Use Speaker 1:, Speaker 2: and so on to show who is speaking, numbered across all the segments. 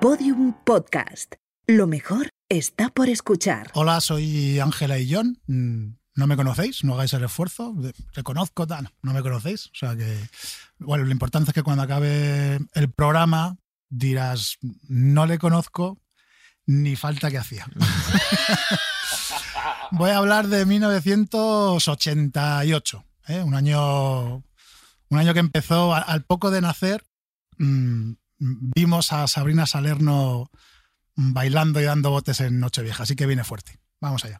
Speaker 1: Podium Podcast. Lo mejor está por escuchar.
Speaker 2: Hola, soy Ángela y John. Mm, No me conocéis, no hagáis el esfuerzo. Reconozco, no, no me conocéis. O sea que, bueno, lo importante es que cuando acabe el programa dirás, no le conozco ni falta que hacía. Voy a hablar de 1988, ¿eh? un, año, un año que empezó a- al poco de nacer. mm, vimos a Sabrina Salerno bailando y dando botes en Nochevieja, así que viene fuerte. Vamos allá.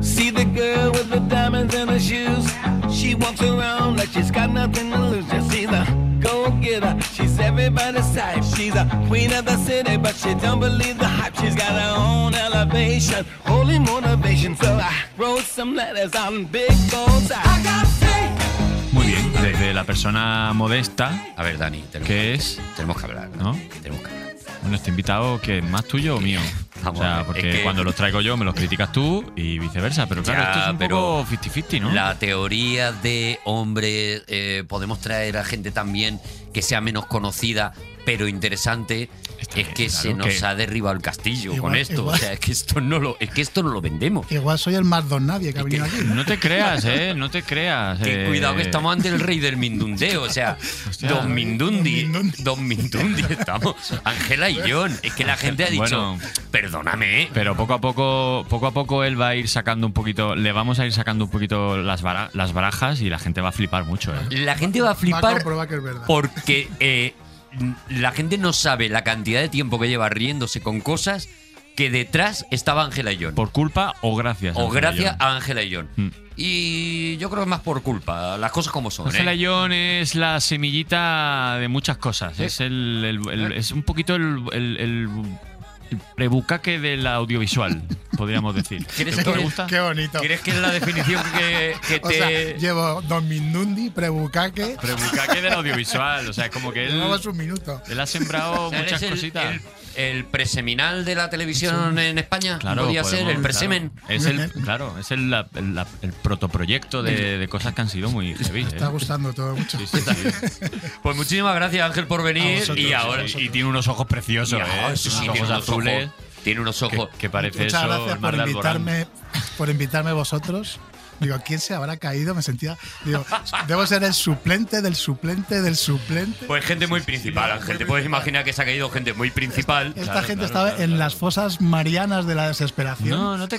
Speaker 3: See the girl with the diamonds in her shoes. She walks around like she's got nothing to lose. Just she's a go getter. She's everybody's type. She's a queen of the city, but she don't believe the hype. She's got her own elevation, holy motivation. So I wrote some letters on big bold I got faith.
Speaker 4: Muy bien, desde la persona modesta,
Speaker 5: A ver, Dani, tenemos,
Speaker 4: que es,
Speaker 5: tenemos que hablar,
Speaker 4: ¿no?
Speaker 5: Tenemos que hablar.
Speaker 4: Bueno, este invitado que es más tuyo o mío. O
Speaker 5: Vamos a
Speaker 4: sea,
Speaker 5: ver,
Speaker 4: porque
Speaker 5: es que-
Speaker 4: cuando los traigo yo me los criticas tú y viceversa. Pero claro,
Speaker 5: Ya,
Speaker 4: esto es un
Speaker 5: pero
Speaker 4: poco 50-50, ¿no?
Speaker 5: La teoría de, hombre, eh, podemos traer a gente también que sea menos conocida, pero interesante.
Speaker 4: Está
Speaker 5: es
Speaker 4: bien,
Speaker 5: que
Speaker 4: claro,
Speaker 5: se nos
Speaker 4: que-
Speaker 5: ha derribado el castillo
Speaker 2: Igual-
Speaker 5: con esto.
Speaker 2: igual.
Speaker 5: O sea, es que esto no lo, es que esto no lo vendemos.
Speaker 2: Igual soy el más don nadie que ha venido aquí.
Speaker 4: No te creas, ¿eh? No te creas.
Speaker 5: Que
Speaker 4: eh.
Speaker 5: cuidado que estamos ante el rey del mindundeo, o sea,
Speaker 4: Hostia.
Speaker 5: Don Mindundi,
Speaker 2: Don Mindundi.
Speaker 5: Don Mindundi estamos, Ángela y John, es que la gente ha dicho,
Speaker 4: Bueno.
Speaker 5: perdóname, ¿eh?
Speaker 4: Pero poco a poco, poco a poco él va a ir sacando un poquito, le vamos a ir sacando un poquito las, bara- las barajas y la gente va a flipar mucho, ¿eh?
Speaker 5: la gente va a
Speaker 2: Va a
Speaker 5: flipar
Speaker 2: comprobar que es verdad.
Speaker 5: porque eh, la gente no sabe la cantidad de tiempo que lleva riéndose con cosas que detrás estaba Ángela y John.
Speaker 4: Por culpa o gracias.
Speaker 5: o
Speaker 4: Ángela
Speaker 5: gracias
Speaker 4: John.
Speaker 5: a Ángela y John.
Speaker 4: Mm.
Speaker 5: Y yo creo que más por culpa, las cosas como son.
Speaker 4: Ángela
Speaker 5: ¿eh?
Speaker 4: John es la semillita de muchas cosas.
Speaker 5: ¿Eh?
Speaker 4: Es, el, el- el- es un poquito el, el, el- el prebucaque del audiovisual, podríamos decir.
Speaker 5: ¿Quieres
Speaker 4: ¿Te
Speaker 5: que-
Speaker 4: gusta?
Speaker 2: Qué bonito.
Speaker 5: ¿Crees que es la definición que, que
Speaker 2: O
Speaker 5: te...
Speaker 2: sea, llevo Don Mindundi, Prebucaque.
Speaker 4: Prebucaque del audiovisual. O sea, es como que él,
Speaker 2: Llevamos un minuto.
Speaker 4: él ha sembrado
Speaker 5: O sea,
Speaker 4: muchas
Speaker 5: eres el-
Speaker 4: cositas.
Speaker 5: El, el preseminal de la televisión en España.
Speaker 4: Claro,
Speaker 5: Podía
Speaker 4: podemos-
Speaker 5: ser el
Speaker 4: claro.
Speaker 5: presemen.
Speaker 4: Es el, claro, es el, la- el- la- el protoproyecto de, de cosas que han sido muy heavy.
Speaker 2: Me está
Speaker 4: ¿eh?
Speaker 2: gustando todo mucho.
Speaker 4: Sí, sí, sí.
Speaker 5: Pues muchísimas gracias, Ángel, por venir.
Speaker 2: A vosotros,
Speaker 5: y
Speaker 2: a
Speaker 5: ahora.
Speaker 2: vosotros.
Speaker 4: Y tiene unos ojos
Speaker 5: y-
Speaker 4: preciosos,
Speaker 5: ah,
Speaker 4: ¿eh?
Speaker 5: eso sí,
Speaker 4: Unos
Speaker 5: tiene
Speaker 4: ojos
Speaker 5: unos ojos.
Speaker 4: azules.
Speaker 5: Tiene unos
Speaker 4: Que,
Speaker 5: ojos.
Speaker 4: que parece
Speaker 2: Muchas
Speaker 4: eso
Speaker 2: gracias
Speaker 4: el mar
Speaker 2: por
Speaker 4: de Alborán.
Speaker 2: invitarme, por invitarme vosotros. Digo, ¿a quién se habrá caído? Me sentía. Digo, debo ser el suplente del suplente del suplente.
Speaker 5: Pues gente muy principal, Ángel. Te puedes imaginar que se ha caído gente muy principal.
Speaker 2: Esta
Speaker 4: claro,
Speaker 2: gente
Speaker 4: claro,
Speaker 2: estaba
Speaker 4: claro,
Speaker 2: en
Speaker 4: claro.
Speaker 2: las fosas marianas de la desesperación.
Speaker 4: No, no te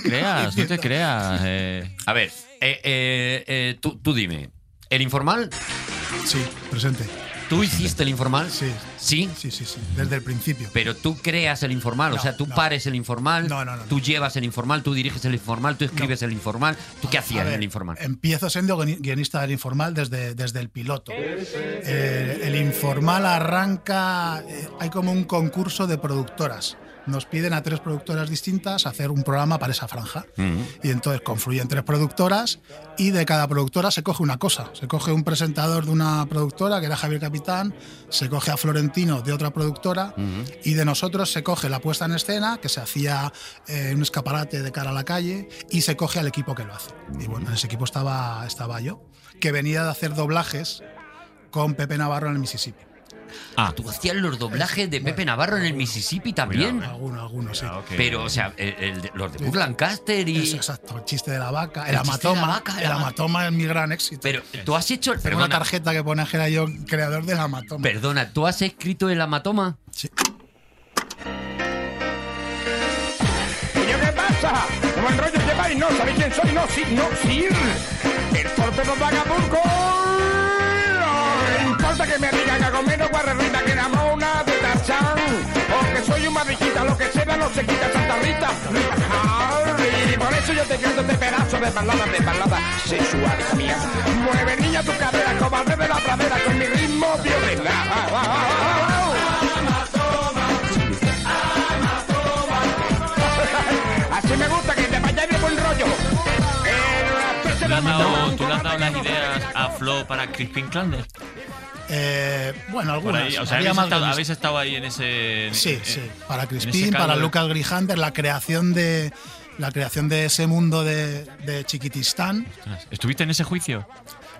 Speaker 4: creas, no te creas. eh.
Speaker 5: A ver, eh, eh, eh, tú, tú dime. ¿El informal?
Speaker 2: Sí, presente.
Speaker 5: ¿Tú hiciste el informal?
Speaker 2: Sí,
Speaker 5: ¿Sí?
Speaker 2: sí, sí, sí. Desde el principio.
Speaker 5: Pero tú creas el informal, o
Speaker 2: No,
Speaker 5: sea, tú
Speaker 2: no.
Speaker 5: pares el informal,
Speaker 2: No, no, no, no.
Speaker 5: tú llevas el informal, tú diriges el informal, tú escribes el informal. ¿Tú qué hacías
Speaker 2: A ver, eh,
Speaker 5: en el informal?
Speaker 2: Empiezo siendo guioni- guionista del informal desde, desde el piloto. Eh, el informal arranca, eh, hay como un concurso de productoras. Nos piden a tres productoras distintas hacer un programa para esa franja.
Speaker 5: Mm.
Speaker 2: Y entonces confluyen tres productoras y de cada productora se coge una cosa. Se coge un presentador de una productora, que era Javier Capitán, se coge a Florentino de otra productora y de nosotros se coge la puesta en escena, que se hacía eh, en un escaparate de cara a la calle, y se coge al equipo que lo hace. Y bueno, en ese equipo estaba, estaba yo, que venía de hacer doblajes con Pepe Navarro en el Mississippi.
Speaker 4: Ah,
Speaker 5: Tú hacías los doblajes
Speaker 2: eh,
Speaker 5: de Pepe Navarro en el Mississippi también.
Speaker 4: Cuidado,
Speaker 2: Alguno, alguno, sí.
Speaker 4: cuidado que-
Speaker 5: Pero, o sea, el- el de- los de Buck
Speaker 2: eh. Sí.
Speaker 5: Lancaster
Speaker 2: Eso,
Speaker 5: y.
Speaker 2: exacto, el chiste de la vaca, el,
Speaker 5: El chiste de la
Speaker 2: amatoma.
Speaker 5: vaca, el
Speaker 2: el
Speaker 5: ama-
Speaker 2: amatoma es mi gran éxito.
Speaker 5: Pero tú has hecho.
Speaker 2: Tengo una
Speaker 5: Perdona,
Speaker 2: tarjeta que pone Ángela yo, creador del amatoma.
Speaker 5: perdona, ¿tú has escrito el amatoma?
Speaker 2: Sí.
Speaker 6: Oye, ¿qué pasa? No me enrollo, lleváis, no, ¿sabéis quién soy? No, sí, no, sí. El torpedo de Acapulco. No importa que me digan que hago menos guarrerita que la mona de Tachán. O que soy un madrijita, lo que se da no se quita Santa Rita. Harry, por eso yo te canto este pedazo de balada, de balada sexual, hija mía. Mueve, niña, tu cadera, cobarde de la pradera, con mi ritmo violeta. Así me gusta que te vaya bien buen rollo. En una especie
Speaker 4: ¿Tú
Speaker 6: de
Speaker 4: le has dado,
Speaker 6: amatón,
Speaker 4: tú le has
Speaker 6: cobarde,
Speaker 4: dado las
Speaker 6: no, no,
Speaker 4: ideas a Flo para Crispin Klander?
Speaker 2: Eh, bueno,
Speaker 4: Por
Speaker 2: algunas.
Speaker 4: ahí, o sea,
Speaker 2: Había
Speaker 4: habéis
Speaker 2: más
Speaker 4: estado,
Speaker 2: guionistas.
Speaker 4: habéis estado ahí en ese. en- eh,
Speaker 2: Sí,
Speaker 5: eh,
Speaker 4: en-
Speaker 2: sí. Para
Speaker 4: en ese
Speaker 2: Crispin,
Speaker 4: caldo
Speaker 2: para
Speaker 4: de-
Speaker 2: Lucas Grijander, la creación de la creación de ese mundo de, de Chiquitistán.
Speaker 4: Ostras, ¿Estuviste en ese juicio?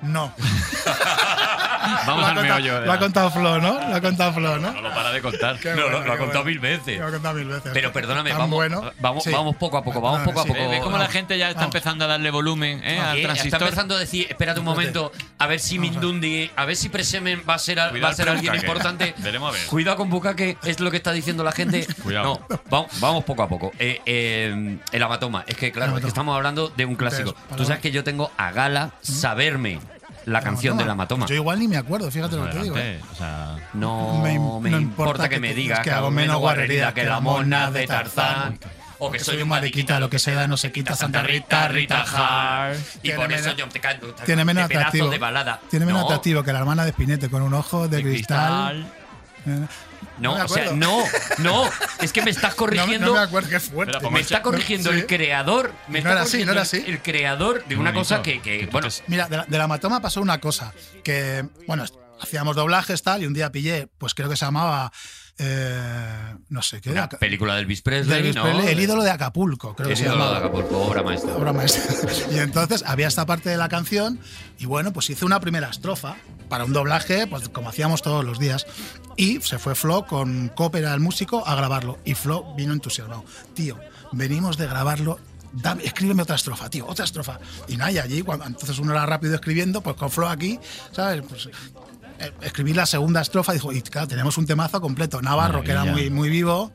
Speaker 2: No.
Speaker 4: Vamos
Speaker 2: Ah, lo, ha
Speaker 4: al
Speaker 2: contado-
Speaker 4: meollo.
Speaker 2: lo ha contado Flo, ¿no? Lo ha contado Flo, ¿no?
Speaker 4: No lo para de contar.
Speaker 2: Qué
Speaker 5: No,
Speaker 2: bueno,
Speaker 5: lo, lo ha
Speaker 2: qué
Speaker 5: contado
Speaker 2: bueno.
Speaker 5: mil veces.
Speaker 2: Lo ha contado mil veces.
Speaker 5: Pero perdóname,
Speaker 2: Tan
Speaker 5: vamos,
Speaker 2: bueno.
Speaker 5: vamos,
Speaker 2: Sí.
Speaker 5: vamos poco a poco, vamos
Speaker 2: Vale,
Speaker 5: poco a
Speaker 2: sí.
Speaker 5: poco.
Speaker 4: Ve, ve cómo la gente ya está
Speaker 2: Vamos.
Speaker 4: empezando a darle volumen ¿eh?
Speaker 2: Ah,
Speaker 4: al
Speaker 5: Eh, está
Speaker 4: transistor.
Speaker 5: empezando a decir, espérate un momento, a ver si Mindundi, a ver si Presemen va a ser, al- va
Speaker 4: Cuidado
Speaker 5: a ser
Speaker 4: con
Speaker 5: alguien
Speaker 4: Bukake.
Speaker 5: importante.
Speaker 4: Veremos a ver.
Speaker 5: Cuidado con Bukake, es lo que está diciendo la gente.
Speaker 4: Cuidado.
Speaker 5: No, vamos, vamos poco a poco. Eh, eh, el amatoma, ¿Mm? es que claro, es que
Speaker 2: Hematoma.
Speaker 5: estamos hablando de un clásico.
Speaker 2: Entonces,
Speaker 5: Tú sabes que yo tengo a gala saberme la canción del amatoma.
Speaker 2: Yo igual ni me acuerdo, fíjate lo que te digo. ¿eh?
Speaker 4: Adelante, o sea,
Speaker 5: No
Speaker 2: Me
Speaker 5: me,
Speaker 2: im- no
Speaker 5: importa que, me digas que hago menos guarrería que la mona de Tarzán. O que soy un mariquita,
Speaker 2: lo que se da no se quita,
Speaker 5: Santa Rita, Rita Hart. Y
Speaker 2: Tiene
Speaker 5: por eso
Speaker 2: menos-
Speaker 5: yo te canto. te-
Speaker 2: Tiene menos
Speaker 5: de pedazo
Speaker 2: atractivo.
Speaker 5: de balada.
Speaker 2: Tiene menos
Speaker 5: No,
Speaker 2: atractivo que la hermana de Spinete con un ojo de, cristal. Eh,
Speaker 5: No,
Speaker 2: No me
Speaker 5: o sea,
Speaker 2: acuerdo.
Speaker 5: no, no, es que me
Speaker 2: No,
Speaker 5: estás
Speaker 2: me-
Speaker 5: corrigiendo.
Speaker 2: no me acuerdo, qué fuerte.
Speaker 4: Espera,
Speaker 5: me está corrigiendo
Speaker 2: Sí.
Speaker 5: el creador. Me
Speaker 2: No
Speaker 5: está
Speaker 2: era así,
Speaker 5: corrigiendo
Speaker 2: no era así.
Speaker 5: El creador de una
Speaker 4: Bonito.
Speaker 5: cosa que, que,
Speaker 4: Que tú
Speaker 5: bueno,
Speaker 4: te-
Speaker 2: Mira, de la, de la matoma pasó una cosa, que, bueno, hacíamos doblajes tal, y un día pillé, pues creo que se llamaba, eh, no sé qué,
Speaker 5: una
Speaker 2: era,
Speaker 5: película de Elvis Presley,
Speaker 2: de Elvis
Speaker 5: ¿no?
Speaker 2: Presley, El ídolo de Acapulco, creo
Speaker 5: El
Speaker 2: que se
Speaker 5: ídolo de
Speaker 2: llamaba.
Speaker 5: Acapulco, obra maestra.
Speaker 2: obra maestra. ¿eh? Y entonces había esta parte de la canción y bueno, pues hice una primera estrofa para un doblaje, pues como hacíamos todos los días. Y se fue Flo con Copera, el músico, a grabarlo. Y Flo vino entusiasmado. Tío, venimos de grabarlo. Dame, escríbeme otra estrofa, tío, otra estrofa. Y nada, y allí, cuando, entonces uno era rápido escribiendo, pues con Flo aquí, ¿sabes? Pues, eh, escribí la segunda estrofa, dijo, y claro, tenemos un temazo completo. Navarro, que era muy,
Speaker 4: Maravilla.
Speaker 2: muy vivo,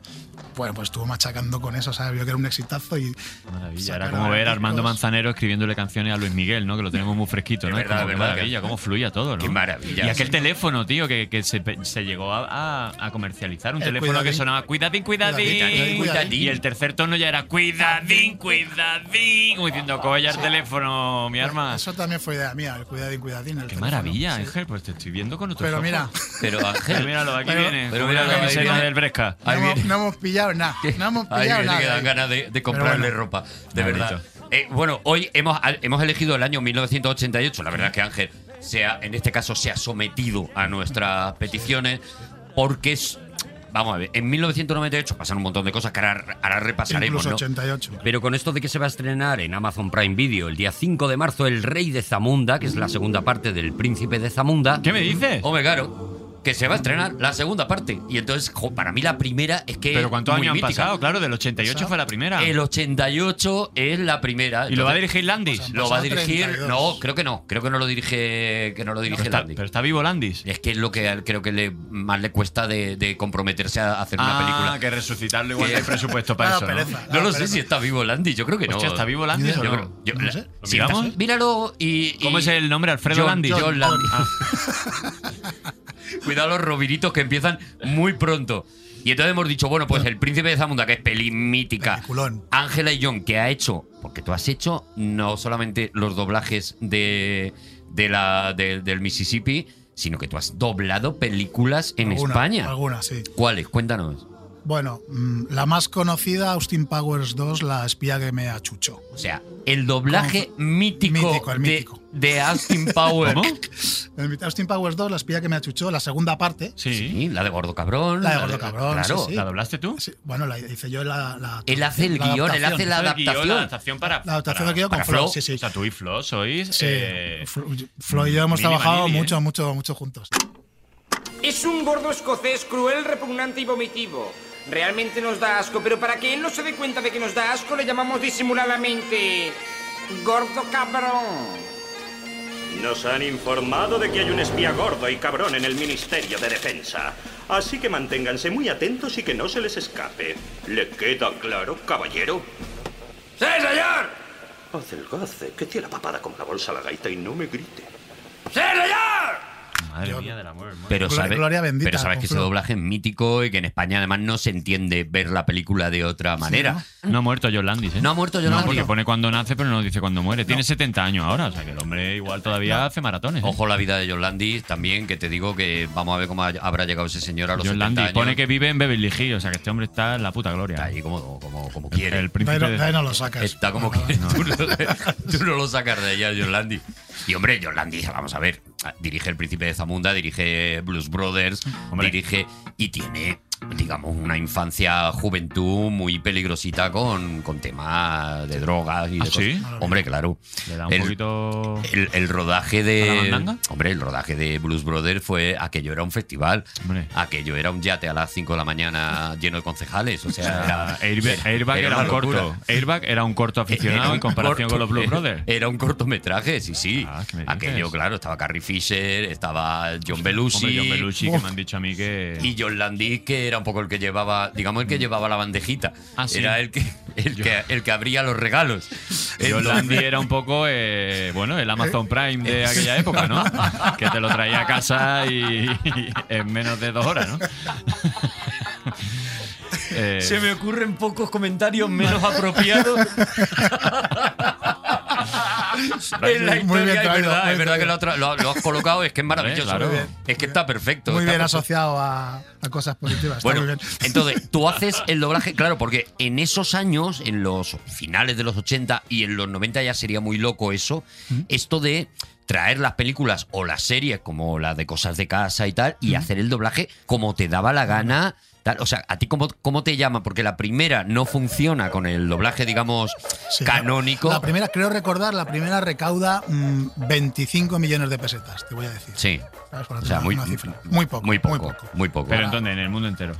Speaker 2: bueno, pues estuvo machacando con eso, ¿sabes? Vio que era un exitazo y
Speaker 4: Maravilla. Era
Speaker 2: sacaron
Speaker 4: como ver a Armando
Speaker 2: artículos.
Speaker 4: Manzanero escribiéndole canciones a Luis Miguel, ¿no? Que lo tenemos muy fresquito,
Speaker 5: Es
Speaker 4: ¿no? Es
Speaker 5: verdad,
Speaker 4: como,
Speaker 5: es
Speaker 4: qué
Speaker 5: verdad,
Speaker 4: maravilla,
Speaker 5: que-
Speaker 4: cómo fluía todo, ¿no?
Speaker 5: Qué maravilla.
Speaker 4: Y aquel
Speaker 5: Sí.
Speaker 4: teléfono, tío, que, que se, pe- se llegó a, a- a comercializar. Un
Speaker 2: El
Speaker 4: teléfono
Speaker 2: cuidadín.
Speaker 4: que sonaba cuidadín, cuidadín,
Speaker 2: Cuidadín,
Speaker 5: cuidadín.
Speaker 4: Y el tercer tono ya era cuidadín, cuidadín. Como diciendo, colla el teléfono, mi arma.
Speaker 2: Eso también fue idea mía, el cuidadín, cuidadín. el
Speaker 4: Qué
Speaker 2: teléfono.
Speaker 4: maravilla,
Speaker 2: Sí.
Speaker 4: Ángel. Pues te estoy viendo con otros
Speaker 2: Pero
Speaker 4: ojos.
Speaker 2: mira,
Speaker 5: Pero
Speaker 4: Pero
Speaker 5: Ángel,
Speaker 4: míralo, aquí
Speaker 2: Pero-
Speaker 4: viene.
Speaker 5: pero
Speaker 4: Pero
Speaker 5: míralo,
Speaker 4: la
Speaker 5: ahí
Speaker 4: camiseta
Speaker 5: viene.
Speaker 4: del Bresca.
Speaker 2: no
Speaker 5: Ahí
Speaker 2: hemos,
Speaker 5: viene.
Speaker 2: no hemos pillado nada. No hemos
Speaker 5: Ay,
Speaker 2: pillado
Speaker 5: viene
Speaker 2: nada. eh.
Speaker 5: que dan ganas de, de comprarle
Speaker 2: bueno.
Speaker 5: ropa, de
Speaker 4: Maldito.
Speaker 5: verdad. Eh, bueno, hoy hemos, al- hemos elegido el año 1988. La verdad es que Ángel, se ha- en este caso, se ha sometido a nuestras peticiones porque es. Vamos a ver, en 1998 pasan un montón de cosas que ahora, ahora repasaremos.
Speaker 2: Incluso
Speaker 5: pues, ¿no?
Speaker 2: 88.
Speaker 5: Pero con esto de que se va a estrenar en Amazon Prime Video el día 5 de marzo, El Rey de Zamunda, que es la segunda parte del Príncipe de Zamunda.
Speaker 4: ¿Qué me dices?
Speaker 5: Hombre, claro, que se va a estrenar la segunda parte. Y entonces, jo, para mí la primera es que.
Speaker 4: Pero
Speaker 5: es
Speaker 4: ¿cuántos
Speaker 5: muy
Speaker 4: años han
Speaker 5: mítica.
Speaker 4: pasado? Claro, del 88 fue la primera.
Speaker 5: El 88 es la primera.
Speaker 4: Y lo va a
Speaker 5: Entonces,
Speaker 4: dirigir Landis.
Speaker 5: Lo va a
Speaker 2: Pasado
Speaker 5: dirigir.
Speaker 2: 32.
Speaker 5: No, creo que no. Creo que no lo dirige. Que no lo dirige
Speaker 4: Está-
Speaker 5: Landis.
Speaker 4: pero está vivo Landis. Eh,
Speaker 5: Es que es lo que creo que le, más le cuesta de, de comprometerse a hacer una película.
Speaker 4: Ah, que resucitarlo igual hay presupuesto
Speaker 2: Ah,
Speaker 4: para eso.
Speaker 2: pereza.
Speaker 4: ¿no?
Speaker 5: No lo
Speaker 2: Ah,
Speaker 5: sé
Speaker 2: pero-
Speaker 5: si está vivo Landy, yo creo que no.
Speaker 4: Hostia, ¿está vivo Landis
Speaker 5: Yo
Speaker 4: o no?
Speaker 5: creo- yo-
Speaker 2: No
Speaker 5: la-
Speaker 2: sé.
Speaker 4: ¿Lo
Speaker 5: si está-
Speaker 4: miramos?
Speaker 5: míralo y, y-
Speaker 4: ¿Cómo es el nombre? Alfredo
Speaker 5: John-
Speaker 4: Landis.
Speaker 5: John Landis. Ah. Cuidado los robiritos que empiezan muy pronto. Y entonces hemos dicho, bueno, pues el príncipe de Zamunda, que es peli mítica.
Speaker 2: Peliculón.
Speaker 5: Ángela y John, que ha hecho, porque tú has hecho no solamente los doblajes de, de la, de- del Mississippi, sino que tú has doblado películas en
Speaker 2: Alguna,
Speaker 5: España.
Speaker 2: Alguna, sí.
Speaker 5: ¿Cuáles? Cuéntanos.
Speaker 2: Bueno, mm, la más conocida, Austin Powers 2, La espía que me achuchó.
Speaker 5: O sea, el doblaje mítico,
Speaker 2: Mítico, el
Speaker 5: de,
Speaker 2: mítico.
Speaker 5: de Austin Powers.
Speaker 4: ¿Cómo?
Speaker 2: Austin Powers 2, La espía que me achuchó, la segunda parte.
Speaker 4: Sí.
Speaker 5: Sí, la de Gordo Cabrón.
Speaker 2: La de Gordo Cabrón,
Speaker 5: Claro.
Speaker 2: sí, sí.
Speaker 4: ¿La doblaste tú?
Speaker 2: Sí, bueno, la hice yo la. la
Speaker 5: Él hace el
Speaker 2: la
Speaker 5: guión, él hace
Speaker 2: adaptación.
Speaker 4: El
Speaker 5: La
Speaker 4: guión,
Speaker 5: adaptación.
Speaker 4: La adaptación para.
Speaker 2: La adaptación
Speaker 4: para-
Speaker 2: de guión
Speaker 5: para
Speaker 2: con Flo.
Speaker 5: Flo.
Speaker 2: Sí, sí.
Speaker 4: O sea, tú y Flo sois.
Speaker 2: Sí,
Speaker 4: eh,
Speaker 2: Flo- Flo y yo hemos
Speaker 4: Mili
Speaker 2: trabajado
Speaker 4: Vanilli, ¿eh?
Speaker 2: mucho, mucho, mucho juntos.
Speaker 7: Es un gordo escocés cruel, repugnante y vomitivo. Realmente nos da asco, pero para que él no se dé cuenta de que nos da asco, le llamamos disimuladamente gordo cabrón.
Speaker 8: Nos han informado de que hay un espía gordo y cabrón en el Ministerio de Defensa. Así que manténganse muy atentos y que no se les escape. ¿Le queda claro, caballero?
Speaker 7: ¡Sí, señor!
Speaker 8: Adelgace, que tiene la papada como la bolsa a la gaita y no me grite.
Speaker 7: ¡Sí, señor!
Speaker 4: Madre
Speaker 2: Yo-
Speaker 4: mía del amor. hermano.
Speaker 5: Pero
Speaker 2: Gloria-
Speaker 5: sabes,
Speaker 2: Gloria bendita,
Speaker 5: pero sabes que
Speaker 2: con
Speaker 5: ese
Speaker 2: Flo.
Speaker 5: doblaje es mítico y que en España además no se entiende ver la película de otra manera.
Speaker 4: No ha muerto John Landis, ¿eh?
Speaker 5: No ha muerto John
Speaker 4: No,
Speaker 5: Landis.
Speaker 4: porque pone cuando nace, pero no dice cuando muere. Tiene 70 años ahora, o sea que el hombre igual todavía hace maratones. ¿eh?
Speaker 5: Ojo la vida de John Landis también, que te digo que vamos a ver cómo ha- habrá llegado ese señor a los
Speaker 4: John
Speaker 5: 70
Speaker 4: Landis
Speaker 5: años.
Speaker 4: pone que vive en Beverly Hills, o sea que este hombre está en la puta gloria.
Speaker 5: Está ahí como, como, como
Speaker 4: El-
Speaker 5: quiere.
Speaker 2: De
Speaker 4: El
Speaker 2: ahí
Speaker 4: príncipe.
Speaker 2: no,
Speaker 4: de-
Speaker 2: de ahí no lo sacas.
Speaker 5: Está como
Speaker 2: Nada.
Speaker 5: quiere. Tú no, tú no lo sacas de allá, John Landis. Y hombre, John Landis, vamos a ver, dirige El Príncipe de Zamunda, dirige Blues Brothers,
Speaker 4: Hombre.
Speaker 5: dirige y tiene digamos, una infancia, juventud muy peligrosita con, con temas de drogas y de
Speaker 4: ¿Ah, sí?
Speaker 5: cosas. Hombre, claro.
Speaker 4: Le da un
Speaker 5: El-
Speaker 4: poquito.
Speaker 5: El, el rodaje
Speaker 4: ¿A la
Speaker 5: de.
Speaker 4: mandanga?
Speaker 5: Hombre, el rodaje de Blues Brothers fue. Aquello era un festival.
Speaker 4: Hombre.
Speaker 5: Aquello era un yate a las 5 de la mañana lleno de concejales. O sea,
Speaker 4: Ah,
Speaker 5: era-
Speaker 4: Airba- Airbag
Speaker 5: era
Speaker 4: era, un
Speaker 5: una locura.
Speaker 4: corto. Airbag era un corto aficionado
Speaker 5: Era
Speaker 4: en
Speaker 5: un
Speaker 4: comparación
Speaker 5: corto- Eh,
Speaker 4: con los Blue Brothers.
Speaker 5: Era un cortometraje, sí, sí.
Speaker 4: Ah, ¿qué me dices?
Speaker 5: Aquello, claro, estaba Carrie Fisher, estaba John Belushi.
Speaker 4: Hombre, John Belushi, que
Speaker 5: Uf.
Speaker 4: me han dicho a mí que.
Speaker 5: Y John Landis, que era un poco el que llevaba, digamos, el que llevaba la bandejita.
Speaker 4: Mm. Ah, sí.
Speaker 5: Era el que, el, que, el que abría los regalos.
Speaker 4: John
Speaker 5: Entonces-
Speaker 4: Landy era un poco, eh, bueno, el Amazon Prime de
Speaker 5: eh,
Speaker 4: aquella época, ¿no? Que te lo traía a casa y, y en menos de dos horas, ¿no? Eh,
Speaker 5: Se me ocurren pocos comentarios menos apropiados. en la historia,
Speaker 2: Muy bien
Speaker 5: es
Speaker 2: traído,
Speaker 5: verdad,
Speaker 2: muy
Speaker 5: es
Speaker 2: traído.
Speaker 5: verdad que lo, ha tra- lo- lo has colocado, es que es maravilloso.
Speaker 4: Claro. Muy bien.
Speaker 5: Es que está perfecto.
Speaker 2: Muy
Speaker 5: está
Speaker 2: bien
Speaker 5: perfecto.
Speaker 2: asociado a, a cosas positivas. Está
Speaker 5: Bueno,
Speaker 2: muy bien.
Speaker 5: entonces tú haces el doblaje, claro, porque en esos años, en los finales de los 80 y en los 90 ya sería muy loco eso, esto de traer las películas o las series como la de cosas de casa y tal y hacer el doblaje como te daba la gana. tal. O sea, ¿a ti cómo, cómo te llama? Porque la primera no funciona con el doblaje, digamos,
Speaker 2: Sí, la-
Speaker 5: canónico.
Speaker 2: La primera, creo recordar, la primera recauda mm, 25 millones de pesetas, te voy a decir.
Speaker 5: Sí.
Speaker 2: ¿Sabes? Por
Speaker 5: O sea,
Speaker 2: hacer
Speaker 5: muy,
Speaker 2: una cifra. Muy poco.
Speaker 5: Muy poco. Muy poco.
Speaker 4: pero entonces, en el mundo entero.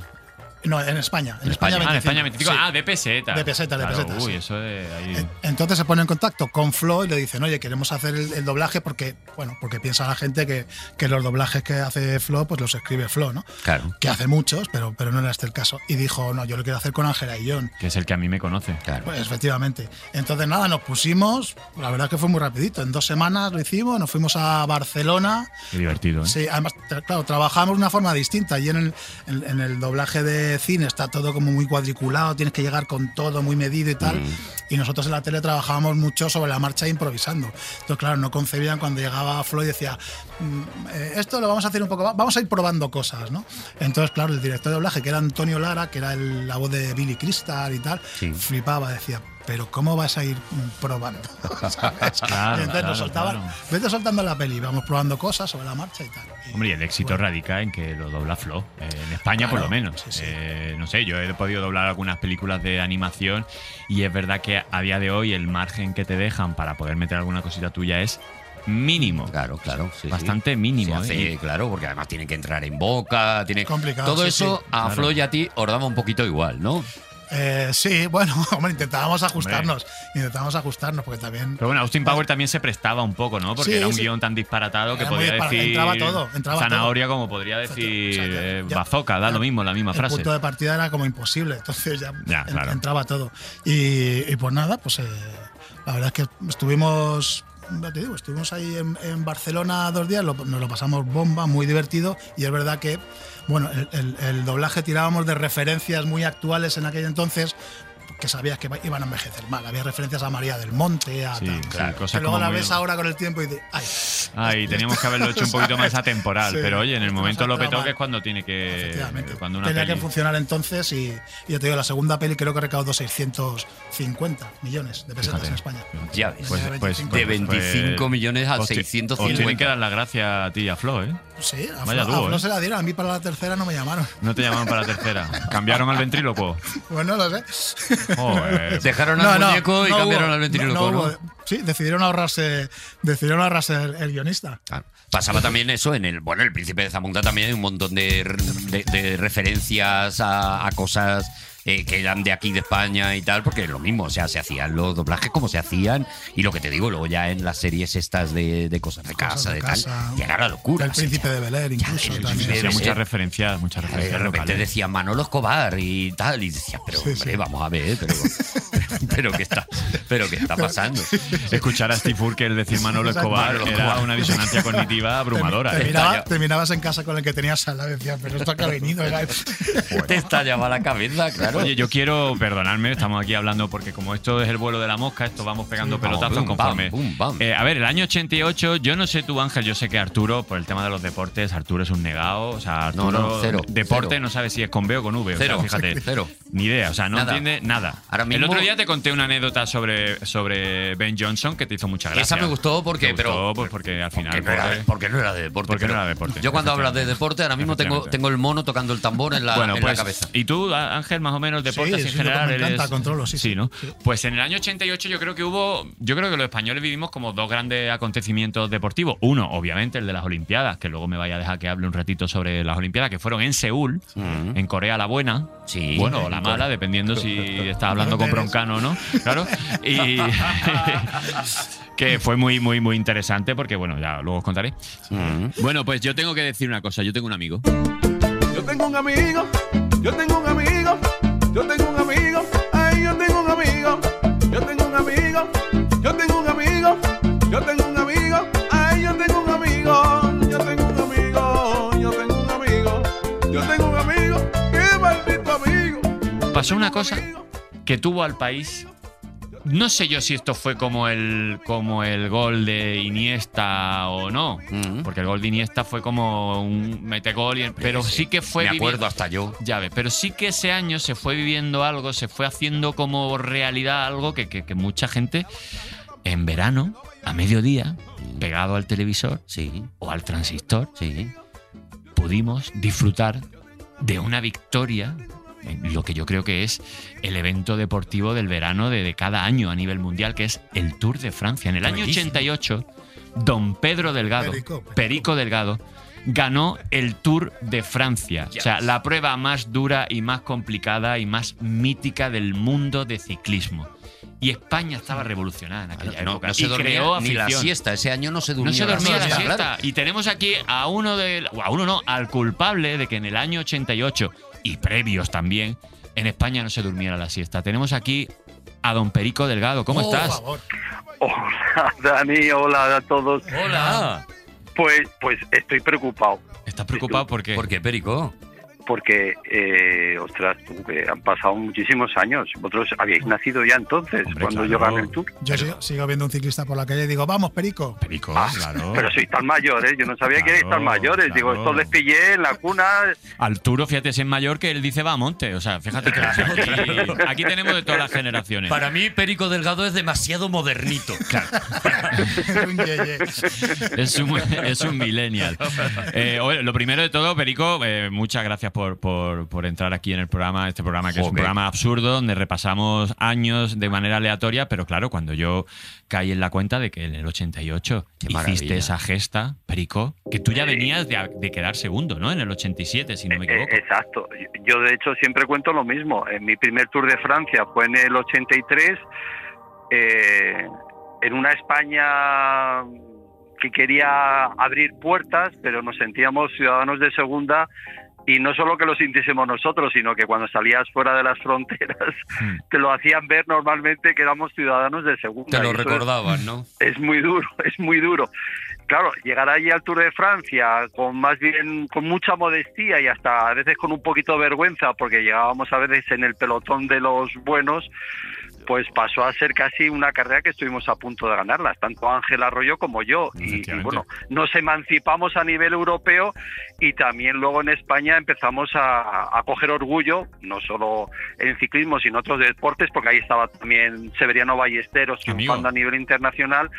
Speaker 2: No, en España. En,
Speaker 5: España.
Speaker 2: España,
Speaker 4: Ah, en España
Speaker 2: 25.
Speaker 4: 25. Ah, de peseta.
Speaker 2: De peseta, de
Speaker 4: Claro,
Speaker 2: peseta,
Speaker 4: Uy,
Speaker 2: sí.
Speaker 4: eso de
Speaker 2: Sí.
Speaker 5: Eh.
Speaker 4: ahí.
Speaker 2: En- Entonces se pone en contacto con Flo y le dicen, oye, queremos hacer el, el doblaje porque, bueno, porque piensa la gente que, que los doblajes que hace Flo, pues los escribe Flo, ¿no?
Speaker 5: Claro.
Speaker 2: Que hace muchos, pero, pero no era este el caso. Y dijo, no, yo lo quiero hacer con Ángela y John.
Speaker 4: Que es el que a mí me conoce.
Speaker 5: Claro.
Speaker 2: Pues efectivamente. Entonces nada, nos pusimos, la verdad es que fue muy rapidito, en dos semanas lo hicimos, nos fuimos a Barcelona,
Speaker 4: Qué divertido, ¿eh?
Speaker 2: Sí, además, tra- claro, trabajamos de una forma distinta. Allí en el, en- en el doblaje de cine está todo como muy cuadriculado, tienes que llegar con todo muy medido y tal.
Speaker 4: Mm.
Speaker 2: Y nosotros en la tele trabajábamos mucho sobre la marcha e improvisando. Entonces, claro, no concebían cuando llegaba Flo y decía, "Mm, eh, esto lo vamos a hacer un poco, va- vamos a ir probando cosas, ¿no? Entonces, claro, el director de doblaje, que era Antonio Lara, que era el- la voz de Billy Crystal y tal,
Speaker 5: Sí.
Speaker 2: flipaba, decía... Pero ¿cómo vas a ir mm, probando? ¿Sabes?
Speaker 4: Claro,
Speaker 2: y entonces
Speaker 4: claro,
Speaker 2: nos soltaban,
Speaker 4: claro.
Speaker 2: Vete soltando la peli, vamos probando cosas sobre la marcha y tal. Y-
Speaker 4: Hombre, y el éxito radica en que lo dobla Flo, eh, en España por
Speaker 2: Ah, Claro,
Speaker 4: lo menos.
Speaker 2: sí, sí.
Speaker 4: Eh, no sé, yo he podido doblar algunas películas de animación y es verdad que a día de hoy el margen que te dejan para poder meter alguna cosita tuya es mínimo.
Speaker 5: Claro, claro. sí, sí.
Speaker 4: Bastante mínimo,
Speaker 5: Se hace,
Speaker 4: ¿eh? Y-
Speaker 5: Claro, porque además tienen que entrar en boca. Tiene...
Speaker 2: Complicado,
Speaker 5: Todo
Speaker 2: sí,
Speaker 5: eso
Speaker 2: sí.
Speaker 5: a
Speaker 4: Claro.
Speaker 5: Flo y a ti os daba un poquito igual, ¿no?
Speaker 2: Eh, sí, bueno, hombre, intentábamos ajustarnos. Intentábamos ajustarnos porque también.
Speaker 4: Pero bueno, Austin Power también se prestaba un poco, ¿no? Porque
Speaker 2: Sí,
Speaker 4: era un
Speaker 2: sí.
Speaker 4: guión tan disparatado que
Speaker 2: Era muy
Speaker 4: podía
Speaker 2: dispara-
Speaker 4: decir.
Speaker 2: entraba todo, entraba
Speaker 4: zanahoria, como podría
Speaker 2: O
Speaker 4: decir
Speaker 2: sea, ya-
Speaker 4: eh,
Speaker 2: ya-
Speaker 4: bazooka, da
Speaker 2: ya
Speaker 4: lo mismo, la misma
Speaker 2: el
Speaker 4: frase.
Speaker 2: punto de partida era como imposible, entonces ya,
Speaker 4: Ya,
Speaker 2: en-
Speaker 4: claro.
Speaker 2: entraba todo. Y, y pues nada, pues eh, la verdad es que estuvimos. ya te digo, estuvimos ahí en, en Barcelona dos días, lo- nos lo pasamos bomba, muy divertido y es verdad que, bueno, el, el- el doblaje tirábamos de referencias muy actuales en aquel entonces que sabías que iban a envejecer mal. Había referencias a María del Monte, a
Speaker 4: Sí,
Speaker 2: tal.
Speaker 4: sí,
Speaker 5: claro.
Speaker 4: cosas
Speaker 2: que luego
Speaker 4: como
Speaker 2: la
Speaker 4: muy-
Speaker 2: ves ahora con el tiempo y dices, ay,
Speaker 4: Ay, teníamos que haberlo hecho un poquito más atemporal.
Speaker 2: Sí,
Speaker 4: pero oye, en el
Speaker 2: esto nos
Speaker 4: momento
Speaker 2: ha
Speaker 4: lo petó
Speaker 2: clavado.
Speaker 4: que es cuando tiene que.
Speaker 2: efectivamente.
Speaker 4: eh, Cuando una
Speaker 2: Tenía que
Speaker 4: peli-
Speaker 2: funcionar entonces y, y ya te digo, la segunda peli creo que recaudó 650 millones de pesetas
Speaker 4: Fíjate.
Speaker 2: en España.
Speaker 5: Ya ves.
Speaker 4: Pues,
Speaker 2: De
Speaker 4: pues-
Speaker 2: 25
Speaker 5: de
Speaker 4: pues-
Speaker 5: 25 millones a
Speaker 4: os ti- Os
Speaker 5: 650.
Speaker 4: tienen que dar la gracia a ti y a Flo, ¿eh?
Speaker 2: Sí, a
Speaker 4: Vaya
Speaker 2: Flo-
Speaker 4: dúo,
Speaker 2: a Flo
Speaker 4: ¿eh?
Speaker 2: se la dieron, a mí para la tercera no me llamaron.
Speaker 4: No te llamaron para la tercera. Cambiaron al ventrílocuo.
Speaker 2: Bueno, no sé.
Speaker 4: Joder.
Speaker 5: Dejaron al muñeco y
Speaker 2: no
Speaker 5: cambiaron
Speaker 2: hubo-
Speaker 5: al ventríloco,
Speaker 2: no-
Speaker 5: ¿no?
Speaker 2: no hubo- Sí, decidieron ahorrarse, decidieron ahorrarse el, el guionista.
Speaker 5: Claro. Pasaba también eso en el bueno el príncipe de Zamunda también hay un montón de, de- de referencias a, a cosas eh, que eran de aquí de España y tal porque es lo mismo o sea se hacían los doblajes como se hacían y lo que te digo luego ya en las series estas de, de cosas de
Speaker 2: Cosas
Speaker 5: casa
Speaker 2: de
Speaker 5: de,
Speaker 2: casa.
Speaker 5: tal y era la locura
Speaker 2: el
Speaker 5: o sea,
Speaker 2: príncipe
Speaker 5: ya-
Speaker 2: de Bel Air, incluso. también.
Speaker 5: el príncipe
Speaker 4: Hacía
Speaker 5: Debe
Speaker 4: muchas
Speaker 5: ser.
Speaker 4: referencias, muchas referencias.
Speaker 5: de repente
Speaker 4: locales.
Speaker 5: decía Manolo Escobar y tal, y decía, pero
Speaker 2: Sí,
Speaker 5: hombre,
Speaker 2: sí.
Speaker 5: vamos a ver, pero, pero, ¿qué está, pero qué está pasando?
Speaker 4: Escuchar a Steve Urkel decir Manolo
Speaker 2: Exacto.
Speaker 4: Escobar
Speaker 5: Manolo
Speaker 4: era
Speaker 5: Escobar.
Speaker 4: una disonancia cognitiva
Speaker 2: Te-
Speaker 4: abrumadora.
Speaker 2: te
Speaker 4: ¿eh?
Speaker 2: miraba-
Speaker 5: ya-
Speaker 2: te mirabas en casa con el que tenías al lado y decías, pero esto que ha venido. era-
Speaker 5: Te estallaba la cabeza, claro.
Speaker 2: fue.
Speaker 4: Oye, yo quiero perdonarme, estamos aquí hablando porque como esto es el vuelo de la mosca, esto vamos pegando
Speaker 5: Sí, vamos,
Speaker 4: pelotazos
Speaker 5: boom,
Speaker 4: conforme.
Speaker 5: bam, boom, bam.
Speaker 4: Eh, a ver, el año 88, yo no sé tú, Ángel, yo sé que Arturo, por el tema de los deportes, Arturo es un negado. O sea,
Speaker 5: No,
Speaker 4: Arturo,
Speaker 5: no, cero,
Speaker 4: deporte
Speaker 5: cero.
Speaker 4: no sabe si es con B o con V. o sea,
Speaker 5: Cero,
Speaker 4: fíjate.
Speaker 5: cero.
Speaker 4: Ni idea, o sea, no
Speaker 5: Nada.
Speaker 4: entiende nada.
Speaker 5: Ahora
Speaker 4: el
Speaker 5: mismo-
Speaker 4: otro día te conté una anécdota sobre, sobre Ben Johnson que te hizo mucha gracia.
Speaker 5: Esa me gustó porque-
Speaker 4: Te gustó,
Speaker 5: pero-
Speaker 4: pues porque al final.
Speaker 5: Que no era,
Speaker 4: pobre-
Speaker 5: de- porque no era de deporte.
Speaker 4: Porque no
Speaker 5: pero
Speaker 4: era deporte,
Speaker 5: Yo cuando hablo de deporte, ahora mismo tengo,
Speaker 4: Efectivamente.
Speaker 5: tengo el mono tocando el tambor en la, en la cabeza.
Speaker 4: pues, Y tú, Á- Ángel, más o menos deportes
Speaker 2: Sí,
Speaker 4: en
Speaker 2: sí, lo que
Speaker 4: general.
Speaker 2: me encanta,
Speaker 4: eres-
Speaker 2: controlo, sí, sí.
Speaker 4: ¿no? Pues en el año 88 yo creo que hubo, yo creo que los españoles vivimos como dos grandes acontecimientos deportivos. Uno, obviamente, el de las Olimpiadas, que luego me vaya a dejar que hable un ratito sobre las Olimpiadas, que fueron en Seúl, en Corea la buena.
Speaker 5: Sí.
Speaker 4: Bueno, o la mala, dependiendo si estás hablando con Broncano o no. Claro. Y que fue muy, muy, muy interesante porque, bueno, ya luego os contaré. Bueno, pues yo tengo que decir una cosa. Yo tengo un amigo
Speaker 9: Yo tengo un amigo, yo tengo un amigo, yo tengo un amigo, ay, yo tengo un amigo, yo tengo un amigo, yo tengo un amigo, yo tengo un amigo, ay, yo tengo un amigo, yo tengo un amigo, yo tengo un amigo, yo tengo un amigo, qué maldito amigo.
Speaker 4: pasó una cosa que tuvo al país. No sé yo si esto fue como el, como el gol de Iniesta o no,
Speaker 5: Mm.
Speaker 4: porque el gol de Iniesta fue como un metegol, y- pero sí que fue
Speaker 5: Me
Speaker 4: viviendo-
Speaker 5: acuerdo hasta yo.
Speaker 4: ya ves, pero sí que ese año se fue viviendo algo, se fue haciendo como realidad algo que, que- que mucha gente en verano, a mediodía, pegado al televisor
Speaker 5: Sí,
Speaker 4: o al transistor,
Speaker 5: sí.
Speaker 4: pudimos disfrutar de una victoria, en lo que yo creo que es el evento deportivo del verano de, de cada año a nivel mundial, que es el Tour de Francia. En el año
Speaker 5: Buenísimo.
Speaker 4: 88, don Pedro Delgado,
Speaker 2: Perico,
Speaker 4: Perico,
Speaker 2: Perico.
Speaker 4: Delgado, ganó el Tour de Francia. O sea, la prueba más dura y más complicada y más mítica del mundo de ciclismo. Y España estaba revolucionada en aquella
Speaker 5: No,
Speaker 4: época.
Speaker 5: no se
Speaker 4: y
Speaker 5: dormía
Speaker 4: creó
Speaker 5: ni la
Speaker 4: afición.
Speaker 5: siesta. Ese año no se
Speaker 4: No
Speaker 5: dormía,
Speaker 4: se dormía la siesta.
Speaker 5: claro.
Speaker 4: Y tenemos aquí a uno de. A uno no, al culpable de que en el año 88 y previos también, en España no se durmiera la siesta. Tenemos aquí a don Perico Delgado. ¿Cómo
Speaker 5: Oh,
Speaker 2: Oh, Por
Speaker 4: estás?
Speaker 2: favor.
Speaker 10: Hola, Dani, hola a todos.
Speaker 5: Hola.
Speaker 10: Pues, pues estoy preocupado
Speaker 4: ¿Estás preocupado porque.?
Speaker 5: ¿Por qué, Perico?
Speaker 10: porque, eh, ostras, tú, que han pasado muchísimos años. Vosotros habíis nacido ya entonces,
Speaker 4: Hombre,
Speaker 10: cuando
Speaker 4: claro.
Speaker 10: yo gané el tour.
Speaker 2: Yo sigo, sigo viendo un ciclista por la calle y digo, vamos, Perico.
Speaker 4: Perico, claro.
Speaker 10: Pero sois tan mayores, yo no sabía que erais
Speaker 4: Claro,
Speaker 10: tan mayores. Digo,
Speaker 4: claro.
Speaker 10: esto les pillé en la cuna.
Speaker 4: Arturo, fíjate, es en mayor que él dice va a monte. O sea, fíjate que aquí, aquí tenemos de todas las generaciones.
Speaker 5: Para mí, Perico Delgado es demasiado modernito.
Speaker 2: Un yeye.
Speaker 4: Es un, es un millennial. Eh, oye, lo primero de todo, Perico, eh, muchas gracias por, por- por entrar aquí en el programa, este programa que es un
Speaker 5: Joder.
Speaker 4: programa absurdo, donde repasamos años de manera aleatoria, pero claro, cuando yo caí en la cuenta de que en el 88
Speaker 5: Qué maravilla.
Speaker 4: hiciste esa gesta, Perico, que tú ya venías de, de quedar segundo, ¿no? En el 87, si no me
Speaker 10: Eh,
Speaker 4: equivoco.
Speaker 10: exacto. Yo, de hecho, siempre cuento lo mismo. En mi primer tour de Francia fue en el 83, eh, en una España que quería abrir puertas, pero nos sentíamos ciudadanos de segunda. Y no solo que lo sintiésemos nosotros, sino que cuando salías fuera de las fronteras
Speaker 4: Hmm.
Speaker 10: te lo hacían ver normalmente que éramos ciudadanos de segunda.
Speaker 5: Te lo
Speaker 10: Y eso es-
Speaker 5: recordaban, ¿no?
Speaker 10: es muy duro, es muy duro. Claro, llegar allí al Tour de Francia con más bien con mucha modestia y hasta a veces con un poquito de vergüenza porque llegábamos a veces en el pelotón de los buenos, pues pasó a ser casi una carrera que estuvimos a punto de ganarla, tanto Ángel Arroyo como yo. Y, y
Speaker 4: Efectivamente.
Speaker 10: bueno, nos emancipamos a nivel europeo y también luego en España empezamos a, a coger orgullo, no solo en ciclismo, sino en otros deportes, porque ahí estaba también Severiano Ballesteros
Speaker 4: Amigo.
Speaker 10: triunfando a nivel internacional.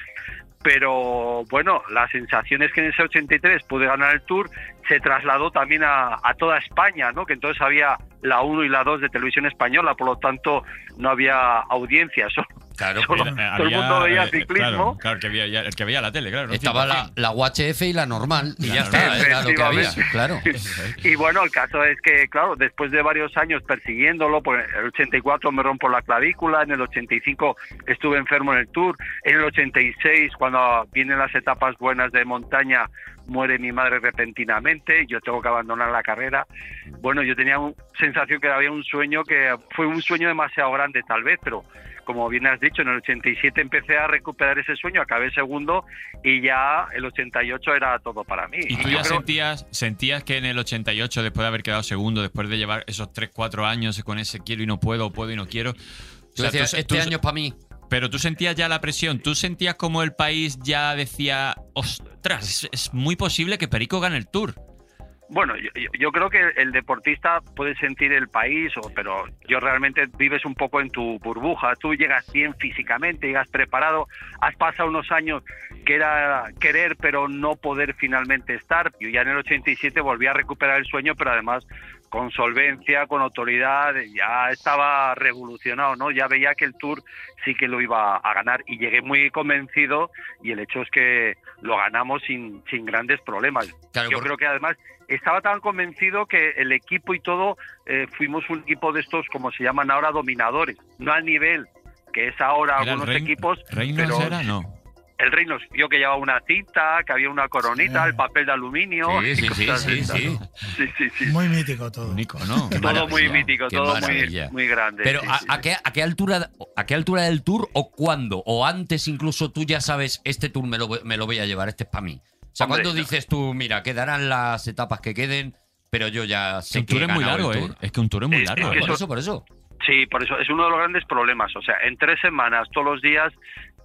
Speaker 10: Pero bueno, la sensación es que en ese 83 pude ganar el Tour, se trasladó también a, a toda España, ¿no? que entonces había la 1 y la 2 de televisión española, por lo tanto no había audiencia, solo
Speaker 5: Claro.
Speaker 10: Solo-
Speaker 4: Eh,
Speaker 10: todo el mundo veía
Speaker 4: eh,
Speaker 10: ciclismo.
Speaker 4: Claro, claro, que veía, el que veía la tele, claro. ¿no?
Speaker 5: Estaba la, la UHF y la normal. Y ya
Speaker 4: Claro,
Speaker 5: está, era lo que había.
Speaker 10: efectivamente.
Speaker 5: Claro.
Speaker 10: Y bueno, el caso es que, claro, después de varios años persiguiéndolo, por el 84 me rompo la clavícula, en el 85 estuve enfermo en el Tour, en el 86, cuando vienen las etapas buenas de montaña, muere mi madre repentinamente, yo tengo que abandonar la carrera. Bueno, yo tenía una sensación que había un sueño que fue un sueño demasiado grande tal vez, pero como bien has dicho, en el 87 empecé a recuperar ese sueño, acabé segundo y ya el 88 era todo para mí.
Speaker 4: ¿Y tú
Speaker 10: yo
Speaker 4: ya em-
Speaker 10: creo-
Speaker 4: sentías, sentías que en el 88, después de haber quedado segundo, después de llevar esos 3, 4 años con ese quiero y no puedo, puedo y no quiero? o
Speaker 5: Tú
Speaker 4: sea,
Speaker 5: decías,
Speaker 4: tú-
Speaker 5: este
Speaker 4: tú-
Speaker 5: año es para mí.
Speaker 4: Pero tú sentías ya la presión, tú sentías como el país ya decía, ostras, es, es muy posible que Perico gane el tour.
Speaker 10: Bueno, yo, yo- yo creo que el deportista puede sentir el país, o- pero yo realmente vives un poco en tu burbuja. Tú llegas bien físicamente, llegas preparado, has pasado unos años que era querer pero no poder finalmente estar. Yo ya en el 87 volví a recuperar el sueño, pero además con solvencia, con autoridad, ya estaba revolucionado, ¿no? Ya veía que el Tour sí que lo iba a ganar y llegué muy convencido y el hecho es que lo ganamos sin, sin grandes problemas.
Speaker 5: Claro,
Speaker 10: Yo
Speaker 5: por-
Speaker 10: creo que además estaba tan convencido que el equipo y todo eh, fuimos un equipo de estos, como se llaman ahora, dominadores, no al nivel que es ahora
Speaker 4: Era el
Speaker 10: algunos
Speaker 4: Rein-
Speaker 10: equipos,
Speaker 4: ¿Reynolds
Speaker 10: pero
Speaker 4: era? No.
Speaker 10: el Reino vio que llevaba una cinta, que había una coronita, el papel de aluminio.
Speaker 5: Sí,
Speaker 10: y
Speaker 5: sí, sí,
Speaker 10: cosas de
Speaker 5: sí,
Speaker 10: estas,
Speaker 5: sí.
Speaker 10: ¿no? sí, sí, sí.
Speaker 2: Muy mítico todo.
Speaker 4: Nico, ¿no?
Speaker 5: Qué
Speaker 10: Todo muy
Speaker 5: maravilla,
Speaker 10: mítico,
Speaker 5: qué
Speaker 10: todo muy,
Speaker 5: maravilla.
Speaker 10: muy grande.
Speaker 5: Pero
Speaker 10: sí,
Speaker 5: ¿a,
Speaker 10: sí.
Speaker 5: a qué, a qué altura, ¿a qué altura del tour o cuándo? O antes incluso tú ya sabes, este tour me lo, voy- me lo voy a llevar, este es para mí. O sea,
Speaker 10: Hombre,
Speaker 5: ¿cuándo
Speaker 10: no.
Speaker 5: dices tú, mira, quedarán las etapas que queden, pero yo ya sé
Speaker 4: un
Speaker 5: que
Speaker 4: tour
Speaker 5: he
Speaker 4: es muy
Speaker 5: ganado
Speaker 4: largo,
Speaker 5: el
Speaker 4: ¿eh?
Speaker 5: tour?
Speaker 4: Es que un tour es muy
Speaker 10: Es- es
Speaker 4: largo.
Speaker 10: que
Speaker 5: Por
Speaker 10: eso-
Speaker 5: eso, por eso.
Speaker 10: Sí, por eso es uno de los grandes problemas. O sea, en tres semanas, todos los días,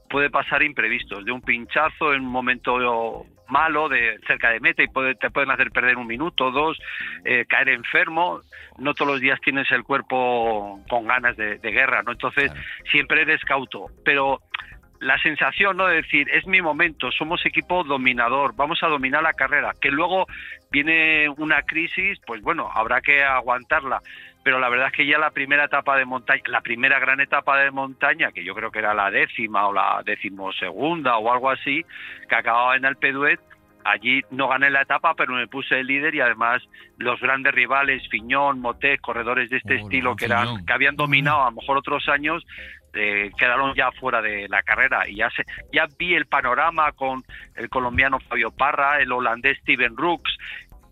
Speaker 10: puede pasar imprevistos, de un pinchazo en un momento malo, de cerca de meta, y puede- te pueden hacer perder un minuto, dos, eh, caer enfermo. No todos los días tienes el cuerpo con ganas de, de guerra, ¿no? Entonces,
Speaker 5: Claro.
Speaker 10: siempre eres cauto. Pero la sensación, ¿no? De decir, es mi momento, somos equipo dominador, vamos a dominar la carrera. Que luego viene una crisis, pues bueno, habrá que aguantarla. Pero la verdad es que ya la primera etapa de montaña, la primera gran etapa de montaña, que yo creo que era la décima o la decimosegunda o algo así, que acababa en Alpeduet, allí no gané la etapa, pero me puse el líder y además los grandes rivales, Fiñón, Motet, corredores de este
Speaker 4: Hola,
Speaker 10: estilo que, eran,
Speaker 4: Fiñón.
Speaker 10: que habían dominado a lo mejor otros años, eh, quedaron ya fuera de la carrera y ya se, ya vi el panorama con el colombiano Fabio Parra, el holandés Steven Rooks,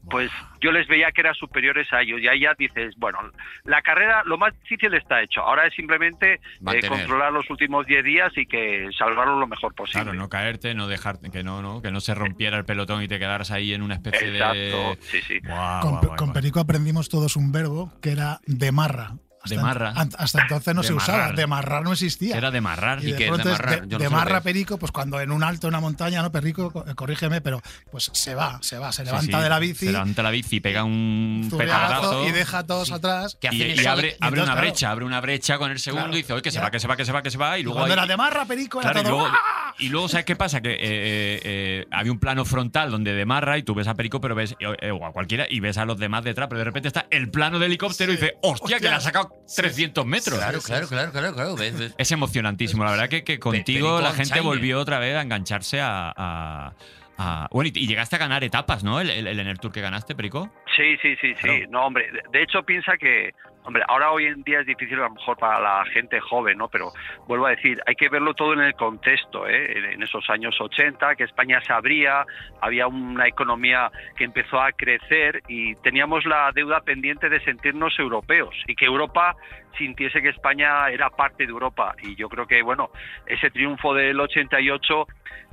Speaker 10: pues yo les veía que eran superiores a ellos y ahí ya dices, bueno, la carrera lo más difícil está hecho, ahora es simplemente eh,
Speaker 5: Mantener.
Speaker 10: controlar los últimos 10 días y que salvarlo lo mejor posible.
Speaker 4: Claro, no caerte, no dejarte, que no, no, que no se rompiera el pelotón y te quedaras ahí en una especie
Speaker 10: Exacto,
Speaker 4: de.
Speaker 10: sí, sí.
Speaker 4: Ah, Guau,
Speaker 2: con,
Speaker 4: guau, guau,
Speaker 2: con
Speaker 4: guau.
Speaker 2: Perico aprendimos todos un verbo que era demarra. Hasta,
Speaker 4: Demarra.
Speaker 2: an- Hasta entonces no se usaba,
Speaker 4: Demarrar.
Speaker 2: demarrar no existía.
Speaker 4: Era de amarrar.
Speaker 5: ¿Y
Speaker 2: de
Speaker 5: qué es
Speaker 2: pronto
Speaker 5: demarrar?
Speaker 2: de-
Speaker 5: Yo no sé lo que
Speaker 2: demarra
Speaker 5: es.
Speaker 2: Perico, pues cuando en un alto, en una montaña, ¿no? Perico, co- eh, corrígeme, pero pues se va, se va, se levanta
Speaker 4: Sí, sí,
Speaker 2: de la bici,
Speaker 4: Se levanta la bici, pega un petardazo
Speaker 2: zurriagazo y deja a todos atrás.
Speaker 5: Que
Speaker 4: Y,
Speaker 5: hacen
Speaker 4: y
Speaker 5: esa-
Speaker 4: abre, abre
Speaker 2: entonces,
Speaker 4: una
Speaker 2: claro.
Speaker 4: brecha, abre una brecha con el segundo
Speaker 2: Claro,
Speaker 4: y dice, oye, que se
Speaker 2: ya.
Speaker 4: va, que se va, que se va, que se va. Y luego,
Speaker 2: cuando
Speaker 4: hay-
Speaker 2: era demarra Perico, era
Speaker 4: claro, y,
Speaker 2: todo,
Speaker 4: luego,
Speaker 2: ¡ah!
Speaker 4: y luego, ¿sabes qué pasa? Que eh, eh, eh, había un plano frontal donde demarra y tú ves a Perico, pero ves eh, eh, o a cualquiera y ves a los demás detrás, pero de repente está el plano de helicóptero y
Speaker 2: Sí.
Speaker 4: dice, hostia, que
Speaker 2: Hostia.
Speaker 4: le ha sacado 300 metros.
Speaker 5: Claro, claro, claro, claro, claro. ves, ves.
Speaker 4: Es emocionantísimo. La verdad que, que
Speaker 5: Perico
Speaker 4: contigo la gente
Speaker 5: Alzheimer.
Speaker 4: volvió otra vez a engancharse a. a- a- bueno, y, y llegaste a ganar etapas, ¿no? El, el, el- en el tour que ganaste, Perico.
Speaker 10: Sí, sí, sí, sí.
Speaker 4: Claro.
Speaker 10: No, hombre, de- de hecho piensa que, hombre, ahora hoy en día es difícil a lo mejor para la gente joven, ¿no? Pero vuelvo a decir, hay que verlo todo en el contexto, ¿eh? En- En esos años 80, que España se abría, había una economía que empezó a crecer y teníamos la deuda pendiente de sentirnos europeos y que Europa sintiese que España era parte de Europa. Y yo creo que, bueno, ese triunfo del 88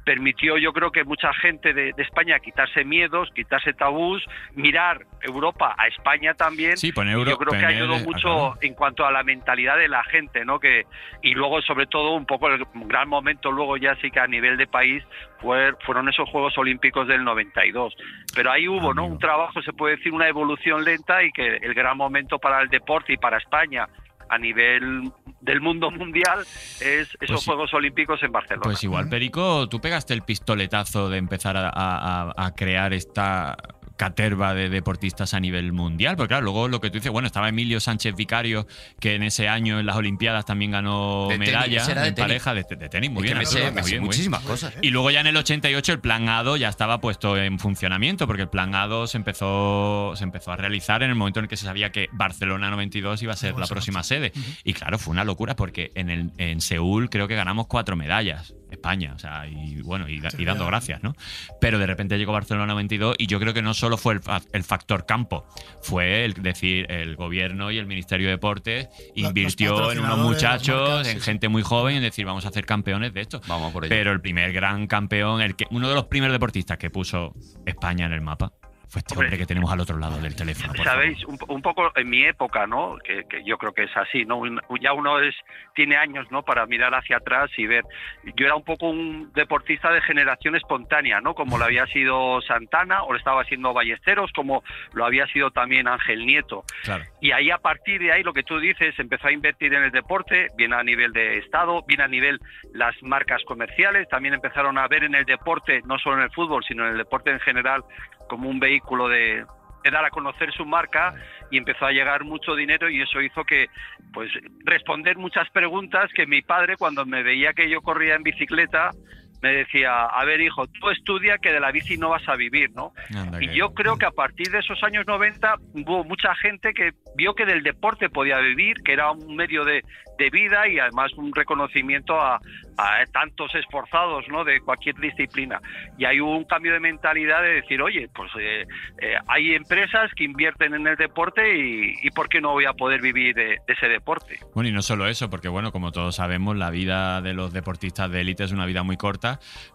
Speaker 10: permitió yo creo que mucha gente de, de España quitarse miedos, quitarse tabús, mirar Europa a España también.
Speaker 4: Sí, poner
Speaker 10: Y
Speaker 4: Euro-
Speaker 10: yo creo que
Speaker 4: poner-
Speaker 10: ayudó
Speaker 4: ah,
Speaker 10: mucho
Speaker 4: claro.
Speaker 10: en cuanto a la mentalidad de la gente, ¿no? Que y luego sobre todo un poco el gran momento luego ya sí que a nivel de país fue- fueron esos Juegos Olímpicos del 92. Pero ahí hubo, ¿no?
Speaker 4: Amigo.
Speaker 10: Un trabajo, se puede decir, una evolución lenta y que el gran momento para el deporte y para España a nivel del mundo mundial es esos
Speaker 4: Pues sí.
Speaker 10: Juegos Olímpicos en Barcelona.
Speaker 4: Pues igual, Perico, tú pegaste el pistoletazo de empezar a, a- a- a crear esta caterva de deportistas a nivel mundial. Porque claro, luego lo que tú dices, bueno, estaba Emilio Sánchez Vicario, que en ese año en las Olimpiadas también ganó
Speaker 5: De tenis,
Speaker 4: medalla
Speaker 5: era de
Speaker 4: en
Speaker 5: tenis.
Speaker 4: pareja de, de tenis. Muy
Speaker 5: Es que
Speaker 4: bien,
Speaker 5: me sé-
Speaker 4: Arturo,
Speaker 5: me
Speaker 4: muy
Speaker 5: sé
Speaker 4: bien, muy bien.
Speaker 5: muchísimas cosas.
Speaker 2: ¿eh?
Speaker 4: Y luego ya en el 88 el plan ADO ya estaba puesto en funcionamiento, porque el plan ADO se empezó, se empezó a realizar en el momento en el que se sabía que Barcelona 92 iba a ser la próxima sede. Y claro, fue una locura porque en, el, en Seúl creo que ganamos cuatro medallas. España, o sea, y bueno, y, da- y
Speaker 2: claro.
Speaker 4: dando gracias, ¿no? Pero de repente llegó Barcelona 92 y yo creo que no solo fue el, fa- el factor campo, fue el decir, el gobierno y el Ministerio de Deportes
Speaker 2: los
Speaker 4: invirtió en unos
Speaker 2: patrocinadores, las
Speaker 4: muchachos,
Speaker 2: marcas, sí,
Speaker 4: en
Speaker 2: sí.
Speaker 4: gente muy joven, en decir, vamos a hacer campeones de esto.
Speaker 5: Vamos a por ello.
Speaker 4: Pero el primer gran campeón, el que, uno de los primeros deportistas que puso España en el mapa fue este hombre
Speaker 10: Hombre.
Speaker 4: que tenemos al otro lado del teléfono. por favor.
Speaker 10: Sabéis, un, po- un poco en mi época, ¿no? Que, que yo creo que es así, ¿no? Un- Ya uno es tiene años, ¿no? Para mirar hacia atrás y ver. Yo era un poco un deportista de generación espontánea, ¿no? Como lo había sido Santana o lo estaba siendo Ballesteros, como lo había sido también Ángel Nieto.
Speaker 4: Claro.
Speaker 10: Y ahí a partir de ahí lo que tú dices, empezó a invertir en el deporte, bien a nivel de Estado, bien a nivel las marcas comerciales, también empezaron a ver en el deporte, no solo en el fútbol, sino en el deporte en general, como un vehículo de, de dar a conocer su marca y empezó a llegar mucho dinero y eso hizo que pues responder muchas preguntas que mi padre cuando me veía que yo corría en bicicleta me decía, a ver hijo, tú estudia que de la bici no vas a vivir, ¿no?
Speaker 4: Anda,
Speaker 10: Y
Speaker 4: que-
Speaker 10: yo creo que a partir de esos años 90 hubo mucha gente que vio que del deporte podía vivir, que era un medio de, de vida y además un reconocimiento a, a tantos esforzados ¿no? de cualquier disciplina. Y hay un cambio de mentalidad de decir, oye, pues eh, eh, hay empresas que invierten en el deporte y, y ¿por qué no voy a poder vivir de- de ese deporte?
Speaker 4: Bueno, y no solo eso, porque bueno, como todos sabemos, la vida de los deportistas de élite es una vida muy corta,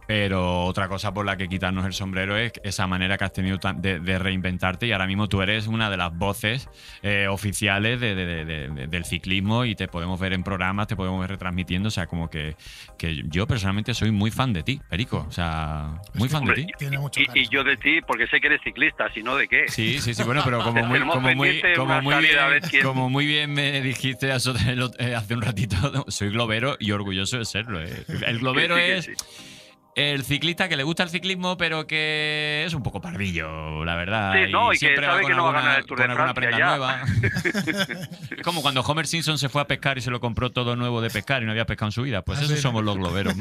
Speaker 4: pero otra cosa por la que quitarnos el sombrero es esa manera que has tenido tan- de, de reinventarte y ahora mismo tú eres una de las voces eh, oficiales de- de- de- de- de- del ciclismo y te podemos ver en programas, te podemos ver retransmitiendo, o sea, como que, que yo personalmente soy muy fan de ti, Perico, o sea, muy fan de
Speaker 10: Hombre,
Speaker 4: ti.
Speaker 2: Tiene mucho
Speaker 10: y, y
Speaker 2: carisma.
Speaker 10: yo de ti, porque sé que eres ciclista, si no de qué.
Speaker 4: Sí, sí, sí, bueno, pero como muy,
Speaker 10: Tenemos
Speaker 4: como muy,
Speaker 10: pendiente
Speaker 4: como
Speaker 10: una
Speaker 4: muy,
Speaker 10: salida, a ver
Speaker 4: bien,
Speaker 10: quién-
Speaker 4: como muy bien me dijiste eso de lo- eh, hace un ratito, soy globero y orgulloso de serlo. eh. El globero
Speaker 10: Que sí, que
Speaker 4: es
Speaker 10: sí.
Speaker 4: el ciclista que le gusta el ciclismo, pero que es un poco pardillo, la verdad.
Speaker 10: Sí, no, y que
Speaker 4: siempre
Speaker 10: sabe
Speaker 4: con
Speaker 10: que no va a
Speaker 4: alguna-
Speaker 10: ganar el Tour de
Speaker 4: con alguna
Speaker 10: Francia,
Speaker 4: prenda
Speaker 10: ya.
Speaker 4: nueva. Es como cuando Homer Simpson se fue a pescar y se lo compró todo nuevo de pescar y no había pescado en su vida. Pues
Speaker 2: Ah,
Speaker 4: esos
Speaker 2: sí.
Speaker 4: somos los globeros.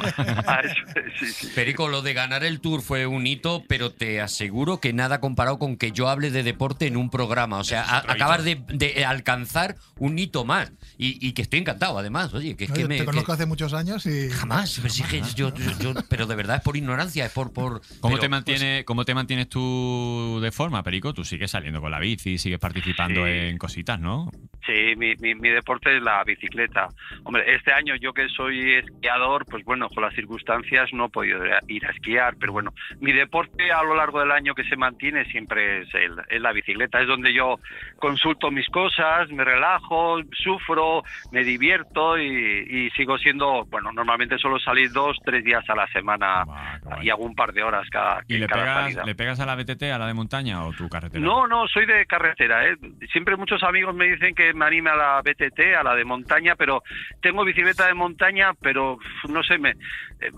Speaker 10: Ah, eso es, sí, sí.
Speaker 5: Perico, lo de ganar el Tour fue un hito, pero te aseguro que nada comparado con que yo hable de deporte en un programa. O sea, a- acabar de, de alcanzar un hito más. Y, y que estoy encantado, además. Oye, que es
Speaker 2: No,
Speaker 5: que
Speaker 2: yo
Speaker 5: me.
Speaker 2: te conozco
Speaker 5: que-
Speaker 2: hace muchos años y.
Speaker 5: jamás. Pero, sí que yo- yo- yo- pero de verdad es por ignorancia, es por.
Speaker 4: ¿Cómo,
Speaker 5: por pero-
Speaker 10: pues
Speaker 5: pues,
Speaker 4: te mantiene, ¿Cómo te mantienes tú de forma, Perico? Tú sigues saliendo con la bici, sigues participando
Speaker 10: Sí.
Speaker 4: en cositas, ¿no?
Speaker 10: Sí, mi, mi, mi deporte es la bicicleta. Hombre, este año yo que soy esquiador, pues bueno, con las circunstancias no he podido ir a esquiar, pero bueno, mi deporte a lo largo del año que se mantiene siempre es, el, es la bicicleta. Es donde yo consulto mis cosas, me relajo, sufro, me divierto y, y sigo siendo, bueno, normalmente suelo salir dos, tres días a la semana
Speaker 4: Buah, qué guay.
Speaker 10: Ah, y hago un par de horas cada,
Speaker 4: ¿Y
Speaker 10: en
Speaker 4: le
Speaker 10: cada
Speaker 4: pegas,
Speaker 10: salida.
Speaker 4: le pegas a la BTT, a la de montaña o tu carretera?
Speaker 10: No, no, soy de carretera. ¿eh? Siempre muchos amigos me dicen que me anime a la BTT, a la de montaña, pero tengo bicicleta de montaña, pero uf, no sé, me, eh,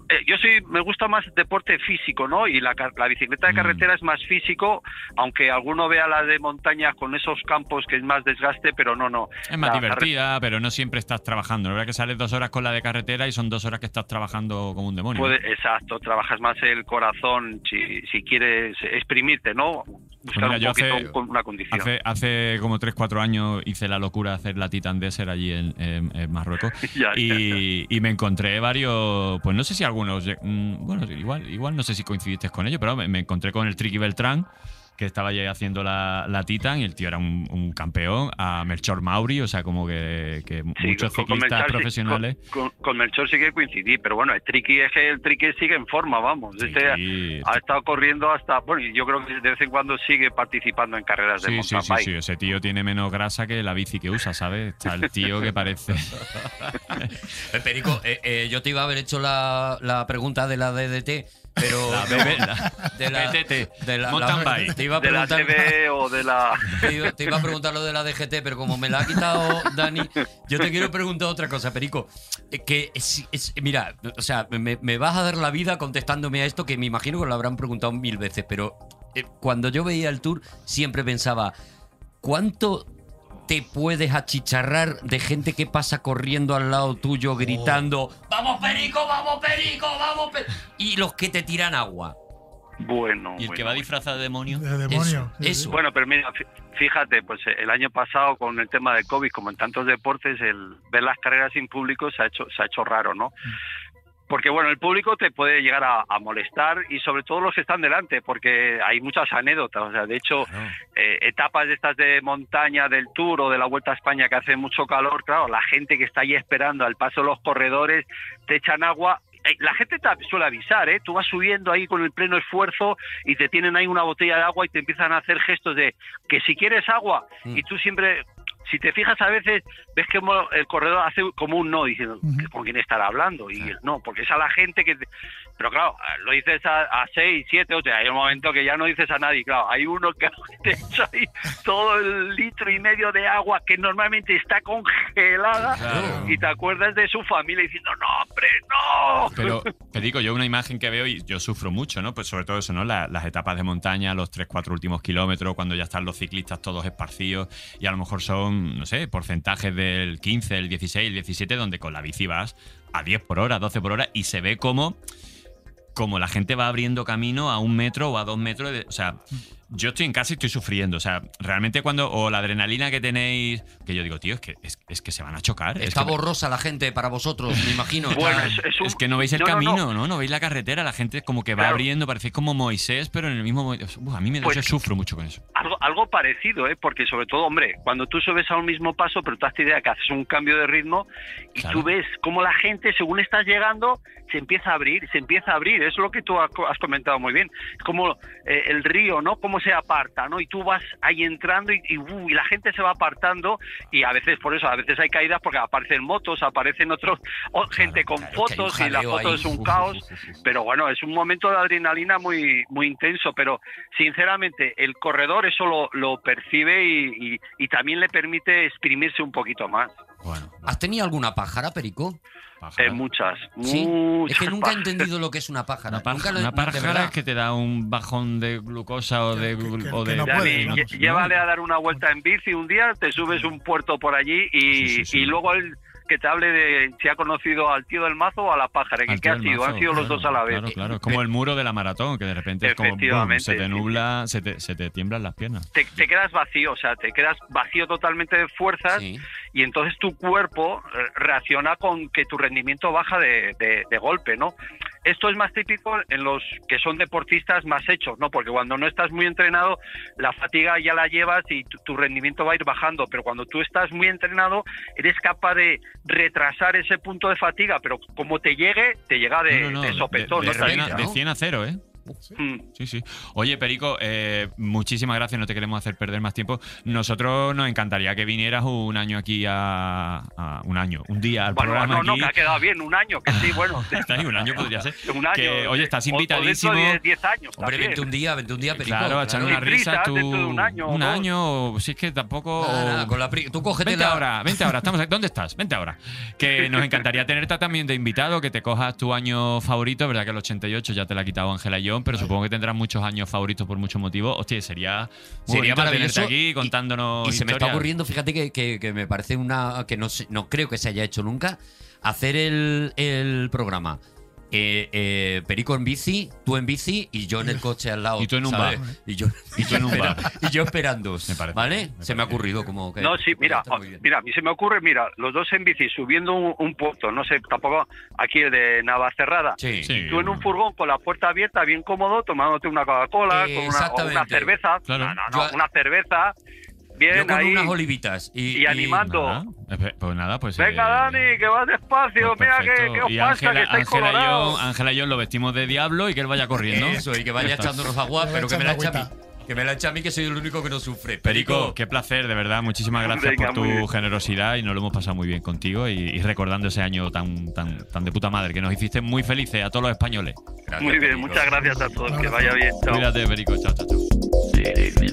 Speaker 10: eh, yo soy, me gusta más deporte físico, ¿no? Y la, car- la bicicleta de
Speaker 4: Mm.
Speaker 10: carretera es más físico, aunque alguno vea la de montaña con esos campos que es más desgaste, pero no, no.
Speaker 4: Es más
Speaker 10: La
Speaker 4: divertida, pero no siempre estás trabajando. La verdad que sales dos horas con la de carretera y son dos horas que estás trabajando como un demonio.
Speaker 10: Puede- exacto, trabajas más el corazón si, si quieres exprimirte, ¿no? Buscar
Speaker 4: Pues mira,
Speaker 10: un
Speaker 4: yo
Speaker 10: poquito
Speaker 4: hace-
Speaker 10: un- una condición.
Speaker 4: Hace, hace como 3-4 años hice la locura de hacer la Titan Desert allí en, en- en Marruecos
Speaker 10: Ya, ya, ya.
Speaker 4: y, y me encontré varios, pues no sé si algunos, eh, mm, bueno, igual, igual no sé si coincidiste con ellos, pero me, me encontré con el Tricky Beltrán que estaba allí haciendo la, la Titan y el tío era un, un campeón, a Melchor Mauri, o sea, como que, que
Speaker 10: Sí,
Speaker 4: muchos
Speaker 10: con- con
Speaker 4: ciclistas
Speaker 10: Melchor sí-
Speaker 4: profesionales.
Speaker 10: Con, con- con Melchor sí que coincidí, pero bueno, el triqui es que el triqui sigue en forma, vamos. Este ha-
Speaker 4: Sí,
Speaker 10: ha estado corriendo hasta, bueno, y yo creo que de vez en cuando sigue participando en carreras de
Speaker 4: Sí, sí,
Speaker 10: mountain
Speaker 4: sí,
Speaker 10: bike.
Speaker 4: sí, ese tío tiene menos grasa que la bici que usa, ¿sabes? Está el tío que parece...
Speaker 5: Eh, Perico, eh, eh, yo te iba a haber hecho la, la pregunta de la DDT, pero.
Speaker 4: La BB, la-
Speaker 5: de la,
Speaker 4: BTT,
Speaker 5: de la-
Speaker 4: mountain
Speaker 5: la-
Speaker 4: bike.
Speaker 5: Te iba a
Speaker 10: De la
Speaker 5: preguntar.
Speaker 10: TV o de la...
Speaker 5: Te iba, te iba a preguntar lo de la DGT, pero como me la ha quitado Dani, yo te quiero preguntar otra cosa, Perico. Eh, Que es- es- mira, o sea, me, me vas a dar la vida contestándome a esto que me imagino que lo habrán preguntado mil veces, pero eh, cuando yo veía el tour siempre pensaba, ¿cuánto te puedes achicharrar de gente que pasa corriendo al lado tuyo gritando, vamos Perico, vamos Perico, vamos Perico? Y los que te tiran agua.
Speaker 10: Bueno,
Speaker 4: Y el que
Speaker 10: bueno,
Speaker 4: va disfrazado de demonio.
Speaker 2: De demonio.
Speaker 5: Eso,
Speaker 2: sí,
Speaker 5: eso.
Speaker 2: sí.
Speaker 10: Bueno, pero mira, fí- fíjate, pues eh, el año pasado con el tema
Speaker 4: Mm.
Speaker 10: del COVID, como en tantos deportes, el ver las carreras sin público se ha hecho, se ha hecho raro, ¿no? porque bueno, el público te puede llegar a, a molestar y sobre todo los que están delante, porque hay muchas anécdotas. O sea, de hecho, eh, etapas de estas de montaña, del Tour o de la Vuelta a España que hace mucho calor, claro, la gente que está ahí esperando al paso de los corredores, te echan agua. Eh, La gente te suele avisar, ¿eh? Tú vas subiendo ahí con el pleno esfuerzo y te tienen ahí una botella de agua y te empiezan a hacer gestos de que si quieres agua y tú siempre si te fijas a veces, ves que mo- el corredor hace como un no, diciendo
Speaker 2: Ujú.
Speaker 10: con quién estará hablando. Y el no, porque es a la gente que... te- Pero claro, eh, lo dices a, a seis, siete, o sea, hay un momento que ya no dices a nadie. Claro, hay uno que te echa ahí todo el litro y medio de agua que normalmente está congelada y te acuerdas de su familia diciendo, no, hombre, no.
Speaker 4: Pero te digo, yo una imagen que veo y yo sufro mucho, ¿no? Pues sobre todo eso, ¿no? La- las etapas de montaña, los 3, 4 últimos kilómetros, cuando ya están los ciclistas todos esparcidos y a lo mejor son, no sé, porcentajes del 15, el 16, el 17, donde con la bici vas a 10 por hora, 12 por hora y se ve como, como la gente va abriendo camino a un metro o a dos metros. de- o sea, yo estoy en casa y estoy sufriendo. O sea, realmente cuando. O la adrenalina que tenéis. Que yo digo, tío, es que, es, es que se van a chocar. es
Speaker 5: Está
Speaker 4: que-
Speaker 5: borrosa la gente para vosotros, me imagino.
Speaker 10: Bueno,
Speaker 5: Está-
Speaker 10: es, es un-
Speaker 4: es que no veis el
Speaker 10: no, no, no.
Speaker 4: camino, no, no. veis la carretera, la gente como que va
Speaker 10: Claro.
Speaker 4: abriendo, parecéis como Moisés, pero en el mismo momento. Uf, a mí me
Speaker 10: Pues-
Speaker 4: yo sufro mucho con eso.
Speaker 10: Algo, algo parecido, ¿eh? porque sobre todo, hombre, cuando tú subes a un mismo paso, pero te das idea que haces un cambio de ritmo y
Speaker 4: Claro.
Speaker 10: tú ves cómo la gente, según estás llegando, se empieza a abrir, se empieza a abrir. Es lo que tú has co- has comentado muy bien. Es como eh, el río, ¿no? Cómo se aparta, ¿no? Y tú vas ahí entrando y, y, uh, y la gente se va apartando y a veces, por eso, a veces hay caídas porque aparecen motos, aparecen otros, o gente con
Speaker 5: claro, es que hay un
Speaker 10: fotos y la
Speaker 5: jaleo
Speaker 10: foto
Speaker 5: ahí.
Speaker 10: es un
Speaker 5: Uf,
Speaker 10: caos.
Speaker 5: uf, uf, uf.
Speaker 10: Pero bueno, es un momento de adrenalina muy, muy intenso, pero sinceramente el corredor eso lo, lo percibe y, y- y también le permite exprimirse un poquito más.
Speaker 4: Bueno,
Speaker 10: Ah,
Speaker 5: ¿Has tenido alguna pájara, Perico?
Speaker 4: pájaro.
Speaker 10: En muchas,
Speaker 5: Sí.
Speaker 10: muchas.
Speaker 5: Es que nunca he
Speaker 10: pa-
Speaker 5: entendido lo que es una pájara.
Speaker 4: Una, pájara-
Speaker 5: Nunca lo he-
Speaker 4: una
Speaker 5: de
Speaker 4: pájara
Speaker 5: verdad.
Speaker 4: que te da un bajón de glucosa o de.
Speaker 2: Que- que-
Speaker 4: o
Speaker 2: que
Speaker 4: de
Speaker 2: no
Speaker 10: Dani,
Speaker 2: puedes, vamos,
Speaker 10: lle-
Speaker 2: ¿no?
Speaker 10: llévale a dar una vuelta en bici un día, te subes un puerto por allí y,
Speaker 4: Sí, sí, sí.
Speaker 10: y luego el que te hable de si ha conocido al tío del mazo o a la pájara, que
Speaker 4: al
Speaker 10: ¿qué
Speaker 4: tío
Speaker 10: ha
Speaker 4: del
Speaker 10: sido?
Speaker 4: mazo,
Speaker 10: Han sido los
Speaker 4: claro,
Speaker 10: dos a la vez.
Speaker 4: Claro, claro. Es como el muro de la maratón, que de repente es como. boom,
Speaker 10: Efectivamente,
Speaker 4: se te
Speaker 10: sí.
Speaker 4: nubla, se te, se te tiemblan las piernas.
Speaker 10: Te, te quedas vacío, o sea, te quedas vacío totalmente de fuerzas
Speaker 5: Sí.
Speaker 10: y entonces tu cuerpo eh, reacciona con que tu rendimiento baja de, de- de golpe, ¿no? Esto es más típico en los que son deportistas más hechos, ¿no? Porque cuando no estás muy entrenado, la fatiga ya la llevas y tu, tu rendimiento va a ir bajando, pero cuando tú estás muy entrenado, eres capaz de retrasar ese punto de fatiga, pero como te llegue, te llega de,
Speaker 4: No, no, no,
Speaker 10: de sopetón,
Speaker 4: de- de
Speaker 10: ¿no?
Speaker 4: cien a-
Speaker 5: También,
Speaker 4: de
Speaker 5: ¿no?
Speaker 4: 100 a 0, ¿eh?
Speaker 10: Mm.
Speaker 4: Sí, sí. Oye, Perico, eh, muchísimas gracias, no te queremos hacer perder más tiempo. Nosotros nos encantaría que vinieras un año aquí a. a- un año, un día al
Speaker 10: Bueno,
Speaker 4: programa
Speaker 10: no, no,
Speaker 4: aquí.
Speaker 10: que ha quedado bien, un año, que sí, bueno.
Speaker 4: Está ahí, un año podría ser.
Speaker 10: un año.
Speaker 4: Que, oye, estás
Speaker 10: O- o dentro de
Speaker 4: invitadísimo.
Speaker 10: 10 años.
Speaker 5: Hombre,
Speaker 10: también.
Speaker 5: vente un día, vente un día, Perico.
Speaker 4: Claro, a echar
Speaker 5: claro.
Speaker 4: una
Speaker 10: Sin
Speaker 4: risa
Speaker 10: prisa,
Speaker 4: tú.
Speaker 10: dentro de un año o
Speaker 4: un
Speaker 10: dos.
Speaker 4: año, o si es que tampoco.
Speaker 5: Nada, nada, con la pri- Tú cógete
Speaker 4: Vente
Speaker 5: la-
Speaker 4: ahora, vente ahora, estamos aquí. ¿Dónde estás? Vente ahora. Que nos encantaría tenerte también de invitado, que te cojas tu año favorito. verdad que el 88 ya te la ha quitado Ángela y John, pero supongo que tendrás muchos años favoritos por muchos motivos. Hostia, sería, muy
Speaker 5: Sería
Speaker 4: bonito
Speaker 5: maravilloso
Speaker 4: tenerte aquí
Speaker 5: y-
Speaker 4: contándonos.
Speaker 5: Y se me está
Speaker 4: historias.
Speaker 5: ocurriendo, fíjate que, que- que me parece una. que no, sé- no creo que se haya hecho nunca. Hacer el, el programa. eh, eh, Perico en bici, tú en bici y yo en el coche al lado.
Speaker 4: Y tú en un
Speaker 5: ¿sabes?
Speaker 4: bar.
Speaker 5: Y yo,
Speaker 4: Y tú en un bar.
Speaker 5: y yo esperando.
Speaker 4: Me parece
Speaker 5: ¿Vale?
Speaker 4: bien, me
Speaker 5: se me ha
Speaker 4: parece
Speaker 5: ocurrido como que.
Speaker 10: No,
Speaker 4: pues
Speaker 10: sí, mira, oh,
Speaker 5: está muy bien.
Speaker 10: mira, a mí se me ocurre, mira, los dos en bici subiendo un, un puerto, no sé, tampoco aquí el de Navacerrada.
Speaker 5: Sí.
Speaker 4: Sí,
Speaker 10: Tú en un
Speaker 4: bueno.
Speaker 10: furgón con la puerta abierta, bien cómodo, tomándote una Coca-Cola, con
Speaker 5: Eh,
Speaker 10: una, o una
Speaker 5: exactamente.
Speaker 10: cerveza.
Speaker 4: Claro.
Speaker 10: No, no, no,
Speaker 5: Yo-
Speaker 10: una cerveza.
Speaker 5: Yo
Speaker 10: Bien,
Speaker 5: con
Speaker 10: ahí.
Speaker 5: unas olivitas. Y,
Speaker 10: y animando.
Speaker 4: Nada, espe- Pues nada, pues.
Speaker 10: Venga,
Speaker 4: eh,
Speaker 10: Dani, que vas despacio,
Speaker 4: pues
Speaker 10: mira que,
Speaker 4: perfecto.
Speaker 10: que os
Speaker 4: Y
Speaker 10: pasa,
Speaker 4: Ángela-
Speaker 10: que estáis
Speaker 4: Ángela y yo- ah,
Speaker 10: colorados.
Speaker 4: Ángela y yo lo vestimos de diablo y que él vaya corriendo.
Speaker 5: Eso, y que vaya
Speaker 4: Ya está.
Speaker 5: echándonos agua,
Speaker 2: Que vaya
Speaker 5: pero que me la eche a
Speaker 2: echando
Speaker 5: mí. Que me la eche a mí, que soy el único que no sufre. Perico,
Speaker 4: Perico, qué placer, de verdad. Muchísimas gracias
Speaker 10: Venga,
Speaker 4: por tu
Speaker 10: muy
Speaker 2: eh.
Speaker 10: bien.
Speaker 4: generosidad y nos lo hemos pasado muy bien contigo y, y recordando ese año tan, tan, tan de puta madre que nos hiciste muy felices a todos los españoles.
Speaker 5: Gracias,
Speaker 10: Muy bien,
Speaker 5: Perico.
Speaker 10: muchas gracias a todos, que vaya bien. chao.
Speaker 4: Cuídate, Perico. Chao, chao, chao.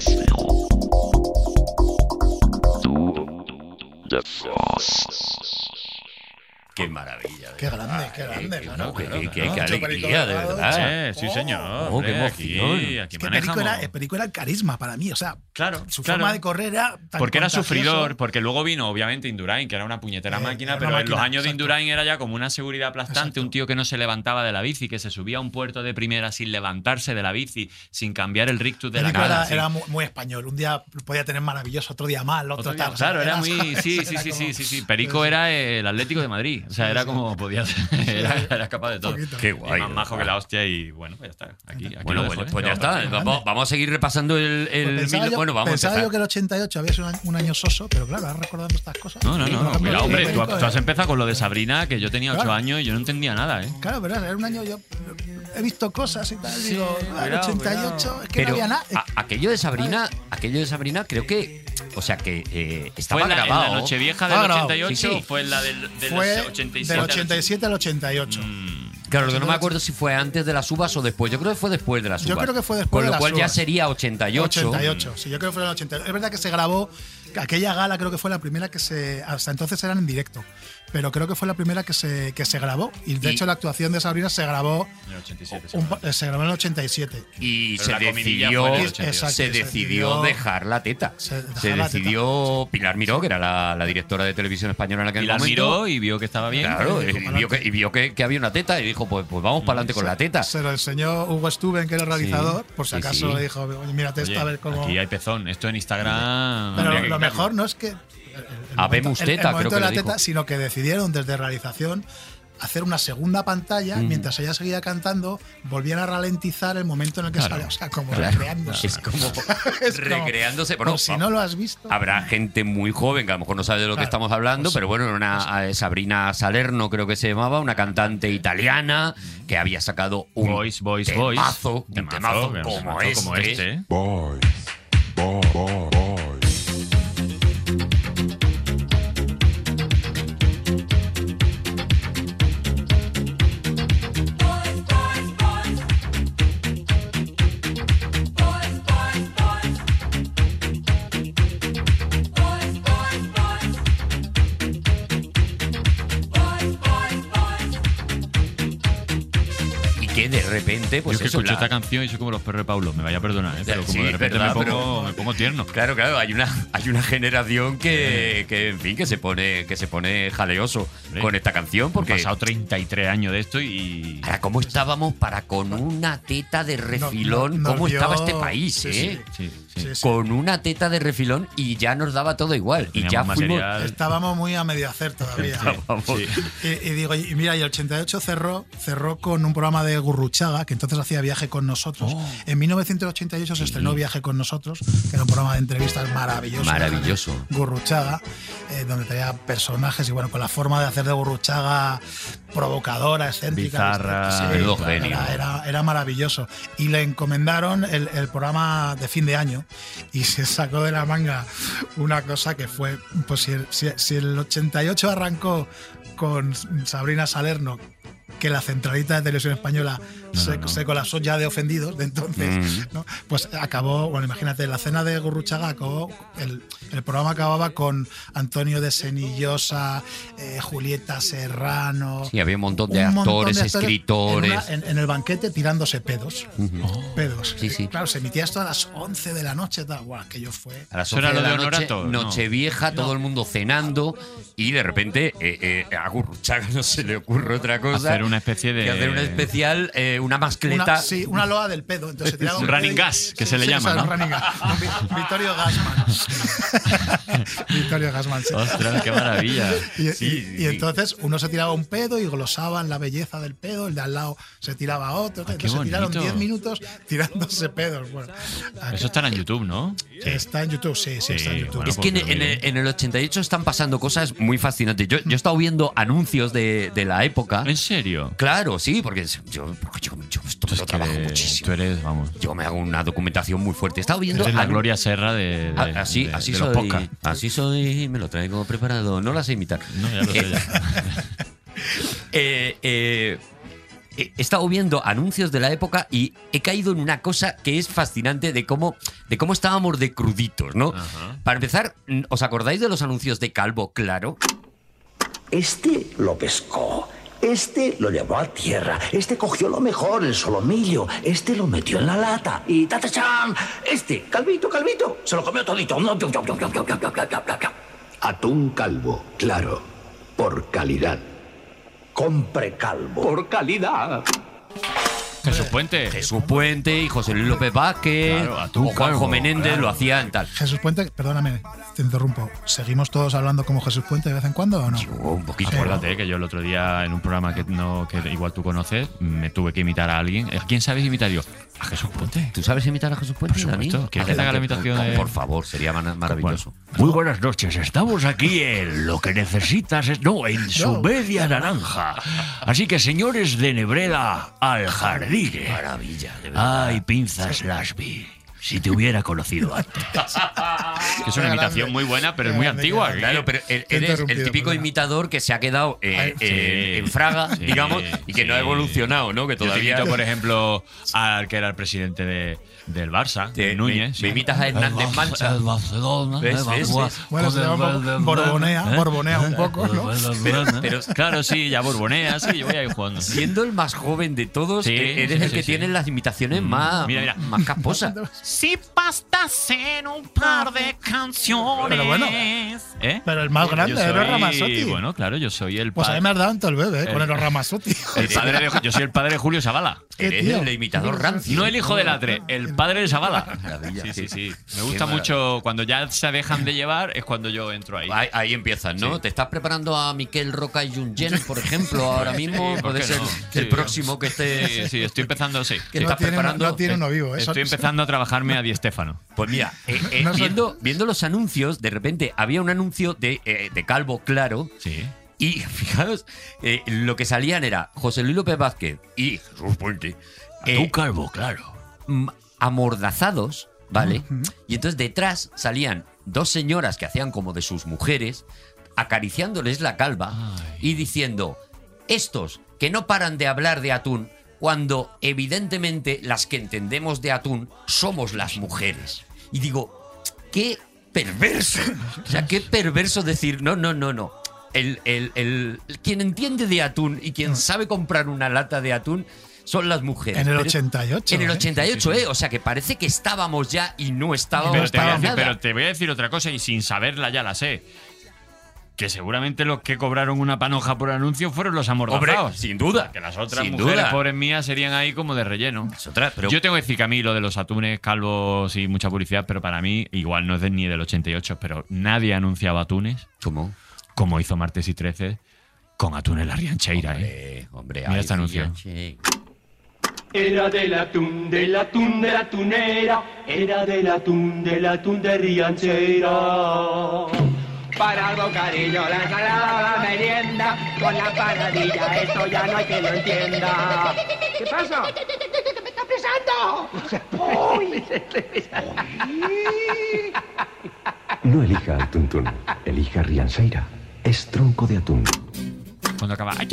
Speaker 5: Qué maravilla. de
Speaker 2: Qué
Speaker 5: verdad,
Speaker 2: grande, qué
Speaker 5: eh,
Speaker 2: grande,
Speaker 5: qué-
Speaker 2: claro,
Speaker 5: qué-
Speaker 2: claro,
Speaker 5: qué-
Speaker 2: claro.
Speaker 5: Qué alegría, de
Speaker 2: Choperito
Speaker 5: verdad.
Speaker 4: Eh, sí, señor.
Speaker 5: Oh, qué
Speaker 4: hombre, aquí,
Speaker 5: emoción.
Speaker 4: aquí
Speaker 2: Es que Perico
Speaker 4: manejamos.
Speaker 2: era, eh, Perico era el carisma para mí, o sea,
Speaker 4: Claro,
Speaker 2: su
Speaker 4: claro.
Speaker 2: forma de correr era tan
Speaker 4: Porque era
Speaker 2: contagioso.
Speaker 4: sufridor, porque luego vino, obviamente, Indurain, que era una puñetera
Speaker 2: Eh,
Speaker 4: máquina,
Speaker 2: era una
Speaker 4: pero en los
Speaker 2: máquina,
Speaker 4: años de
Speaker 2: exacto.
Speaker 4: Indurain era ya como una seguridad aplastante, un tío que no se levantaba de la bici, que se subía a un puerto de primera sin levantarse de la bici, sin cambiar el rictus de
Speaker 2: Perico
Speaker 4: la
Speaker 2: era,
Speaker 4: nada.
Speaker 2: era muy, muy español. Un día podía tener maravilloso, otro día mal, otro,
Speaker 4: Otro día,
Speaker 2: tal. o sea,
Speaker 4: claro, era muy.
Speaker 2: ¿sabes?
Speaker 4: Sí, sí,
Speaker 2: Era
Speaker 4: sí,
Speaker 2: como- Pues
Speaker 4: sí, sí, sí. Perico era el Atlético de Madrid. O sea, era como podías. Era, era capaz de todo.
Speaker 2: Poquito.
Speaker 5: Qué
Speaker 4: Y
Speaker 5: guay.
Speaker 4: más majo que la hostia y bueno, pues ya está. Aquí, aquí
Speaker 5: Bueno,
Speaker 4: lo
Speaker 5: bueno,
Speaker 4: dejo, ¿eh?
Speaker 5: pues ya está. Vamos, vamos a seguir repasando el. el
Speaker 2: Pues
Speaker 5: mil-
Speaker 2: pensaba yo,
Speaker 5: bueno, vamos a
Speaker 2: pensaba
Speaker 5: empezar.
Speaker 2: yo que el 88 había sido un, un año soso, pero claro, ahora recordando estas cosas.
Speaker 4: No, no, no, no,
Speaker 2: Recordando
Speaker 4: cuidado,
Speaker 2: el
Speaker 4: hombre. Tú,
Speaker 2: momento,
Speaker 4: tú has
Speaker 2: eh.
Speaker 4: empezado con lo de Sabrina, que yo tenía ocho
Speaker 2: Claro.
Speaker 4: años y yo no entendía nada, ¿eh?
Speaker 2: Claro, pero era un año yo he visto cosas y tal.
Speaker 4: Sí,
Speaker 2: digo, ah, el
Speaker 4: cuidado,
Speaker 2: 88,
Speaker 4: cuidado. ah,
Speaker 2: es que no había nada.
Speaker 5: a- aquello de Sabrina, aquello de Sabrina, creo que, o sea que eh, estaba
Speaker 4: Fue en la, en la
Speaker 5: grabado.
Speaker 4: Nochevieja
Speaker 2: Ah,
Speaker 4: del
Speaker 2: grabado.
Speaker 4: 88,
Speaker 5: Sí, sí.
Speaker 4: fue en la del, del
Speaker 2: Fue
Speaker 4: 87.
Speaker 2: del
Speaker 4: al Mm.
Speaker 2: 87 al 88.
Speaker 5: Claro, lo que no me acuerdo si fue antes de las uvas o después. Yo creo que fue después de las uvas.
Speaker 2: Yo creo que fue después
Speaker 5: Con
Speaker 2: de
Speaker 5: lo
Speaker 2: las
Speaker 5: cual ya
Speaker 2: uvas.
Speaker 5: sería 88.
Speaker 2: 88, sí, yo creo que fue en el 88. Es verdad que se grabó, aquella gala creo que fue la primera que se, hasta entonces eran en directo, pero creo que fue la primera que se, que se grabó y de
Speaker 5: Y-
Speaker 2: hecho la actuación de Sabrina se grabó,
Speaker 4: En el 87,
Speaker 2: un
Speaker 4: seguro.
Speaker 2: pa- eh, se grabó en el 87.
Speaker 5: Y
Speaker 4: Pero
Speaker 5: se
Speaker 4: la comidilla
Speaker 5: decidió,
Speaker 4: fue en el
Speaker 5: se
Speaker 4: 88.
Speaker 2: Exacto, se
Speaker 5: decidió
Speaker 2: decidió-
Speaker 5: dejar la teta.
Speaker 2: Se-
Speaker 5: Se,
Speaker 2: dejar la
Speaker 5: decidió Pilar Miró, que era la, la directora de televisión española en aquel
Speaker 4: Y la
Speaker 5: momento.
Speaker 4: miró y vio que estaba bien.
Speaker 5: Claro,
Speaker 2: dijo,
Speaker 5: y vio, que, y vio que- que había una teta y dijo, pues, pues vamos para adelante con la teta.
Speaker 2: Se lo enseñó Hugo Stuben, que era el realizador, por si
Speaker 5: sí,
Speaker 2: acaso
Speaker 5: sí.
Speaker 2: le dijo, oye, mírate
Speaker 4: Oye,
Speaker 2: esto a ver cómo...
Speaker 4: Aquí hay pezón. Esto en
Speaker 5: Ah,
Speaker 4: Instagram.
Speaker 2: Pero lo,
Speaker 4: habría que
Speaker 2: lo
Speaker 4: quitarlo.
Speaker 2: mejor no es que. el- el- el
Speaker 5: Habemos
Speaker 2: momento- el- el
Speaker 5: teta, creo
Speaker 2: momento
Speaker 5: que
Speaker 2: de
Speaker 5: le
Speaker 2: la
Speaker 5: dijo.
Speaker 2: teta, sino que decidieron desde realización hacer una segunda pantalla
Speaker 5: Mm.
Speaker 2: mientras ella seguía cantando, volvían a ralentizar el momento en el que
Speaker 4: Claro.
Speaker 2: sale, o sea, como
Speaker 5: Claro.
Speaker 2: recreándose.
Speaker 5: Es como
Speaker 2: Es como,
Speaker 5: recreándose.
Speaker 2: por
Speaker 5: Bueno,
Speaker 2: si no lo has visto,
Speaker 5: Habrá gente muy joven que a lo mejor no sabe de lo que
Speaker 2: Claro,
Speaker 5: estamos hablando, pero bueno, era una eh, Sabrina Salerno, creo que se llamaba, una cantante italiana que había sacado un
Speaker 4: Voice, voice, voice.
Speaker 5: temazo, un temazo
Speaker 4: que nos
Speaker 5: como,
Speaker 4: mató
Speaker 5: este.
Speaker 4: como este.
Speaker 5: Y que de repente,
Speaker 4: Yo
Speaker 5: pues
Speaker 4: es que
Speaker 5: eso,
Speaker 4: escucho
Speaker 5: la-
Speaker 4: esta canción y soy como los perros de Paulo, me vaya a perdonar, ¿eh? pero
Speaker 5: Sí,
Speaker 4: como de repente
Speaker 5: verdad,
Speaker 4: me, pongo,
Speaker 5: pero-
Speaker 4: me pongo tierno.
Speaker 5: Claro, claro, hay una, hay una generación que, que, en fin, que se pone, que se pone jaleoso
Speaker 4: Hombre.
Speaker 5: con esta canción
Speaker 4: Porque
Speaker 5: porque.
Speaker 4: he pasado 33 años de esto y.
Speaker 5: Ahora, ¿cómo estábamos para con una teta de refilón?
Speaker 2: no- nos
Speaker 5: ¿Cómo estaba
Speaker 2: dio-
Speaker 5: este país,
Speaker 2: sí,
Speaker 5: eh?
Speaker 4: Sí, sí.
Speaker 2: Sí, sí.
Speaker 5: Con una teta de refilón y ya nos daba todo igual. Y ya
Speaker 4: Teníamos
Speaker 5: fuimos.
Speaker 4: material.
Speaker 2: estábamos muy a medio hacer todavía.
Speaker 5: Vamos.
Speaker 2: Y, y digo, y mira, y el 88 cerró, cerró con un programa de Gurruchaga, que entonces hacía Viaje con nosotros.
Speaker 5: Oh.
Speaker 2: En 1988 se estrenó Viaje con nosotros, que era un programa de entrevistas maravilloso.
Speaker 5: Maravilloso.
Speaker 2: Gurruchaga, eh, donde tenía personajes y bueno, con la forma de hacer de Gurruchaga provocadora, excéntrica. pues,
Speaker 4: Bizarra,
Speaker 2: sí,
Speaker 5: menudo
Speaker 2: era-
Speaker 5: genio.
Speaker 2: Era, era maravilloso. Y le encomendaron el, el programa de fin de año y se sacó de la manga una cosa que fue, pues si el, si- si el 88 arrancó con Sabrina Salerno, que la centralita de televisión española se, se colapsó ya de ofendidos de entonces, ¿no? pues acabó, bueno, imagínate, la cena de Gurruchaga acabó, el, el programa acababa con Antonio de Senillosa, eh, Julieta Serrano.
Speaker 5: Sí, había un montón de
Speaker 2: un montón
Speaker 5: actores,
Speaker 2: de
Speaker 5: escritores.
Speaker 2: En, una- en- en el banquete tirándose pedos. Oh. Pedos.
Speaker 5: Sí, sí.
Speaker 2: Claro, se emitía esto a las 11 de la noche. Tal. Buah, aquello fue.
Speaker 5: A las
Speaker 4: ¿Eso era
Speaker 5: 11 de
Speaker 4: lo
Speaker 5: la
Speaker 4: de
Speaker 5: noche,
Speaker 4: Honorato? No.
Speaker 5: Nochevieja, todo el mundo cenando y de repente eh, eh, a Gurruchaga no se le ocurre otra cosa
Speaker 4: Hacer una especie de.
Speaker 5: que hacer un especial, eh, una mascleta.
Speaker 2: Una, sí, una loa del pedo. Entonces, tiraba
Speaker 4: Un
Speaker 2: pedo
Speaker 4: running
Speaker 2: y-
Speaker 4: gas, que se le
Speaker 2: sí, eso
Speaker 4: llama,
Speaker 2: es
Speaker 4: ¿no?
Speaker 2: un running gas. Un Vi- Vittorio Gasman. Vittorio Gasman, sí.
Speaker 4: Ostras, qué maravilla.
Speaker 2: Y, y-
Speaker 5: Sí,
Speaker 2: y
Speaker 5: sí.
Speaker 2: entonces uno se tiraba un pedo y glosaban la belleza del pedo, el de al lado se tiraba otro.
Speaker 4: Ah, qué
Speaker 2: entonces se tiraron
Speaker 4: bonito.
Speaker 2: 10 minutos tirándose pedos. Bueno,
Speaker 4: Eso estará en YouTube, ¿no?
Speaker 2: está en YouTube, sí, sí, está en
Speaker 4: Sí,
Speaker 2: YouTube.
Speaker 4: bueno,
Speaker 5: Es que en, en el, en el 88 están pasando cosas muy fascinantes. Yo, yo he estado viendo anuncios de, de la época.
Speaker 4: ¿En serio?
Speaker 5: Claro, sí, porque es- yo, porque yo, yo esto me
Speaker 4: Tú
Speaker 5: lo
Speaker 4: Pues es que
Speaker 5: trabajo
Speaker 4: eres-
Speaker 5: muchísimo.
Speaker 4: eh, Tú eres, vamos.
Speaker 5: Yo me hago una documentación muy fuerte. He estado viendo
Speaker 4: Eres la
Speaker 5: anun-
Speaker 4: Gloria Serra de. de-
Speaker 5: Ah, así,
Speaker 4: de-
Speaker 5: así
Speaker 4: de los
Speaker 5: soy.
Speaker 4: podcasts.
Speaker 5: Así soy, me lo traigo preparado. No la sé imitar.
Speaker 4: No, ya lo sé, ya.
Speaker 5: Eh, eh, he estado viendo anuncios de la época y he caído en una cosa que es fascinante de cómo, de cómo estábamos de cruditos, ¿no?
Speaker 4: Ajá.
Speaker 5: Para empezar, ¿os acordáis de los anuncios de Calvo Claro?
Speaker 11: Este lo pescó. Este lo llevó a tierra. Este cogió lo mejor, el solomillo. Este lo metió en la lata. Y tatachán. Este, calvito, calvito, se lo comió todito. No, yo, yo, yo, yo, yo, yo, yo, yo, yo, yo.
Speaker 12: Atún calvo, claro, por calidad.
Speaker 11: Compre calvo.
Speaker 12: Por calidad.
Speaker 4: Jesús Puente.
Speaker 5: Jesús Puente y José Luis López Vázquez.
Speaker 4: Claro,
Speaker 5: o
Speaker 4: Atuco,
Speaker 5: Juanjo
Speaker 4: claro.
Speaker 5: Menéndez lo hacían tal.
Speaker 2: Jesús Puente, perdóname, te interrumpo. ¿Seguimos todos hablando como Jesús Puente de vez en cuando o no?
Speaker 5: un poquito.
Speaker 4: Acuérdate que yo el otro día en un programa que no que igual tú conoces me tuve que imitar a alguien. ¿A quién sabes imitar yo? A Jesús Puente.
Speaker 5: ¿Tú sabes imitar a Jesús Puente?
Speaker 4: Por
Speaker 5: Dani?
Speaker 4: supuesto. ¿Quieres que te haga la
Speaker 5: Adelante.
Speaker 4: imitación de-
Speaker 5: Por favor, sería mana- maravilloso.
Speaker 13: Muy buenas noches, estamos aquí en lo que necesitas, es, no, en su media naranja. Así que señores de Nebreda al jardín.
Speaker 5: Maravilla, de
Speaker 13: verdad. Ay, pinzas las vi. Si te hubiera conocido antes.
Speaker 4: Que es una
Speaker 13: Qué
Speaker 4: imitación
Speaker 13: grande.
Speaker 4: muy buena, pero es
Speaker 13: Qué
Speaker 4: muy
Speaker 13: grande,
Speaker 4: antigua.
Speaker 13: qué
Speaker 5: Claro, pero el-
Speaker 4: Te he
Speaker 5: eres el
Speaker 4: interrumpido,
Speaker 5: típico imitador que se ha quedado eh,
Speaker 4: Sí.
Speaker 5: eh, en Fraga,
Speaker 4: Sí,
Speaker 5: digamos, y que no ha
Speaker 4: sí.
Speaker 5: evolucionado, ¿no? Que
Speaker 4: Yo te
Speaker 5: todavía.
Speaker 4: imito, por ejemplo, al que era el presidente de- del Barça,
Speaker 5: Te-
Speaker 4: este, Núñez.
Speaker 5: me- me imitas a Hernández
Speaker 4: El Bar-
Speaker 5: Mancha.
Speaker 4: Ah, el Barcelona.
Speaker 5: ¿Ves?
Speaker 4: el
Speaker 5: ¿Ves?
Speaker 4: Barcelona.
Speaker 5: ¿Ves?
Speaker 2: Bueno, se llama Borbonea,
Speaker 4: ¿Eh?
Speaker 2: Borbonea un poco, ¿no?
Speaker 4: Pero, claro, sí, ya borbonea, sí, yo voy a ir jugando.
Speaker 5: Siendo el más joven de todos,
Speaker 4: Sí,
Speaker 5: eh, eres
Speaker 4: sí,
Speaker 5: el
Speaker 4: sí,
Speaker 5: que
Speaker 4: sí.
Speaker 5: tiene las imitaciones
Speaker 4: Mm.
Speaker 5: más,
Speaker 4: Mira, mira.
Speaker 5: más casposas.
Speaker 4: Si pastas en un par de canciones.
Speaker 2: Pero bueno. Pero el más grande,
Speaker 4: Yo
Speaker 2: era
Speaker 4: soy-
Speaker 2: Ramazzotti.
Speaker 4: Bueno, claro, yo soy el
Speaker 2: Pues a mí
Speaker 4: padre.
Speaker 2: me has dado en todo el bebé, eh, con
Speaker 4: Eh.
Speaker 2: el Ramazotti.
Speaker 4: El padre de, yo soy el padre de Julio Zavala.
Speaker 2: ¿Qué, tío?
Speaker 4: No el hijo de Latre, el padre de Zavala. Sí, sí, sí. Me gusta
Speaker 5: maravilla.
Speaker 4: mucho cuando ya se dejan de llevar, es cuando yo entro ahí.
Speaker 5: Ahí, ahí empiezas, ¿no?
Speaker 4: Sí.
Speaker 5: Te estás preparando a Miquel Roca y Jungen, por ejemplo, ahora mismo.
Speaker 4: Sí, ¿por
Speaker 5: Puede
Speaker 4: qué
Speaker 5: ser
Speaker 4: no?
Speaker 5: el
Speaker 4: Sí.
Speaker 5: próximo que esté.
Speaker 4: Sí, sí, estoy empezando, sí. Sí.
Speaker 5: Que no Estás tiene- preparando-
Speaker 2: no tiene uno vivo, eh.
Speaker 4: Estoy
Speaker 2: Son-
Speaker 4: empezando a trabajarme a Di Stefano.
Speaker 5: Pues mira, eh, eh,
Speaker 2: No sé.
Speaker 5: viendo, viendo los anuncios, de repente había un anuncio de, eh, de Calvo Claro.
Speaker 4: Sí.
Speaker 5: Y fijaros, eh, lo que salían era José Luis López Vázquez y Jesús Puente. eh,
Speaker 13: Tú calvo, claro.
Speaker 5: m- amordazados, ¿vale? Y entonces detrás salían dos señoras que hacían como de sus mujeres, acariciándoles la calva y diciendo, estos que no paran de hablar de atún, cuando evidentemente las que entendemos de atún somos las mujeres. Y digo, qué perverso. O sea, qué perverso decir, no, no, no, no. El, el- el- quien entiende de atún y quien sabe comprar una lata de atún son las mujeres.
Speaker 2: Mm. En el
Speaker 5: Pero-
Speaker 2: 88.
Speaker 5: en el
Speaker 2: ¿eh?
Speaker 5: 88, ¿eh? O sea que parece que estábamos ya y no estábamos
Speaker 4: Pero te, voy a
Speaker 5: para
Speaker 4: decir,
Speaker 5: nada.
Speaker 4: pero te voy a decir otra cosa y sin saberla ya la sé. Que seguramente los que cobraron una panoja por anuncio fueron los amordazados.
Speaker 5: Hombre, sin duda.
Speaker 4: Que las otras
Speaker 5: Sin
Speaker 4: mujeres
Speaker 5: duda.
Speaker 4: pobres mías serían ahí como de relleno.
Speaker 5: Las otras, pero-
Speaker 4: Yo tengo que decir que a mí lo de los atunes calvos y mucha publicidad, pero para mí igual no es de- ni del 88, pero nadie anunciaba atunes
Speaker 5: ¿Cómo?
Speaker 4: como hizo Martes y 13 con Atunes La Riancheira, ¿eh?
Speaker 5: Eh, hombre,
Speaker 4: Mira
Speaker 5: ay,
Speaker 4: este anuncio.
Speaker 5: fíjate.
Speaker 14: Era del atún, del atún, de la tunera, era del atún, del atún de Rianchera.
Speaker 15: Para el bocadillo, la ensalada, la merienda, con la paradilla, eso ya no hay que lo entienda. ¿Qué pasa? ¡Me está pesando!
Speaker 12: No elija al Tuntún, elija Rianseira. Es tronco de atún.
Speaker 4: Cuando acaba. "Ay,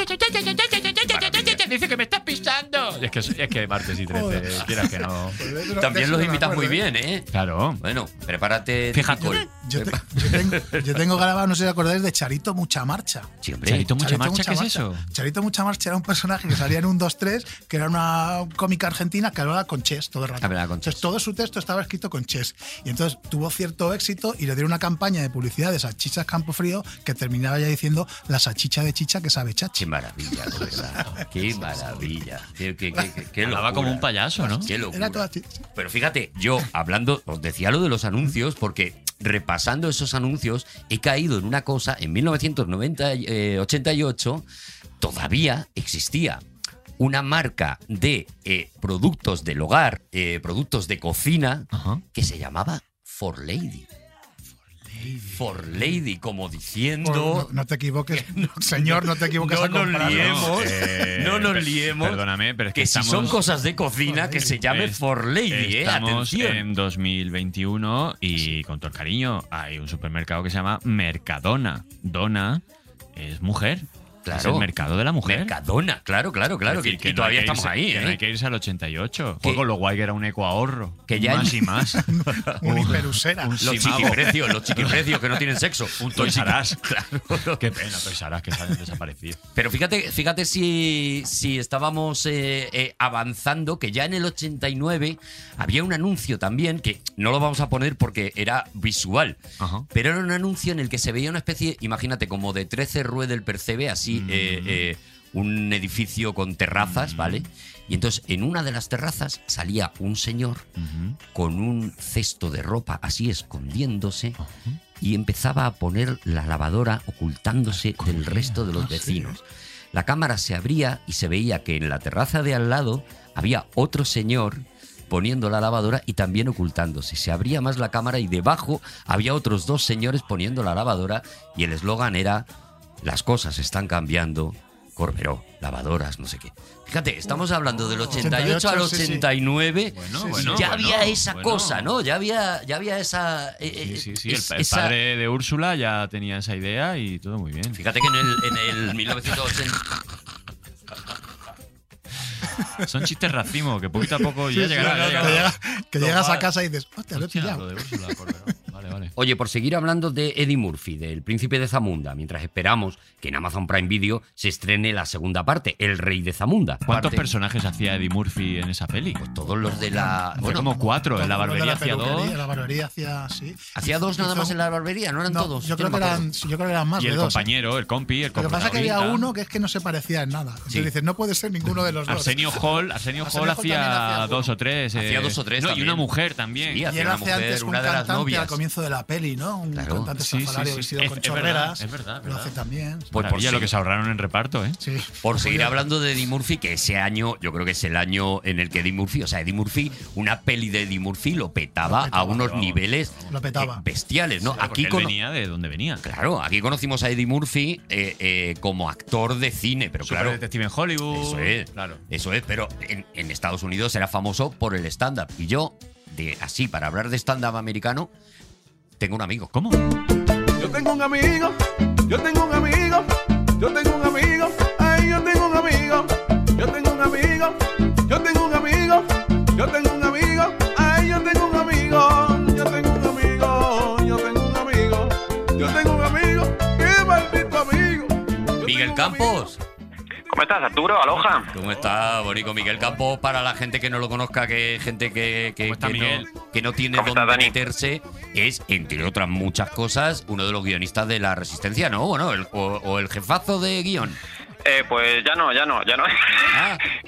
Speaker 4: Dice que me estás pisando. Es que, es que Martes y 13, quieras que no.
Speaker 2: Pues, eh,
Speaker 5: También los imitas muy bien, ¿eh?
Speaker 4: Claro.
Speaker 5: Bueno, prepárate.
Speaker 4: Fíjate.
Speaker 5: Nicole.
Speaker 2: Yo, te- yo tengo, yo tengo grabado, no sé si os acordáis, de Charito Mucha Marcha.
Speaker 5: Sí, hombre.
Speaker 4: Charito Mucha Marcha, ¿qué es eso?
Speaker 2: Marcha. Charito Mucha Marcha era un personaje que salía en un 2-3, que era una cómica argentina que hablaba con Chess todo el rato.
Speaker 5: Hablaba con
Speaker 2: entonces, todo su texto estaba escrito con Chess. Y entonces tuvo cierto éxito y le dieron una campaña de publicidad de salchichas Campo Frío que terminaba ya diciendo la salchicha de chicha que sabe chachi.
Speaker 5: Qué maravilla, de verdad. Qué maravilla. Qué, qué, qué, qué- qué
Speaker 4: Hablaba
Speaker 5: locura.
Speaker 4: como un payaso, ¿no?
Speaker 5: Qué locura.
Speaker 2: Era toda chi-
Speaker 5: Pero fíjate, yo hablando, os decía lo de los anuncios, porque repasando esos anuncios he caído en una cosa. En 1988 todavía existía una marca de eh, productos del hogar, eh, productos de cocina,
Speaker 4: Ajá.
Speaker 5: que se llamaba For Lady. For Lady, como diciendo.
Speaker 2: No, no te equivoques, señor, no te equivoques
Speaker 5: no
Speaker 2: a
Speaker 5: nos
Speaker 2: comprarlo.
Speaker 5: liemos.
Speaker 4: Eh,
Speaker 5: no nos
Speaker 4: per-
Speaker 5: liemos.
Speaker 4: Perdóname, pero es que,
Speaker 5: Que si son
Speaker 4: estamos-
Speaker 5: cosas de cocina, que se llame
Speaker 4: es-
Speaker 5: For Lady, ¿eh?
Speaker 4: Estamos
Speaker 5: Atención.
Speaker 4: en 2021 y con todo el cariño, hay un supermercado que se llama Mercadona. Dona es mujer. Es
Speaker 5: Claro.
Speaker 4: el mercado de la mujer.
Speaker 5: Mercadona, claro, claro, claro.
Speaker 4: Es decir,
Speaker 5: que, y
Speaker 4: no
Speaker 5: todavía
Speaker 4: hay que
Speaker 5: estamos
Speaker 4: irse-
Speaker 5: ahí,
Speaker 4: que
Speaker 5: ¿eh?
Speaker 4: no hay que irse al 88.
Speaker 5: Que-
Speaker 4: Juego lo guay que era un ecoahorro.
Speaker 5: Que ya hay-
Speaker 4: más y más.
Speaker 2: Un hiperusera.
Speaker 5: Los
Speaker 4: Simao.
Speaker 5: chiquiprecios, los chiquiprecios que no tienen sexo.
Speaker 4: Un Toys R Us. Qué pena, Toys R Us, que salen desaparecidos.
Speaker 5: Pero fíjate, fíjate si, si estábamos eh, eh, avanzando, que ya en el 89 había un anuncio también, que no lo vamos a poner porque era visual,
Speaker 4: Ajá.
Speaker 5: pero
Speaker 4: Mm.
Speaker 5: era un anuncio en el que se veía una especie, imagínate, como de 13 ruedas del percebe, así, eh, eh, un edificio con terrazas, ¿vale? Y entonces en una de las terrazas salía un señor con un cesto de ropa así escondiéndose y empezaba a poner la lavadora ocultándose del resto de los
Speaker 6: sí.
Speaker 5: vecinos. La cámara se abría y se veía que en la terraza de al lado había otro señor poniendo la lavadora y también ocultándose. Se abría más la cámara y debajo había otros dos señores poniendo la lavadora y el eslogan era las cosas están cambiando, Corberó, lavadoras, no sé qué. Fíjate, estamos hablando del 88, al
Speaker 6: 88, sí, sí.
Speaker 5: 89
Speaker 6: Bueno,
Speaker 5: y
Speaker 6: bueno,
Speaker 5: ya
Speaker 6: bueno,
Speaker 5: había esa
Speaker 4: bueno.
Speaker 5: cosa, ¿no? Ya había, ya había esa... eh, eh,
Speaker 4: Sí, sí, el,
Speaker 5: es-
Speaker 4: el
Speaker 5: esa-
Speaker 4: padre de Úrsula ya tenía esa idea y todo muy bien.
Speaker 5: Fíjate que en el, en el 1980...
Speaker 4: Son chistes racimos, que poquito a poco
Speaker 2: Sí,
Speaker 4: ya
Speaker 2: sí,
Speaker 4: llegará.
Speaker 2: claro,
Speaker 4: ya
Speaker 2: que
Speaker 4: llegará.
Speaker 2: llega- que
Speaker 4: Lo
Speaker 2: llegas a
Speaker 4: cual-
Speaker 2: casa y dices, hostia, lo he
Speaker 4: Hostia,
Speaker 2: pillado.
Speaker 4: lo de Úrsula Corberó. Vale, vale.
Speaker 5: Oye, por seguir hablando de Eddie Murphy, del príncipe de Zamunda, mientras esperamos que en Amazon Prime Video se estrene la segunda parte, El Rey de Zamunda.
Speaker 4: ¿Cuántos
Speaker 5: Parte-
Speaker 4: personajes hacía Eddie Murphy en esa peli? Pues
Speaker 5: todos los de la.
Speaker 4: Fue como cuatro, en
Speaker 2: Lo
Speaker 4: la
Speaker 2: de
Speaker 4: barbería
Speaker 2: la
Speaker 4: hacía dos.
Speaker 2: peluquería, La barbería hacía, sí.
Speaker 5: Hacía dos nada
Speaker 2: Hizo-
Speaker 5: más en la barbería, no eran
Speaker 2: No,
Speaker 5: todos.
Speaker 2: Yo creo, que
Speaker 5: no me acuerdo.
Speaker 2: eran, yo creo que eran más
Speaker 4: Y
Speaker 2: de
Speaker 4: el
Speaker 2: dos. ¿eh?
Speaker 4: compañero, el compi, el
Speaker 2: Lo que pasa es que había
Speaker 4: coprotagonista.
Speaker 2: uno que es que no se parecía en nada. Entonces
Speaker 4: Sí.
Speaker 2: dices, no puede ser ninguno de los dos.
Speaker 4: Arsenio Hall,
Speaker 2: Arsenio
Speaker 4: Arsenio Hall
Speaker 2: Hall también hacía
Speaker 4: hacía
Speaker 2: alguno.
Speaker 4: dos o tres. eh.
Speaker 5: Hacía dos o tres
Speaker 4: No, y
Speaker 5: también.
Speaker 4: una mujer también.
Speaker 5: Sí,
Speaker 2: y él hace antes un cantante al comienzo de la peli, ¿no? Un
Speaker 4: Claro.
Speaker 2: cantante
Speaker 4: Sí, sí,
Speaker 2: estrafalario
Speaker 4: sí.
Speaker 2: vestido
Speaker 4: Es-
Speaker 2: con
Speaker 4: es verdad,
Speaker 2: chorreras.
Speaker 4: es verdad, es
Speaker 2: Lo
Speaker 4: verdad.
Speaker 2: hace también.
Speaker 5: Pues por
Speaker 4: Maravilla
Speaker 5: sí.
Speaker 4: lo que se ahorraron en reparto, ¿eh?
Speaker 2: Sí.
Speaker 5: Por seguir hablando de Eddie Murphy, que ese año yo creo que es el año en el que Eddie Murphy, o sea, Eddie Murphy, una peli de Eddie Murphy lo petaba, a unos niveles eh,
Speaker 2: Lo petaba.
Speaker 5: bestiales, ¿no?
Speaker 4: Porque
Speaker 5: Aquí
Speaker 4: él
Speaker 5: cono-
Speaker 4: venía de donde venía.
Speaker 5: Claro, aquí conocimos a Eddie Murphy eh, eh, como actor de cine, pero
Speaker 4: Super
Speaker 5: claro.
Speaker 4: detective en Hollywood.
Speaker 5: Eso es.
Speaker 4: Claro.
Speaker 5: Eso es, pero en, en Estados Unidos era famoso por el stand-up. Y yo, de, así, para hablar de stand-up americano, tengo un amigo.
Speaker 4: ¿Cómo?
Speaker 9: Yo tengo un amigo, yo tengo un amigo, yo tengo un amigo, ay, yo tengo un amigo, yo tengo un amigo, yo tengo un amigo, yo tengo un amigo, ay, yo tengo un amigo, yo tengo un amigo, yo tengo un amigo, yo tengo un amigo, qué maldito amigo.
Speaker 5: Miguel Campos.
Speaker 16: ¿Cómo estás, Arturo? Aloha.
Speaker 5: ¿Cómo está, Bonico? Miguel Campos, para la gente que no lo conozca, que gente que, que, que no, que no tiene dónde meterse, es, entre otras muchas cosas, uno de los guionistas de La Resistencia, ¿no? Bueno, el- o, o el jefazo de guión. Ah,
Speaker 16: Eh, pues ya no, ya no, ya no.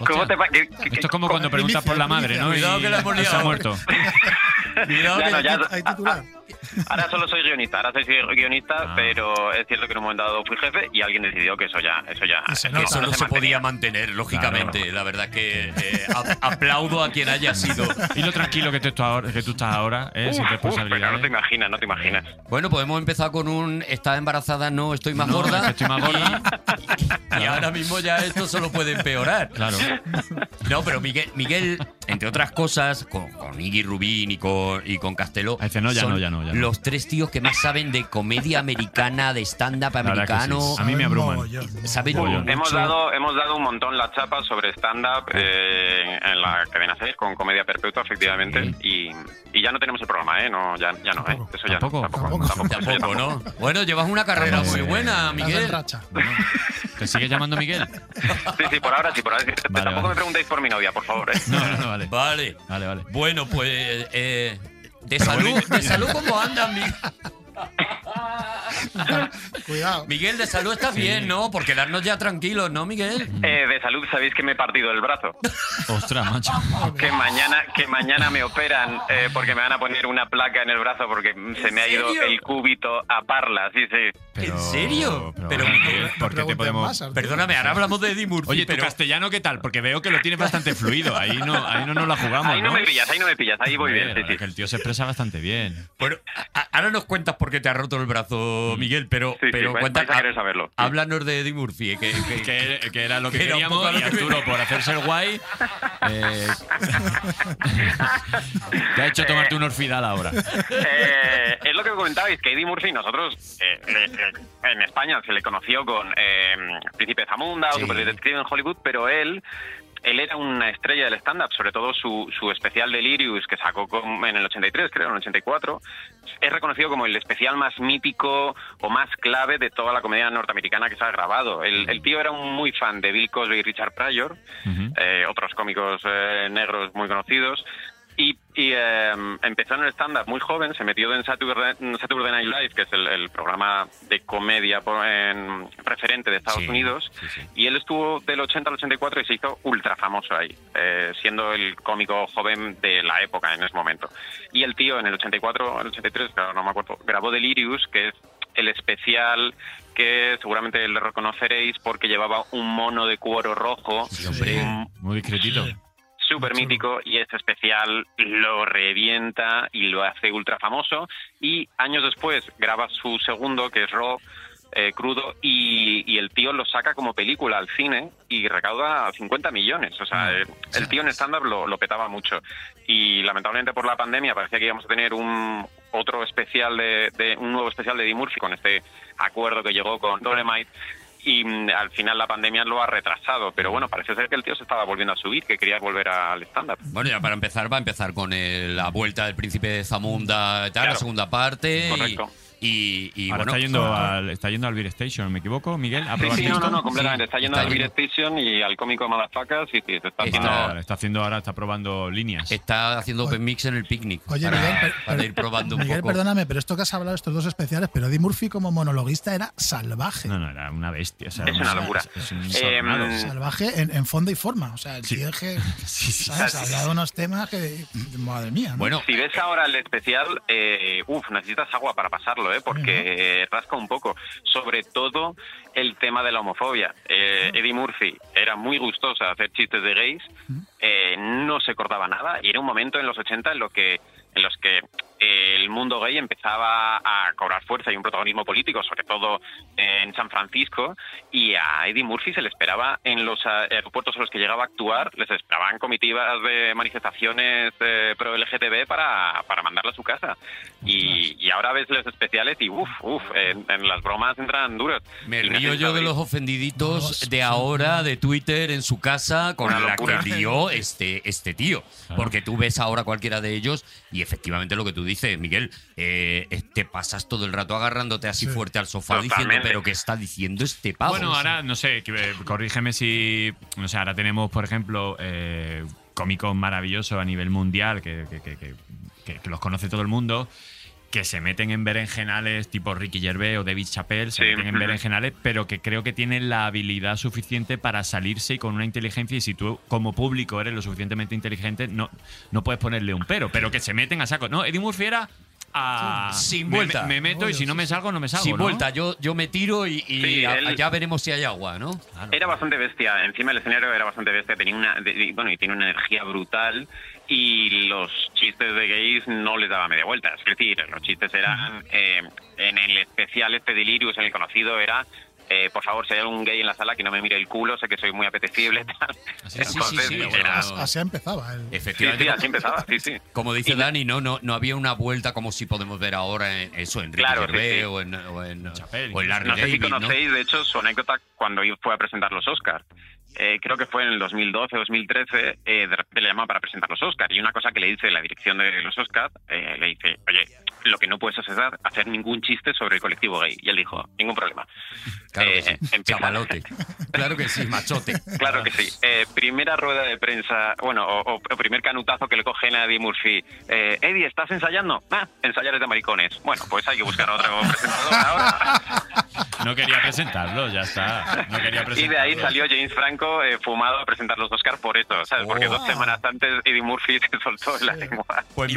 Speaker 16: ¿Cómo te pa- qué- qué-
Speaker 4: Esto es como cuando preguntas por la madre, ¿no?
Speaker 5: Cuidado
Speaker 4: Y
Speaker 5: que la hemos
Speaker 4: Se ha
Speaker 5: liado.
Speaker 4: muerto.
Speaker 16: Ya no, ya-
Speaker 2: titular.
Speaker 16: ahora solo soy guionista, ahora soy guionista, pero es cierto que en un momento dado fui jefe y alguien decidió que eso ya, eso ya,
Speaker 5: Que eso no se podía mantener, lógicamente. La verdad que eh, a- aplaudo a quien haya sido.
Speaker 4: Y lo tranquilo que, te tú, ahora- que tú estás ahora,
Speaker 16: Uf,
Speaker 4: ¿eh? Sin
Speaker 16: uf, pero
Speaker 4: responsabilidad.
Speaker 16: no te imaginas, no te imaginas.
Speaker 5: Bueno, pues hemos empezado con un está embarazada, no, estoy más gorda.
Speaker 4: estoy más gorda.
Speaker 5: Y, y ahora mismo ya esto solo puede empeorar.
Speaker 4: Claro.
Speaker 5: No, pero Miguel, Miguel entre otras cosas, con, con Iggy Rubín y con, y con Castelo.
Speaker 4: dice, no, ya
Speaker 5: son
Speaker 4: no, ya no, ya no.
Speaker 5: Los tres tíos que más saben de comedia americana, de stand-up
Speaker 4: La verdad que sí.
Speaker 5: americano.
Speaker 4: A mí me abruman.
Speaker 5: Saben mucho.
Speaker 16: Hemos dado, hemos dado un montón las chapas sobre stand-up eh, en la cadena 6 con Comedia Perpetua, efectivamente. Y, y ya no tenemos el programa, ¿eh? No, ya, ya no, ¿eh? Eso ya no, tampoco, tampoco, eso ya
Speaker 5: Tampoco, ¿no? Bueno, llevas una carrera muy buena, Miguel.
Speaker 4: ¿Te sigues llamando Miguel?
Speaker 16: Sí, sí, por ahora sí, por ahora sí. Tampoco me preguntéis por mi novia, por favor, ¿eh?
Speaker 4: No, no, vale.
Speaker 5: Vale.
Speaker 4: Vale, vale.
Speaker 5: Bueno, pues. eh, de
Speaker 4: Pero
Speaker 5: salud,
Speaker 4: bueno, y-
Speaker 5: de salud, ¿cómo andan, Miguel?
Speaker 2: Cuidado.
Speaker 5: Miguel, de salud estás bien, ¿no? Por quedarnos ya tranquilos, ¿no, Miguel?
Speaker 16: Eh, de salud sabéis que me he partido el brazo.
Speaker 4: Ostras, macho.
Speaker 16: Que mañana, que mañana me operan eh, porque me van a poner una placa en el brazo porque se me ha ido
Speaker 5: serio?
Speaker 16: el cúbito a parla, sí, sí.
Speaker 5: ¿En serio? Pero, Miguel,
Speaker 4: ¿Por qué te podemos.?
Speaker 5: Perdóname, ahora hablamos de Eddie Murphy.
Speaker 4: Oye, ¿tu
Speaker 5: pero
Speaker 4: castellano qué tal? Porque veo que lo tienes bastante fluido. Ahí no, ahí no nos la jugamos.
Speaker 16: Ahí no me pillas, ahí no me pillas, ahí voy
Speaker 4: Hombre,
Speaker 16: bien,
Speaker 4: la
Speaker 16: sí,
Speaker 4: verdad que el tío se expresa bastante bien. Mm.
Speaker 5: bueno, a- ahora nos cuentas por qué te ha roto el brazo, Miguel, pero, pero
Speaker 16: vais-
Speaker 5: cuenta-
Speaker 4: ah,
Speaker 16: vais a querer saberlo. Sí.
Speaker 5: Háblanos de Eddie Murphy, que, que-
Speaker 4: Que, que era lo que,
Speaker 5: Que era un
Speaker 4: queríamos
Speaker 5: poco lo
Speaker 4: y
Speaker 5: que-
Speaker 4: Arturo, por hacerse el guay, eh, te ha hecho tomarte un orfidal ahora.
Speaker 16: Eh, es lo que comentabais, que Eddie Murphy, nosotros eh, le- eh, en España se le conoció con eh, Príncipe Zamunda o Super Detective en Hollywood, pero él. Él era una estrella del stand-up, sobre todo su, su especial Delirious, que sacó con- en el 83, creo, en el 84, es reconocido como el especial más mítico o más clave de toda la comedia norteamericana que se ha grabado. El, el tío era un muy fan de Bill Cosby y Richard Pryor, eh, otros cómicos eh, negros muy conocidos. Y, y, eh, empezó en el stand-up muy joven, se metió en Saturday, en Saturday Night Live, que es el, el programa de comedia por- en- referente de Estados Unidos, y él estuvo del 80 al 84 y se hizo ultra famoso ahí, eh, siendo el cómico joven de la época en ese momento. Y el tío en el 84, el 83, claro, no me acuerdo, grabó Delirious, que es el especial que seguramente le reconoceréis porque llevaba un mono de cuero rojo, un-
Speaker 4: Muy discretito.
Speaker 16: súper mítico y este especial lo revienta y lo hace ultra famoso y años después graba su segundo que es Raw eh, crudo y, y el tío lo saca como película al cine y recauda 50 millones o sea eh, el tío en stand-up lo, lo petaba mucho y lamentablemente por la pandemia parecía que íbamos a tener un otro especial de, de- un nuevo especial de Eddie Murphy con este acuerdo que llegó con Dolemite y mm, al final la pandemia lo ha retrasado, pero bueno, parece ser que el tío se estaba volviendo a subir, que quería volver al estándar.
Speaker 5: Bueno, ya para empezar, va a empezar con el- la vuelta del príncipe de Zamunda, y tal,
Speaker 16: Claro.
Speaker 5: la segunda parte. y-
Speaker 16: Correcto.
Speaker 5: Y, y,
Speaker 4: Ahora
Speaker 5: bueno,
Speaker 4: está yendo,
Speaker 5: correcto.
Speaker 4: al, está yendo al Beer Station, ¿me equivoco, Miguel? Ah, ¿A
Speaker 16: Sí,
Speaker 4: probar
Speaker 16: sí, no,
Speaker 4: disco?
Speaker 16: no, no, completamente.
Speaker 4: Sí,
Speaker 16: está yendo al Beer Station y al cómico Malafacas y sí, se está haciendo...
Speaker 5: Eh,
Speaker 4: Está, está haciendo ahora, está probando líneas.
Speaker 5: Está haciendo open mix en el picnic.
Speaker 2: Oye,
Speaker 4: para,
Speaker 2: Miguel,
Speaker 4: para ir probando un
Speaker 2: Miguel,
Speaker 4: poco.
Speaker 2: perdóname, pero esto que has hablado, estos dos especiales, pero Eddie Murphy como monologuista era salvaje.
Speaker 4: No, no, era una bestia. o sea,
Speaker 16: Es una locura.
Speaker 4: es un
Speaker 16: Eh,
Speaker 4: sobrado.
Speaker 2: Salvaje en, en fondo y forma. O sea, el tío es que ¿sabes?
Speaker 16: sí,
Speaker 2: ha
Speaker 16: sí,
Speaker 2: hablado unos temas que. Madre mía. ¿no?
Speaker 16: Si ves ahora el especial, eh, uff, necesitas agua para pasarlo, ¿eh? Porque eh, rasca un poco. Sobre todo el tema de la homofobia. Eh, Eddie Murphy era muy gustosa de hacer chistes de gays, eh, no se cortaba nada y era un momento en los 80 en lo que en los que eh, el mundo gay empezaba a cobrar fuerza y un protagonismo político, sobre todo en San Francisco, y a Eddie Murphy se le esperaba en los ah, aeropuertos a los que llegaba a actuar, les esperaban comitivas de manifestaciones eh, pro-LGTB para, para mandarla a su casa. Y, y ahora ves los especiales y uff, uff, en, en las bromas entran duras.
Speaker 5: Me
Speaker 16: Y no
Speaker 5: río
Speaker 16: sé si
Speaker 5: yo de
Speaker 16: sabéis-
Speaker 5: los ofendiditos de ahora, de Twitter, en su casa, con
Speaker 16: Una
Speaker 5: la
Speaker 16: locura.
Speaker 5: que lió este, este tío. Porque tú ves ahora cualquiera de ellos y efectivamente lo que tú dices, Miguel, eh, te pasas todo el rato agarrándote así fuerte al sofá diciendo,
Speaker 4: Totalmente.
Speaker 5: pero ¿qué está diciendo este pavo?
Speaker 4: Bueno, ahora, no sé, que, eh, corrígeme si. No sé, ahora tenemos, por ejemplo, eh, cómicos maravillosos a nivel mundial que, que- que- que- que- que los conoce todo el mundo. Que se meten en berenjenales tipo Ricky Gervais o David Chappelle, se
Speaker 16: Sí,
Speaker 4: meten en
Speaker 16: ujú.
Speaker 4: berenjenales, pero que creo que tienen la habilidad suficiente para salirse y con una inteligencia. Y si tú, como público, eres lo suficientemente inteligente, no, no puedes ponerle un pero, pero que se meten a saco. No, Eddie Murphy era a.
Speaker 5: Sin
Speaker 4: me-
Speaker 5: vuelta.
Speaker 4: Me, meto y si no me salgo, no me salgo.
Speaker 5: Sin
Speaker 4: ¿no?
Speaker 5: vuelta, yo, yo me tiro y, y
Speaker 16: Sí,
Speaker 5: a-
Speaker 16: él-
Speaker 5: ya veremos si hay agua, ¿no?
Speaker 16: Era bastante bestia, encima el escenario era bastante bestia, tenía una, de- de- bueno, y tiene una energía brutal y los chistes de gays no les daba media vuelta, es decir, los chistes eran, eh, en el especial este Delirious, en el conocido, era, eh, por favor, si hay algún gay en la sala que no me mire el culo, sé que soy muy apetecible, tal. Entonces, era-
Speaker 2: As- Así empezaba. el-
Speaker 16: Sí,
Speaker 5: Efectivamente.
Speaker 16: sí, así empezaba, sí, sí.
Speaker 5: Como dice Dani, no, no, no había una vuelta como si podemos ver ahora en eso, en Ricky
Speaker 16: Claro, sí,
Speaker 5: Gervais
Speaker 16: sí.
Speaker 5: o en, o en, o en Larry
Speaker 16: no sé si
Speaker 5: David, ¿no?
Speaker 16: conocéis, de hecho, su anécdota cuando fue a presentar los Oscars. creo que fue en el 2012, 2013, eh, de repente le llaman para presentar los Oscars. Y una cosa que le dice la dirección de los Oscars, eh, le dice, oye, lo que no puedes hacer es hacer ningún chiste sobre el colectivo gay. Y él dijo, ningún problema. Eh, empieza-
Speaker 5: Chavalote. Claro que sí, machote.
Speaker 16: Claro que sí. Eh, primera rueda de prensa, bueno, o, o- o primer canutazo que le cogen a Eddie Murphy. Eh, Eddie, ¿estás ensayando? Ah, ensayar es de maricones. Bueno, pues hay que buscar otra como presentador ahora.
Speaker 4: No quería presentarlo, ya está. No quería presentarlo.
Speaker 16: Y de ahí salió James Franco eh, fumado a presentar los Oscars por eso, ¿sabes? Porque dos semanas antes Eddie Murphy se soltó en la lengua.
Speaker 5: Pues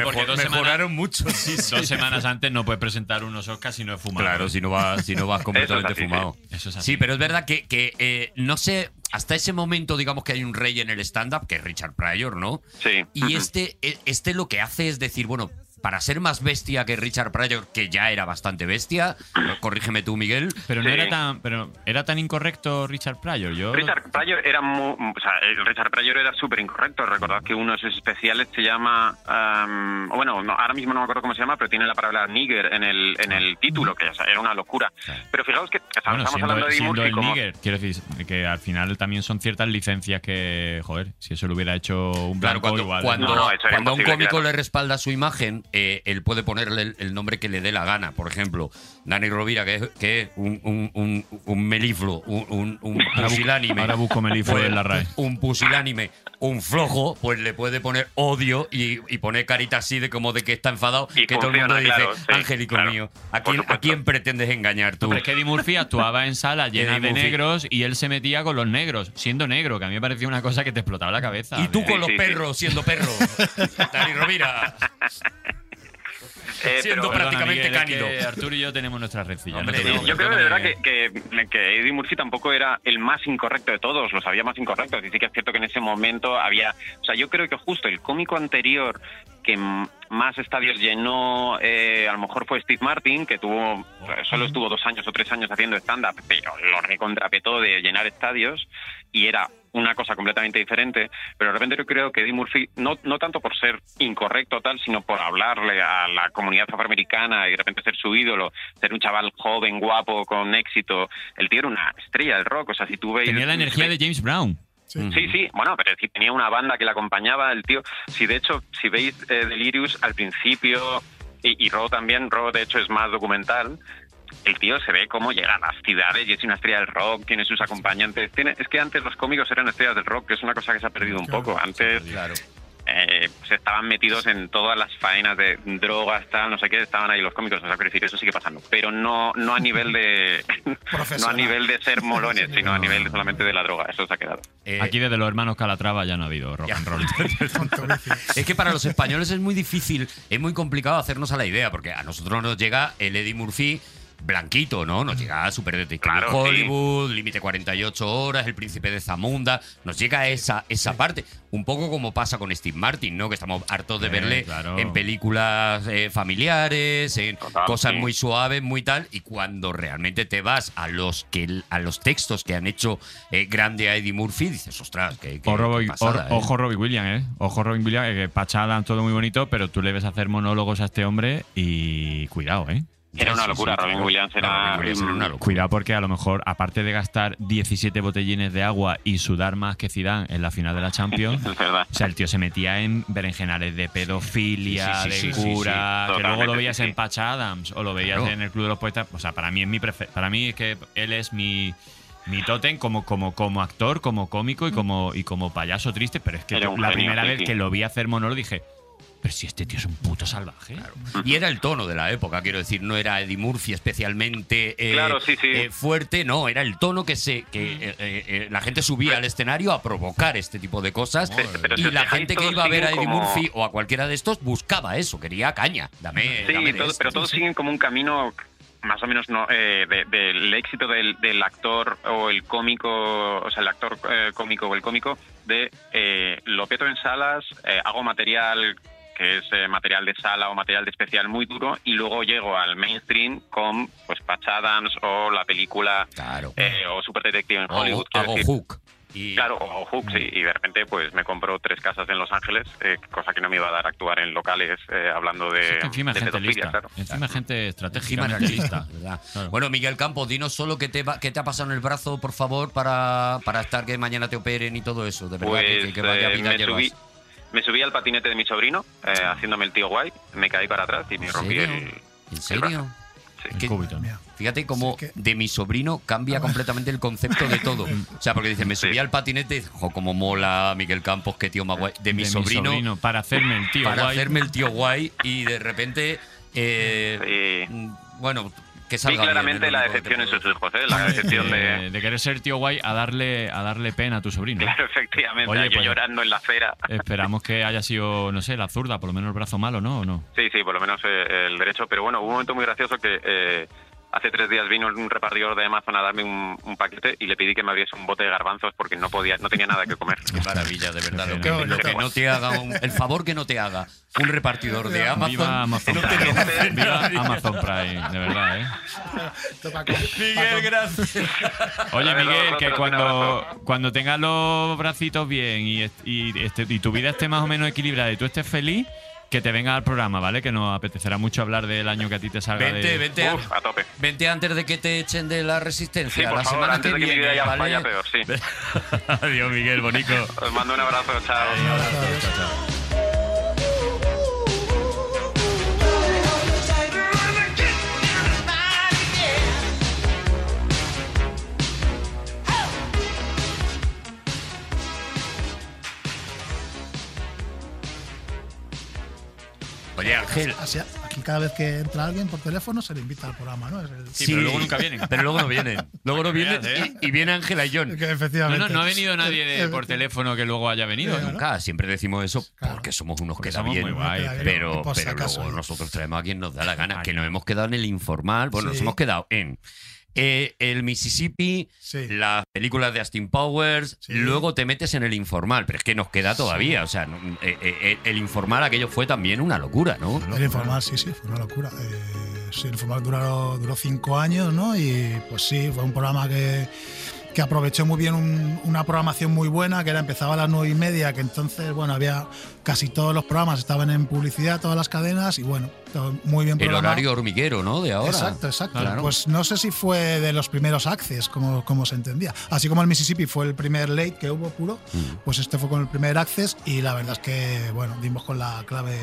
Speaker 5: mucho.
Speaker 4: Dos semanas antes no puedes presentar unos Oscars si no es fumado.
Speaker 5: Claro, si no vas, si no vas completamente
Speaker 4: Eso es así,
Speaker 5: fumado.
Speaker 4: sí. Eso es así.
Speaker 5: Sí, pero es verdad que, que, eh, no sé, hasta ese momento digamos que hay un rey en el stand-up, que es Richard Pryor, ¿no?
Speaker 16: Sí.
Speaker 5: Y este, e- este lo que hace es decir, bueno, para ser más bestia que Richard Pryor, que ya era bastante bestia, corrígeme tú, Miguel.
Speaker 4: Pero no era tan, pero era tan incorrecto Richard Pryor. Yo
Speaker 16: Richard Pryor era mu- o sea, eh, Richard Pryor era súper incorrecto. Recordad que uno de sus especiales se llama, am, bueno, no, ahora mismo no me acuerdo cómo se llama, pero tiene la palabra nigger en el en el título, que o sea, era una locura. Pero fijaos que o sea,
Speaker 4: Bueno,
Speaker 16: estamos
Speaker 4: siendo,
Speaker 16: hablando de Eddie
Speaker 4: siendo
Speaker 16: Murphy
Speaker 4: el
Speaker 16: como
Speaker 4: nigger, quiero decir que al final también son ciertas licencias que, joder, si eso lo hubiera hecho un blanco
Speaker 5: Claro, cuando,
Speaker 4: igual. ¿eh?
Speaker 5: cuando, cuando a un cómico
Speaker 4: le
Speaker 5: le respalda su imagen, eh, él puede ponerle el, el nombre que le dé la gana. Por ejemplo, Dani Rovira, que es, que es un, un, un, un melifluo, un, un, un
Speaker 4: Ahora busco-
Speaker 5: pusilánime.
Speaker 4: ahora busco melifluo en la RAE.
Speaker 5: Un pusilánime. un flojo, pues le puede poner odio y, y poner carita así de como de que está enfadado,
Speaker 16: Y
Speaker 5: que todo el mundo
Speaker 16: funciona, claro,
Speaker 5: dice,
Speaker 16: sí,
Speaker 5: Angélico
Speaker 16: claro,
Speaker 5: mío, ¿a quién, ¿a quién pretendes engañar tú?
Speaker 4: Pero es que Eddie Murphy actuaba en sala llena
Speaker 5: Pues, Eddie
Speaker 4: de
Speaker 5: Murphy.
Speaker 4: negros y él se metía con los negros, siendo negro, que a mí me parecía una cosa que te explotaba la cabeza.
Speaker 5: Y tú con los perros, siendo perro. Dani Rovira.
Speaker 16: eh,
Speaker 5: siendo prácticamente cánido.
Speaker 4: Arturo y yo tenemos nuestra recilla.
Speaker 5: Hombre,
Speaker 16: Sí, yo creo de verdad que, que, que Eddie Murphy tampoco era el más incorrecto de todos, los había más incorrectos. Y sí que es cierto que en ese momento había. O sea, yo creo que justo el cómico anterior que m- más estadios llenó, eh, a lo mejor fue Steve Martin, que tuvo solo estuvo dos años o tres años haciendo stand-up, pero lo recontrapetó de llenar estadios y era una cosa completamente diferente, pero de repente yo creo que Eddie Murphy, no, no tanto por ser incorrecto o tal, sino por hablarle a la comunidad afroamericana y de repente ser su ídolo, ser un chaval joven, guapo, con éxito, el tío era una estrella del rock, o sea, si tú veis...
Speaker 4: Tenía la energía de James Brown.
Speaker 16: Sí, sí, bueno, pero si tenía una banda que le acompañaba, el tío. Si de hecho, si veis eh, Delirious al principio y, y Ro también, Ro de hecho es más documental, el tío se ve cómo llega a las ciudades y es una estrella del rock, tiene sus acompañantes. Tiene, es que antes los cómicos eran estrellas del rock, que es una cosa que se ha perdido un poco. Antes. eh, se estaban metidos en todas las faenas de drogas, tal, no sé qué, estaban ahí los cómicos, o sea, quiero decir, eso sigue pasando, pero no, no a nivel de no a nivel de ser molones, sino a nivel de solamente de la droga, eso se ha quedado.
Speaker 5: eh,
Speaker 4: Aquí desde los hermanos Calatrava ya no ha habido rock and roll.
Speaker 5: Es que para los españoles es muy difícil, es muy complicado hacernos a la idea, porque a nosotros nos llega el Eddie Murphy blanquito, ¿no? Nos llega Super Detective
Speaker 16: Claro, sí.
Speaker 5: Hollywood, Límite 48 horas, El Príncipe de Zamunda, nos llega esa, esa parte, un poco como pasa con Steve Martin, ¿no? Que estamos hartos de
Speaker 4: Sí,
Speaker 5: verle
Speaker 4: claro.
Speaker 5: en películas eh, familiares, en cosas
Speaker 4: sí.
Speaker 5: muy suaves, muy tal, y cuando realmente te vas a los que a los textos que han hecho eh, grande a Eddie Murphy, dices, ostras, qué, qué-
Speaker 4: O
Speaker 5: qué
Speaker 4: Robbie-
Speaker 5: pasada,
Speaker 4: o-
Speaker 5: ¿eh?".
Speaker 4: Ojo Robbie Williams, ¿eh? Ojo Robbie Williams, eh, que Pachalan, todo muy bonito, pero tú le ves hacer monólogos a este hombre y cuidado, ¿eh.
Speaker 16: Era una locura, Robin Williams era, em, una locura.
Speaker 4: Cuidado porque a lo mejor, aparte de gastar 17 botellines de agua y sudar más que Zidane en la final de la Champions,
Speaker 16: Es verdad.
Speaker 4: o sea, el tío se metía en berenjenales de pedofilia,
Speaker 5: Sí, sí, sí,
Speaker 4: de
Speaker 5: sí, sí,
Speaker 4: cura,
Speaker 5: sí.
Speaker 4: que luego lo
Speaker 5: Totalmente,
Speaker 4: veías
Speaker 5: sí,
Speaker 4: en
Speaker 5: sí.
Speaker 4: Patch Adams o lo veías
Speaker 5: Claro.
Speaker 4: en el Club de los Poetas. O sea, para mí es mi prefe- para mí es que él es mi mi tótem como, como, como actor, como cómico y como, y como payaso triste, pero es que
Speaker 5: Era
Speaker 4: yo
Speaker 5: un
Speaker 4: la
Speaker 5: genio,
Speaker 4: primera
Speaker 5: sí,
Speaker 4: vez
Speaker 5: sí.
Speaker 4: que lo vi hacer monólogo dije, pero si este tío es un puto salvaje.
Speaker 5: Y era el tono de la época, quiero decir, no era Eddie Murphy especialmente eh,
Speaker 16: Claro, sí, sí.
Speaker 5: eh, fuerte, no, era el tono que se que eh, eh, eh, la gente subía al escenario a provocar este tipo de cosas
Speaker 16: pero si
Speaker 5: y
Speaker 16: os
Speaker 5: la
Speaker 16: fijáis,
Speaker 5: gente que
Speaker 16: todos
Speaker 5: iba a ver a Eddie
Speaker 16: siguen como-
Speaker 5: Murphy o a cualquiera de estos buscaba eso, quería caña, dame, dame
Speaker 16: Sí,
Speaker 5: de este,
Speaker 16: todo-
Speaker 5: esto.
Speaker 16: pero todos siguen como un camino más o menos no, eh, de- del éxito del, del actor o el cómico, o sea, el actor eh, cómico o el cómico de eh, lo peto en salas, eh, hago material que es eh, material de sala o material de especial muy duro y luego llego al mainstream con pues Patch Adams o la película eh, o Super Detective en
Speaker 5: Hago-
Speaker 16: Hollywood. quiero
Speaker 5: hago
Speaker 16: decir.
Speaker 5: Hook.
Speaker 16: Claro, o Hook, sí. Y de repente, pues me compro tres casas en Los Ángeles, eh, cosa que no me iba a dar a actuar en locales eh, hablando de.
Speaker 4: Encima
Speaker 16: de
Speaker 4: hay gente
Speaker 16: pedofilia,
Speaker 4: lista.
Speaker 16: claro.
Speaker 4: Encima hay gente
Speaker 5: Encima era
Speaker 4: estratégicamente
Speaker 5: lista,
Speaker 4: lista.
Speaker 5: ¿verdad?
Speaker 4: Claro.
Speaker 5: Bueno, Miguel Campos, dinos solo qué te, va- qué te ha pasado en el brazo, por favor, para, para estar que mañana te operen y todo eso. De verdad, que- que, que vaya
Speaker 16: eh,
Speaker 5: vida
Speaker 16: me,
Speaker 5: llevas.
Speaker 16: subí, me subí al patinete de mi sobrino, eh, haciéndome el tío guay, me caí para atrás y me rompí
Speaker 5: serio?
Speaker 16: el.
Speaker 5: ¿En serio? Es que- Fíjate cómo de mi sobrino cambia completamente el concepto de todo. O sea, porque dice, me subí al patinete y dice, jo, cómo mola Miguel Campos, qué tío más guay. De mi,
Speaker 4: De mi
Speaker 5: sobrino,
Speaker 4: sobrino, para hacerme el tío
Speaker 5: para
Speaker 4: guay.
Speaker 5: hacerme el tío guay y de repente, eh, mm, bueno, que
Speaker 16: Vi
Speaker 5: salga bien,
Speaker 16: claramente
Speaker 5: es lo
Speaker 16: la
Speaker 5: único que te
Speaker 16: decepción en
Speaker 5: puedo
Speaker 16: sus hijos, ¿eh? La decepción de.
Speaker 4: Eh, de querer ser tío guay a darle, a darle pena a tu sobrino.
Speaker 16: Claro, efectivamente,
Speaker 4: Oye,
Speaker 16: yo
Speaker 4: pues-
Speaker 16: llorando en la acera.
Speaker 4: Esperamos que haya sido, no sé, la zurda, por lo menos el brazo malo, ¿no? ¿O no?
Speaker 16: Sí, sí, por lo menos eh, el derecho. Pero bueno, hubo un momento muy gracioso que eh, hace tres días vino un repartidor de Amazon a darme un, un paquete y le pedí que me abriese un bote de garbanzos porque no podía, no tenía nada que comer.
Speaker 5: Qué maravilla, de verdad. Lo
Speaker 16: Qué
Speaker 5: que, lo
Speaker 16: bonito.
Speaker 5: que no te haga un- el favor que no te haga un repartidor de Amazon.
Speaker 4: Viva Amazon
Speaker 5: no te lo hace
Speaker 4: Prime. Viva
Speaker 5: nadie.
Speaker 4: Amazon Prime, de verdad, ¿eh?
Speaker 5: Miguel, gracias.
Speaker 4: Oye,
Speaker 5: Vale,
Speaker 4: Miguel,
Speaker 5: no,
Speaker 4: que
Speaker 5: no,
Speaker 4: cuando, cuando tengas los bracitos bien y, est- y, este- y tu vida esté más o menos equilibrada y tú estés feliz, que te vengas al programa, ¿vale? Que nos apetecerá mucho hablar del año que a ti te salga
Speaker 5: Vente,
Speaker 4: de...
Speaker 5: vente, a-
Speaker 16: a tope.
Speaker 5: vente antes de que te echen de la resistencia.
Speaker 16: Sí, por
Speaker 5: la
Speaker 16: favor,
Speaker 5: semana
Speaker 16: antes
Speaker 5: que
Speaker 16: de que mi
Speaker 5: viene,
Speaker 16: vida ya
Speaker 5: ¿vale?
Speaker 16: vaya peor, sí.
Speaker 5: Adiós, Miguel, bonito.
Speaker 16: Os mando un abrazo, chao.
Speaker 5: Oye, Ángel.
Speaker 2: Así, aquí cada vez que entra alguien por teléfono se le invita al programa, ¿no? Es el-
Speaker 5: Pero luego no vienen. Luego no vienen
Speaker 4: ¿eh?
Speaker 5: y, y viene Ángela y John.
Speaker 4: No,
Speaker 2: Efectivamente.
Speaker 4: no, no ha venido nadie de- por teléfono que luego haya venido. ¿no?
Speaker 5: Nunca, siempre decimos eso porque somos unos que da
Speaker 4: somos
Speaker 5: bien,
Speaker 4: muy guays,
Speaker 5: pero,
Speaker 4: pero-
Speaker 5: pero,
Speaker 4: por si acaso,
Speaker 5: luego nosotros traemos a quien nos da la gana, que nos hemos quedado en el informal, bueno, nos
Speaker 4: Sí.
Speaker 5: hemos quedado en eh, el Mississippi, las películas de Austin Powers, luego te metes en el informal, pero es que nos queda todavía, o sea, no, eh, eh, eh, el informal aquello fue también una locura, ¿no?
Speaker 2: El informal, sí, sí, fue una locura. Eh, sí, el informal duró, duró cinco años, ¿no? Y pues sí, fue un programa que, que aprovechó muy bien un- una programación muy buena, que era empezaba a las nueve y media, que entonces, bueno, había casi todos los programas, estaban en publicidad, todas las cadenas, y bueno, todo muy bien
Speaker 5: El
Speaker 2: programado.
Speaker 5: horario hormiguero, ¿no? De ahora.
Speaker 2: Exacto, exacto.
Speaker 5: Claro.
Speaker 2: Pues no sé si fue de los primeros access, como, como se entendía. Así como el Mississippi fue el primer late que hubo puro,
Speaker 4: Mm.
Speaker 2: pues este fue con el primer access y la verdad es que, bueno, dimos con la clave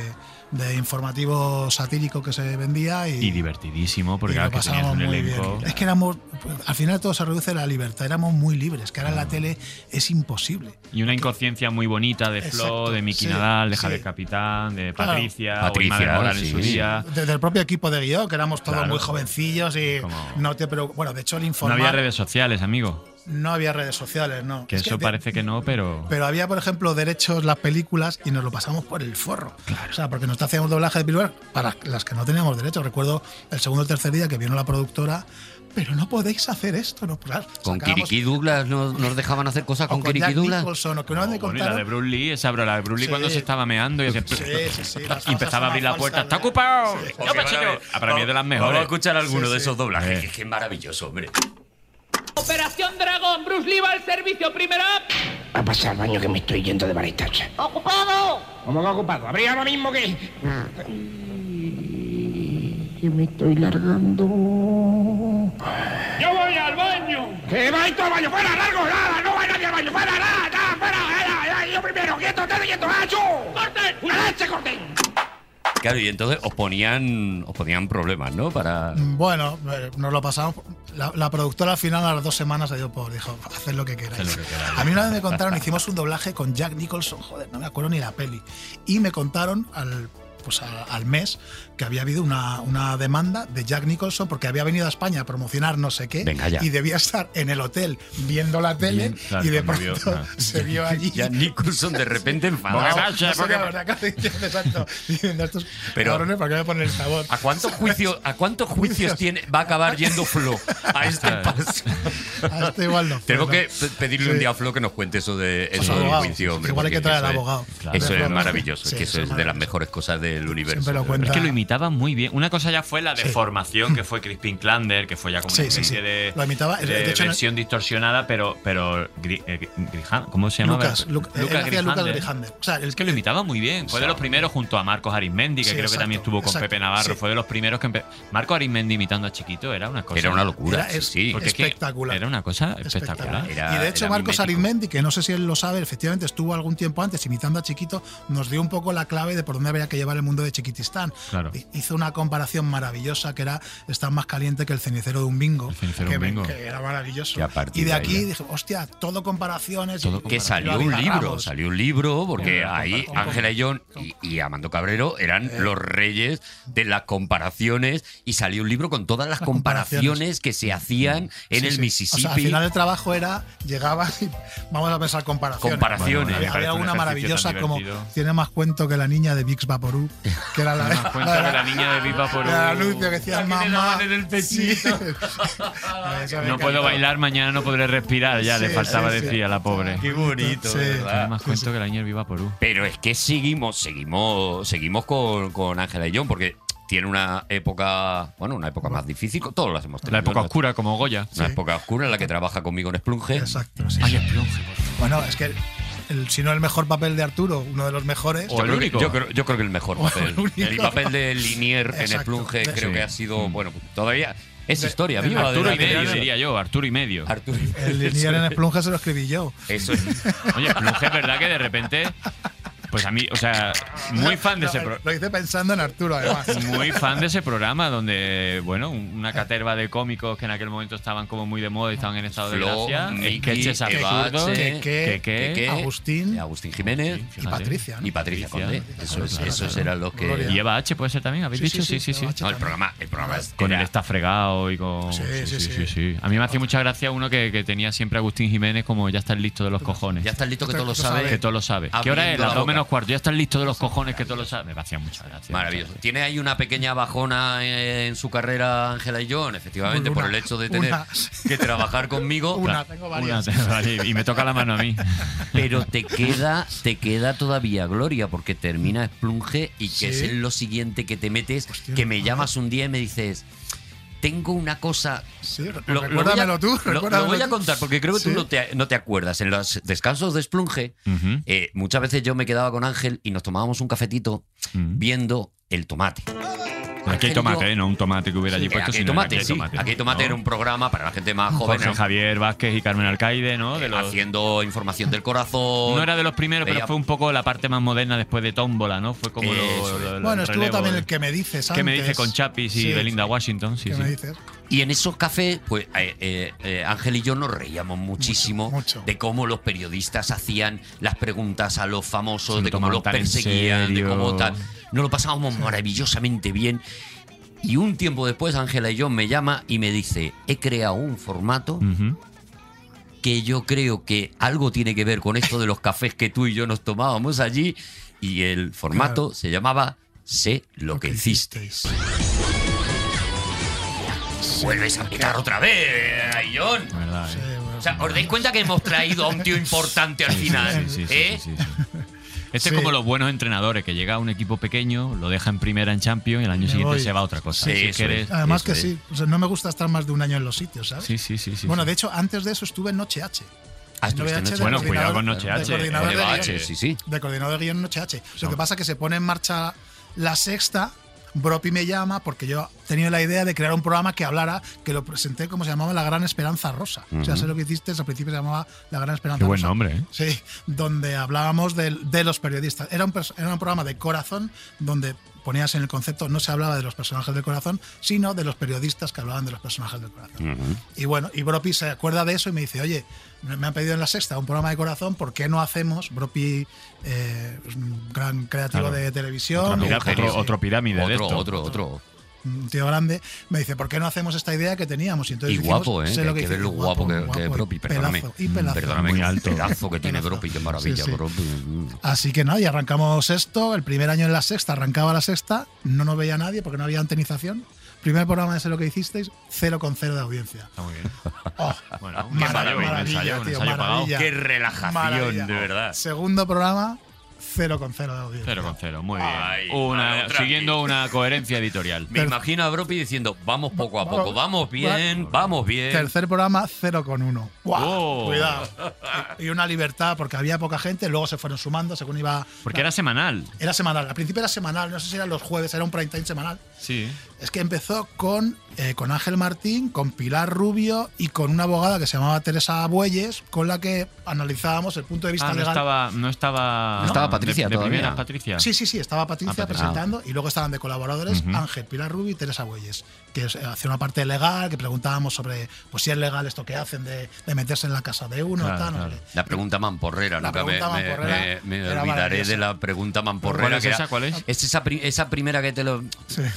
Speaker 2: de informativo satírico que se vendía y,
Speaker 4: Y divertidísimo,
Speaker 2: y
Speaker 4: porque
Speaker 2: lo
Speaker 4: claro, que tenías
Speaker 2: pasábamos
Speaker 4: un
Speaker 2: muy
Speaker 4: elenco.
Speaker 2: bien. Es que éramos, al final todo se reduce a la libertad, éramos muy libres, que ahora en
Speaker 4: Mm.
Speaker 2: la tele es imposible.
Speaker 4: Y una inconsciencia muy bonita de Flo,
Speaker 2: Exacto,
Speaker 4: de Miki
Speaker 2: sí,
Speaker 4: Nadal, de
Speaker 2: sí.
Speaker 4: Javier Capitán, de
Speaker 2: Claro.
Speaker 4: Patricia,
Speaker 5: Patricia,
Speaker 4: o Inma de Moral en
Speaker 5: sí.
Speaker 4: su día.
Speaker 2: Desde el propio equipo de guión, que éramos todos
Speaker 4: Ah. Claro.
Speaker 2: muy jovencillos y no te preocup- Bueno, de hecho el
Speaker 4: No
Speaker 2: informal
Speaker 4: había redes sociales, amigo.
Speaker 2: no había redes sociales, no.
Speaker 4: Que
Speaker 2: Es
Speaker 4: eso
Speaker 2: de-
Speaker 4: parece que no, pero.
Speaker 2: Pero había, por ejemplo, derechos las películas y nos lo pasamos por el forro. O sea, porque nos hacíamos doblaje de películas para las que no teníamos derecho. Recuerdo el segundo o tercer día que vino la productora, pero no podéis hacer esto, ¿no? Pues Claro,
Speaker 5: Con
Speaker 2: sacábamos-
Speaker 5: Kiriki Douglas nos, nos dejaban hacer cosas
Speaker 2: o
Speaker 5: con,
Speaker 2: con
Speaker 5: Kiriki
Speaker 2: Jack
Speaker 5: Douglas.
Speaker 2: Nicholson, o que una vez me
Speaker 4: Bueno, y la de
Speaker 2: contaron...
Speaker 4: Bruce Lee, esa, bro, la de Bruce Lee
Speaker 2: Sí.
Speaker 4: cuando se estaba meando y, hacía-
Speaker 2: Sí, sí, sí, las
Speaker 4: y empezaba a abrir la
Speaker 2: falsas
Speaker 4: puerta. ¡Está
Speaker 2: falsas,
Speaker 4: ocupado!
Speaker 2: sí.
Speaker 4: ¡Ya
Speaker 16: pues,
Speaker 4: me enseño! Ah, Para mí es de las mejores.
Speaker 5: Vamos a escuchar alguno
Speaker 4: Sí,
Speaker 5: de
Speaker 4: sí.
Speaker 5: esos doblajes.
Speaker 4: Eh.
Speaker 5: que Es que es maravilloso, hombre.
Speaker 17: Operación Dragón, Bruce Lee va al servicio, primera.
Speaker 15: A pasar al baño que me estoy yendo de varitas.
Speaker 17: ¡Ocupado!
Speaker 15: ¿Cómo que ocupado? ¿Habría ahora mismo que...? Que me estoy largando.
Speaker 17: ¡Yo voy al baño!
Speaker 15: ¡Que vais todo al baño! ¡Fuera, largo! ¡Nada! ¡No va nadie al baño! ¡Fuera, nada! nada, ¡Fuera! nada, nada, ¡Yo primero! ¡Quieto! ¡Ustedes quieto! ¡Hacho! ¡Corten! ¡Una leche, corten!
Speaker 5: Claro, y entonces os ponían, os ponían problemas, ¿no? Para.
Speaker 2: Bueno, eh, nos lo pasamos. La, la productora al final a las dos semanas se dio por, dijo, haced lo que queráis.
Speaker 5: Haced lo que queráis.
Speaker 2: A mí una vez me contaron, hicimos un doblaje con Jack Nicholson, joder, no me acuerdo ni la peli. Y me contaron al, pues a- al mes que había habido una, una demanda de Jack Nicholson porque había venido a España a promocionar no sé qué
Speaker 5: Venga ya.
Speaker 2: y debía estar en el hotel viendo la tele
Speaker 5: Bien, claro,
Speaker 2: y de
Speaker 5: cuando vio,
Speaker 2: pronto
Speaker 5: nada.
Speaker 2: se vio allí.
Speaker 5: Ya Nicholson de repente enfadado.
Speaker 2: No, no sé la verdad que diciendo, exacto, diciendo estos
Speaker 5: Pero-
Speaker 2: cabrones, ¿para qué me ponen el sabor?
Speaker 5: ¿A cuántos juicios, a cuántos juicios tiene, va a acabar yendo Flo a este paso?
Speaker 2: A este igual no fue,
Speaker 5: Tenemos
Speaker 2: ¿no?
Speaker 5: que pe- pedirle un
Speaker 2: Sí.
Speaker 5: día a Flo que nos cuente eso de
Speaker 2: Los
Speaker 5: eso del
Speaker 2: abogados.
Speaker 5: juicio, hombre.
Speaker 2: Igual hay que
Speaker 5: porque
Speaker 2: traer al
Speaker 5: eso es-
Speaker 2: abogado. Claro.
Speaker 5: Eso
Speaker 2: Pero-
Speaker 5: es maravilloso, es
Speaker 2: Sí,
Speaker 5: que eso
Speaker 2: eso es
Speaker 5: es de las mejores cosas del universo.
Speaker 2: Siempre lo
Speaker 5: de
Speaker 2: cuenta.
Speaker 4: Es
Speaker 5: verdad.
Speaker 4: que lo imitaban muy bien. Una cosa ya fue la deformación que fue Crispin Klander, que fue ya como
Speaker 2: Sí,
Speaker 4: una
Speaker 2: sí,
Speaker 4: especie
Speaker 2: sí.
Speaker 4: de,
Speaker 2: Lo imitaba,
Speaker 4: de
Speaker 2: de hecho, en el-
Speaker 4: versión distorsionada, pero pero Gri- eh, Grihan- ¿cómo se llamaba?
Speaker 2: Lucas, Lu- él hacía Lucas Grijander. O sea, el
Speaker 4: Es que lo imitaba muy bien. Fue de los primeros junto a Marcos Arismendi, que
Speaker 2: Sí,
Speaker 4: creo que
Speaker 2: exacto,
Speaker 4: también estuvo con
Speaker 2: exacto,
Speaker 4: Pepe Navarro.
Speaker 2: sí.
Speaker 4: Fue de los primeros que empezó. Marcos Arismendi imitando a Chiquito era una cosa.
Speaker 5: Era una locura, Era sí, es- sí.
Speaker 4: Porque es que
Speaker 2: espectacular.
Speaker 4: Era una cosa espectacular.
Speaker 2: y de hecho, Marcos Arizmendi, que no sé si él lo sabe, efectivamente estuvo algún tiempo antes imitando a Chiquito, nos dio un poco la clave de por dónde había que llevar el mundo de Chiquitistán.
Speaker 4: Claro.
Speaker 2: Hi- Hizo una comparación maravillosa que era: está más caliente que el cenicero de un bingo.
Speaker 4: cenicero
Speaker 2: que
Speaker 4: de un
Speaker 2: me-
Speaker 4: bingo.
Speaker 2: que era maravilloso.
Speaker 5: Que a partir
Speaker 2: Y de
Speaker 5: de
Speaker 2: aquí
Speaker 5: ahí ya.
Speaker 2: dije: hostia, todo comparaciones. y-
Speaker 5: que
Speaker 2: y lo
Speaker 5: salió un libro,
Speaker 2: agarramos.
Speaker 5: salió un libro, porque
Speaker 2: Compara-
Speaker 5: ahí
Speaker 2: compara-
Speaker 5: Ángela y John y, y Amando Cabrero
Speaker 2: Eh.
Speaker 5: eran los reyes de las comparaciones y salió un libro con todas las
Speaker 2: comparaciones. Mm.
Speaker 5: comparaciones que se hacían en
Speaker 2: Sí,
Speaker 5: el
Speaker 2: sí. O
Speaker 5: Mississippi.
Speaker 2: sea, al final del trabajo era, llegabas y vamos a pensar comparaciones.
Speaker 5: Comparaciones. Bueno, me
Speaker 2: había
Speaker 5: parece
Speaker 2: había
Speaker 5: un
Speaker 2: una
Speaker 5: ejercicio
Speaker 2: maravillosa
Speaker 5: tan
Speaker 2: como
Speaker 5: divertido.
Speaker 2: tiene más cuento que la niña de Vix Vaporú, que era la,
Speaker 4: Nos cuenta que la niña de Viva por
Speaker 2: el anuncio que decía mamá. sí". A eso me
Speaker 4: No puedo
Speaker 2: encantó.
Speaker 4: bailar, mañana no podré respirar. Ya le
Speaker 2: Sí,
Speaker 4: faltaba
Speaker 2: sí, sí.
Speaker 4: decir a la pobre.
Speaker 5: Qué bonito, Sí. ¿verdad?
Speaker 4: Tiene más cuento que la niña viva por U.
Speaker 5: Pero es que seguimos, seguimos, seguimos con con Ángela y John, porque tiene una época, bueno, una época más difícil, todos las hemos tenido.
Speaker 4: La época
Speaker 5: ¿no?
Speaker 4: oscura, como Goya.
Speaker 5: Una época oscura en la que trabaja conmigo en Splunge.
Speaker 2: Exacto. sí. Bueno, es que el- si no el mejor papel de Arturo, uno de los mejores.
Speaker 5: yo, creo Que, yo, creo, yo creo que el mejor
Speaker 2: O
Speaker 5: papel.
Speaker 2: el único.
Speaker 5: El papel de Linier en
Speaker 2: Exacto.
Speaker 5: Splunge
Speaker 2: De-
Speaker 5: creo
Speaker 2: Sí.
Speaker 5: que ha sido, bueno, todavía es
Speaker 2: De-
Speaker 5: historia
Speaker 2: de-
Speaker 5: viva.
Speaker 4: Arturo
Speaker 5: de
Speaker 4: y
Speaker 5: la
Speaker 4: medio,
Speaker 5: tele.
Speaker 4: diría yo. Arturo y medio.
Speaker 5: Arturo
Speaker 2: El lineal en Esplunja se lo escribí yo.
Speaker 5: Eso es.
Speaker 4: Oye, Plunge es verdad que de repente Pues a mí, o sea, muy fan de ese
Speaker 2: Lo-
Speaker 4: pro-
Speaker 2: Lo hice pensando en Arturo, además.
Speaker 4: Muy fan de ese programa donde, bueno, un- una caterva de cómicos que en aquel momento estaban como muy de moda y estaban en estado de
Speaker 5: Flo,
Speaker 4: gracia.
Speaker 5: Miki,
Speaker 4: Sketches
Speaker 5: Ebache,
Speaker 4: absurdos.
Speaker 5: Keke,
Speaker 4: Keke,
Speaker 2: Agustín.
Speaker 5: Agustín Jiménez
Speaker 4: Y Patricia,
Speaker 5: y Patricia Conde. Eso es- Esos eran los que.
Speaker 4: Y Eva H puede ser también, habéis
Speaker 5: Sí, sí,
Speaker 4: dicho,
Speaker 5: sí,
Speaker 4: sí, sí, sí.
Speaker 5: No, el programa, el programa es-
Speaker 4: Con el está fregado y con.
Speaker 5: Sí, sí, sí.
Speaker 4: sí. A mí me hacía mucha gracia uno que, que tenía siempre a Agustín Jiménez como ya estás listo de los cojones. Ya
Speaker 5: estás listo que todo lo sabes.
Speaker 4: Que todo lo sabes. ¿Qué
Speaker 5: Abriendo
Speaker 4: hora es?
Speaker 5: la
Speaker 4: Las dos
Speaker 5: boca.
Speaker 4: menos cuarto. Ya estás listo de los cojones que todo lo sabes. Me hacía mucha gracia.
Speaker 5: Maravilloso. Tiene ahí una pequeña bajona eh, en su carrera Ángela y John, efectivamente,
Speaker 4: Una,
Speaker 5: por el hecho de tener
Speaker 4: una.
Speaker 5: que trabajar conmigo.
Speaker 4: Una, tengo varias. Una, vale, y me toca la mano a mí.
Speaker 5: Pero te queda, te queda todavía gloria, porque termina Splunge y que
Speaker 4: Sí.
Speaker 5: es lo siguiente que te metes, que me llamas un día y me dices. Tengo una cosa. voy a-
Speaker 2: recuérdamelo tú,
Speaker 5: lo-
Speaker 2: recuérdamelo
Speaker 5: lo voy a
Speaker 2: tú".
Speaker 5: contar porque creo que
Speaker 2: Sí.
Speaker 5: tú no te, no te acuerdas. En los descansos de Splunge, eh, muchas veces yo me quedaba con Ángel y nos tomábamos un cafetito viendo el tomate.
Speaker 4: Mm. Aquí hay tomate, ¿eh? no un tomate que hubiera allí
Speaker 5: Sí,
Speaker 4: puesto.
Speaker 5: aquí hay
Speaker 4: sino
Speaker 5: tomate,
Speaker 4: hay
Speaker 5: sí. Aquí hay tomate
Speaker 4: ¿no?
Speaker 5: era un programa para la gente más joven.
Speaker 4: Jorge Javier Vázquez y Carmen Alcaide, ¿no? De los-
Speaker 5: haciendo información del corazón.
Speaker 4: No era de los primeros, pero
Speaker 5: Veía-
Speaker 4: fue un poco la parte más moderna después de Tómbola, ¿no? Fue como lo-
Speaker 5: Eso
Speaker 4: lo,
Speaker 5: es.
Speaker 4: lo- el
Speaker 2: Bueno, estuvo
Speaker 4: relevo
Speaker 2: también
Speaker 4: de-
Speaker 2: el que me dices antes.
Speaker 4: ¿Qué me dice con Chapis y
Speaker 2: Sí,
Speaker 4: Belinda Washington? Sí,
Speaker 2: ¿Qué
Speaker 4: sí.
Speaker 2: me dices?
Speaker 5: Y en esos cafés, pues eh, eh, eh, Ángel y yo nos reíamos muchísimo de cómo los periodistas hacían las preguntas a los famosos,
Speaker 4: Se lo
Speaker 5: de cómo
Speaker 4: tomaban
Speaker 5: los
Speaker 4: tan en
Speaker 5: perseguían, de
Speaker 4: serio.
Speaker 5: cómo tal. Nos lo pasábamos maravillosamente bien. Y un tiempo después, Ángela y yo me llama y me dice: He creado un formato que yo creo que algo tiene que ver con esto de los cafés que tú y yo nos tomábamos allí. Y el formato se llamaba Sé lo, que, hicisteis. Vuelves a picar otra vez, Ayón.
Speaker 4: ¿eh?
Speaker 5: O sea, ¿os dais cuenta que hemos traído a un tío importante al final?
Speaker 4: sí, sí, sí,
Speaker 5: ¿eh?
Speaker 4: Este
Speaker 5: Sí.
Speaker 4: es como los buenos entrenadores, que llega a un equipo pequeño, lo deja en primera en Champions y el año
Speaker 2: Me
Speaker 4: siguiente
Speaker 2: voy.
Speaker 4: se va a otra cosa.
Speaker 5: Sí,
Speaker 4: Así
Speaker 5: eso
Speaker 4: que eres-
Speaker 2: Además que
Speaker 4: eso es.
Speaker 2: sí. O sea, no me gusta estar más de un año en los sitios, ¿sabes?
Speaker 4: Sí, sí, sí. sí,
Speaker 2: bueno,
Speaker 4: sí.
Speaker 2: de hecho, antes de eso estuve en Noche H.
Speaker 5: Ah,
Speaker 2: En
Speaker 5: estuviste
Speaker 2: NocheH,
Speaker 5: en Noche
Speaker 2: de
Speaker 5: H. Bueno,
Speaker 2: coordinador-
Speaker 5: cuidado con Noche
Speaker 2: de
Speaker 5: H,
Speaker 2: coordinador
Speaker 5: con
Speaker 2: de
Speaker 5: Eva H,
Speaker 2: guion-
Speaker 5: sí, sí.
Speaker 2: De coordinador de guión Noche H. Lo
Speaker 5: No.
Speaker 2: que pasa es que se pone en marcha la sexta. Bropi me llama porque yo tenía la idea de crear un programa que hablara, que lo presenté como se llamaba La Gran Esperanza Rosa. O sea,
Speaker 4: Ujú.
Speaker 2: sé lo que hiciste, al principio se llamaba La Gran Esperanza
Speaker 4: Qué buen
Speaker 2: Rosa.
Speaker 4: nombre, ¿eh?
Speaker 2: Sí, donde hablábamos del- de, los periodistas. Era un, pers- era un programa de corazón donde ponías en el concepto, no se hablaba de los personajes del corazón, sino de los periodistas que hablaban de los personajes del corazón. Y bueno, y Bropi se acuerda de eso y me dice, oye, me me han pedido en la sexta un programa de corazón, ¿por qué no hacemos? Bropi eh, es un gran creativo
Speaker 4: Claro.
Speaker 2: de
Speaker 4: Otra
Speaker 2: televisión,
Speaker 4: pira-
Speaker 2: un-
Speaker 4: otro, otro pirámide de
Speaker 5: Otro,
Speaker 4: esto.
Speaker 5: otro, otro.
Speaker 2: un tío grande, me dice, ¿por qué no hacemos esta idea que teníamos? Y, entonces
Speaker 5: Y
Speaker 2: dijimos,
Speaker 5: guapo, ¿eh?
Speaker 2: "Sé
Speaker 5: Que hay que
Speaker 2: hiciste".
Speaker 5: ver lo guapo, que- que,
Speaker 2: guapo,
Speaker 5: es Bropi,
Speaker 2: y
Speaker 5: perdóname.
Speaker 2: pelazo, y pelazo.
Speaker 5: Perdóname, qué pedazo que tiene
Speaker 2: Pelazo.
Speaker 5: Bropi, qué maravilla,
Speaker 2: Sí, sí.
Speaker 5: Bropi. Mm.
Speaker 2: Así que nada, y arrancamos esto. El primer año en la sexta, arrancaba la sexta, no nos veía nadie porque no había antenización. Primer programa de Sé lo que hicisteis, cero con cero de audiencia. Oh,
Speaker 4: Está muy bien. bueno,
Speaker 2: Maravilla, maravilla, tío, maravilla.
Speaker 5: Qué relajación,
Speaker 2: Maravilla.
Speaker 5: de verdad.
Speaker 2: Segundo programa, cero con cero de audiencia.
Speaker 4: Cero con cero, muy
Speaker 5: Ay,
Speaker 4: bien. Una-
Speaker 5: vale, otra
Speaker 4: siguiendo una coherencia editorial.
Speaker 5: Me imagino a Bropi diciendo, vamos poco a poco, Oh, vamos bien, vamos bien.
Speaker 2: Tercer programa, cero con uno. ¡Guau!
Speaker 4: Oh.
Speaker 2: Cuidado. Y una libertad porque había poca gente, luego se fueron sumando según iba.
Speaker 4: Porque era semanal.
Speaker 2: Era semanal, al principio era semanal, no sé si eran los jueves, era un prime time semanal.
Speaker 4: Sí.
Speaker 2: Es que empezó con, eh, con Ángel Martín, con Pilar Rubio y con una abogada que se llamaba Teresa Bueyes, con la que analizábamos el punto de vista
Speaker 4: Ah, no
Speaker 2: legal.
Speaker 4: estaba, no estaba.
Speaker 5: No estaba Patricia
Speaker 4: de, de
Speaker 5: todavía.
Speaker 4: primeras, Patricia.
Speaker 2: Sí, sí, sí, estaba Patricia,
Speaker 4: Ah, Patricia.
Speaker 2: presentando y luego estaban de colaboradores
Speaker 4: Ujú.
Speaker 2: Ángel, Pilar Rubio y Teresa Bueyes, que es- eh, hacía una parte legal, que preguntábamos sobre pues, si es legal esto que hacen de, de meterse en la casa de uno,
Speaker 5: Claro,
Speaker 2: tal, no sé
Speaker 5: claro.
Speaker 2: qué.
Speaker 5: La pregunta mamporrera,
Speaker 2: La
Speaker 5: nunca me-
Speaker 2: pregunta
Speaker 5: me,
Speaker 2: mamporrera
Speaker 5: me- me
Speaker 2: era
Speaker 5: olvidaré
Speaker 2: maravillosa.
Speaker 5: de la pregunta mamporrera.
Speaker 4: ¿Cuál es
Speaker 5: que era-
Speaker 4: esa? ¿Cuál es?
Speaker 5: esa, pri- esa primera que te lo.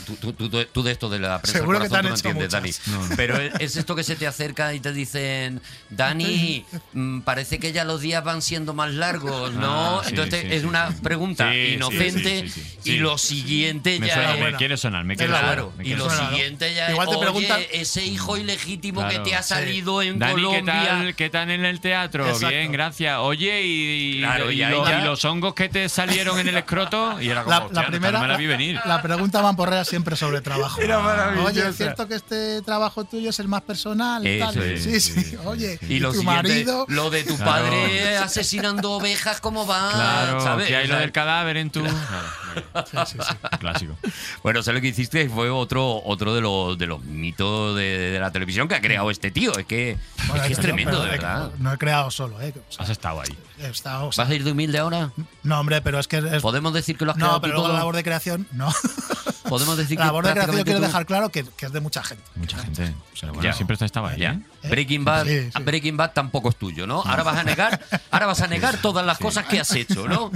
Speaker 5: Tú, tú- tú- tú de esto de la prensa
Speaker 4: Seguro
Speaker 5: del
Speaker 4: que te
Speaker 5: corazón,
Speaker 4: han
Speaker 5: tú
Speaker 4: hecho
Speaker 5: no entiendes,
Speaker 4: muchas.
Speaker 5: Dani.
Speaker 4: No.
Speaker 5: Pero es- es esto que se te acerca y te dicen, Dani, mm, parece que ya los días van siendo más largos, ¿no?
Speaker 4: Ah, sí,
Speaker 5: Entonces
Speaker 4: sí,
Speaker 5: es
Speaker 4: sí,
Speaker 5: una
Speaker 4: sí.
Speaker 5: pregunta
Speaker 4: Sí, sí,
Speaker 5: inocente
Speaker 4: sí, sí, sí, sí.
Speaker 5: y lo siguiente
Speaker 4: Me
Speaker 5: ya.
Speaker 4: suena,
Speaker 5: es-
Speaker 4: me quiere sonar, me quiere
Speaker 5: Claro,
Speaker 4: sonar, me
Speaker 5: y
Speaker 4: quiere
Speaker 5: lo
Speaker 4: sonar.
Speaker 5: siguiente ya
Speaker 2: Igual
Speaker 5: es,
Speaker 2: te
Speaker 5: "Oye,
Speaker 2: preguntan-
Speaker 5: ese hijo ilegítimo
Speaker 4: Claro,
Speaker 5: que te ha
Speaker 4: Mm. sí.
Speaker 5: salido en
Speaker 4: Dani, ¿qué
Speaker 5: Colombia.
Speaker 4: tal, qué tal en el teatro?
Speaker 5: Exacto.
Speaker 4: Bien, gracias. Oye, y, y-
Speaker 5: Claro,
Speaker 4: y
Speaker 5: y ahí
Speaker 4: lo-
Speaker 5: ya-
Speaker 4: y los hongos que te salieron en el escroto. Y era como,
Speaker 2: La- la
Speaker 4: hostia, no,
Speaker 2: primera-
Speaker 4: no me la vi venir.
Speaker 5: Ah,
Speaker 2: La pregunta mamporrera siempre sobre trabajo.
Speaker 4: Era maravillosa.
Speaker 2: Oye, es cierto que este trabajo tuyo es el más personal.
Speaker 5: Eso
Speaker 2: tal?
Speaker 5: es,
Speaker 2: sí, sí, Oye,
Speaker 5: Y lo
Speaker 2: tu
Speaker 5: siguiente,
Speaker 2: marido.
Speaker 5: lo de tu
Speaker 4: Claro.
Speaker 5: padre asesinando ovejas, ¿cómo va?
Speaker 4: Claro,
Speaker 5: ¿Sabes?
Speaker 4: que hay lo
Speaker 5: O sea,
Speaker 4: del cadáver en tu. Claro, Clásico.
Speaker 5: Bueno, sé lo que hiciste fue otro, otro de los de los mitos de, de la televisión que ha creado este tío. Es que es,
Speaker 2: Bueno,
Speaker 5: que es
Speaker 2: yo-
Speaker 5: tremendo,
Speaker 2: pero
Speaker 5: de
Speaker 2: he-
Speaker 5: verdad.
Speaker 2: No he creado solo, ¿eh? O sea,
Speaker 4: Has estado ahí.
Speaker 2: he estado-
Speaker 5: ¿Vas a ir de humilde ahora?
Speaker 2: No, hombre, pero es que. es-
Speaker 5: ¿Podemos decir que lo has creado
Speaker 2: no, pero
Speaker 5: tú
Speaker 2: luego la
Speaker 5: todo?
Speaker 2: labor de creación, no.
Speaker 5: ¿Podemos decir
Speaker 2: La
Speaker 5: que
Speaker 2: labor de creación
Speaker 5: prácticamente
Speaker 2: quiero
Speaker 5: tú-
Speaker 2: dejar claro que, que es de mucha gente.
Speaker 4: Mucha gente. Pero bueno,
Speaker 5: Ya.
Speaker 4: siempre estaba ahí.
Speaker 5: Ya.
Speaker 4: ¿eh?
Speaker 5: Breaking Bad, Breaking Bad tampoco es tuyo, ¿no? Ahora vas a negar, ahora vas a negar todas las cosas que has hecho, ¿no?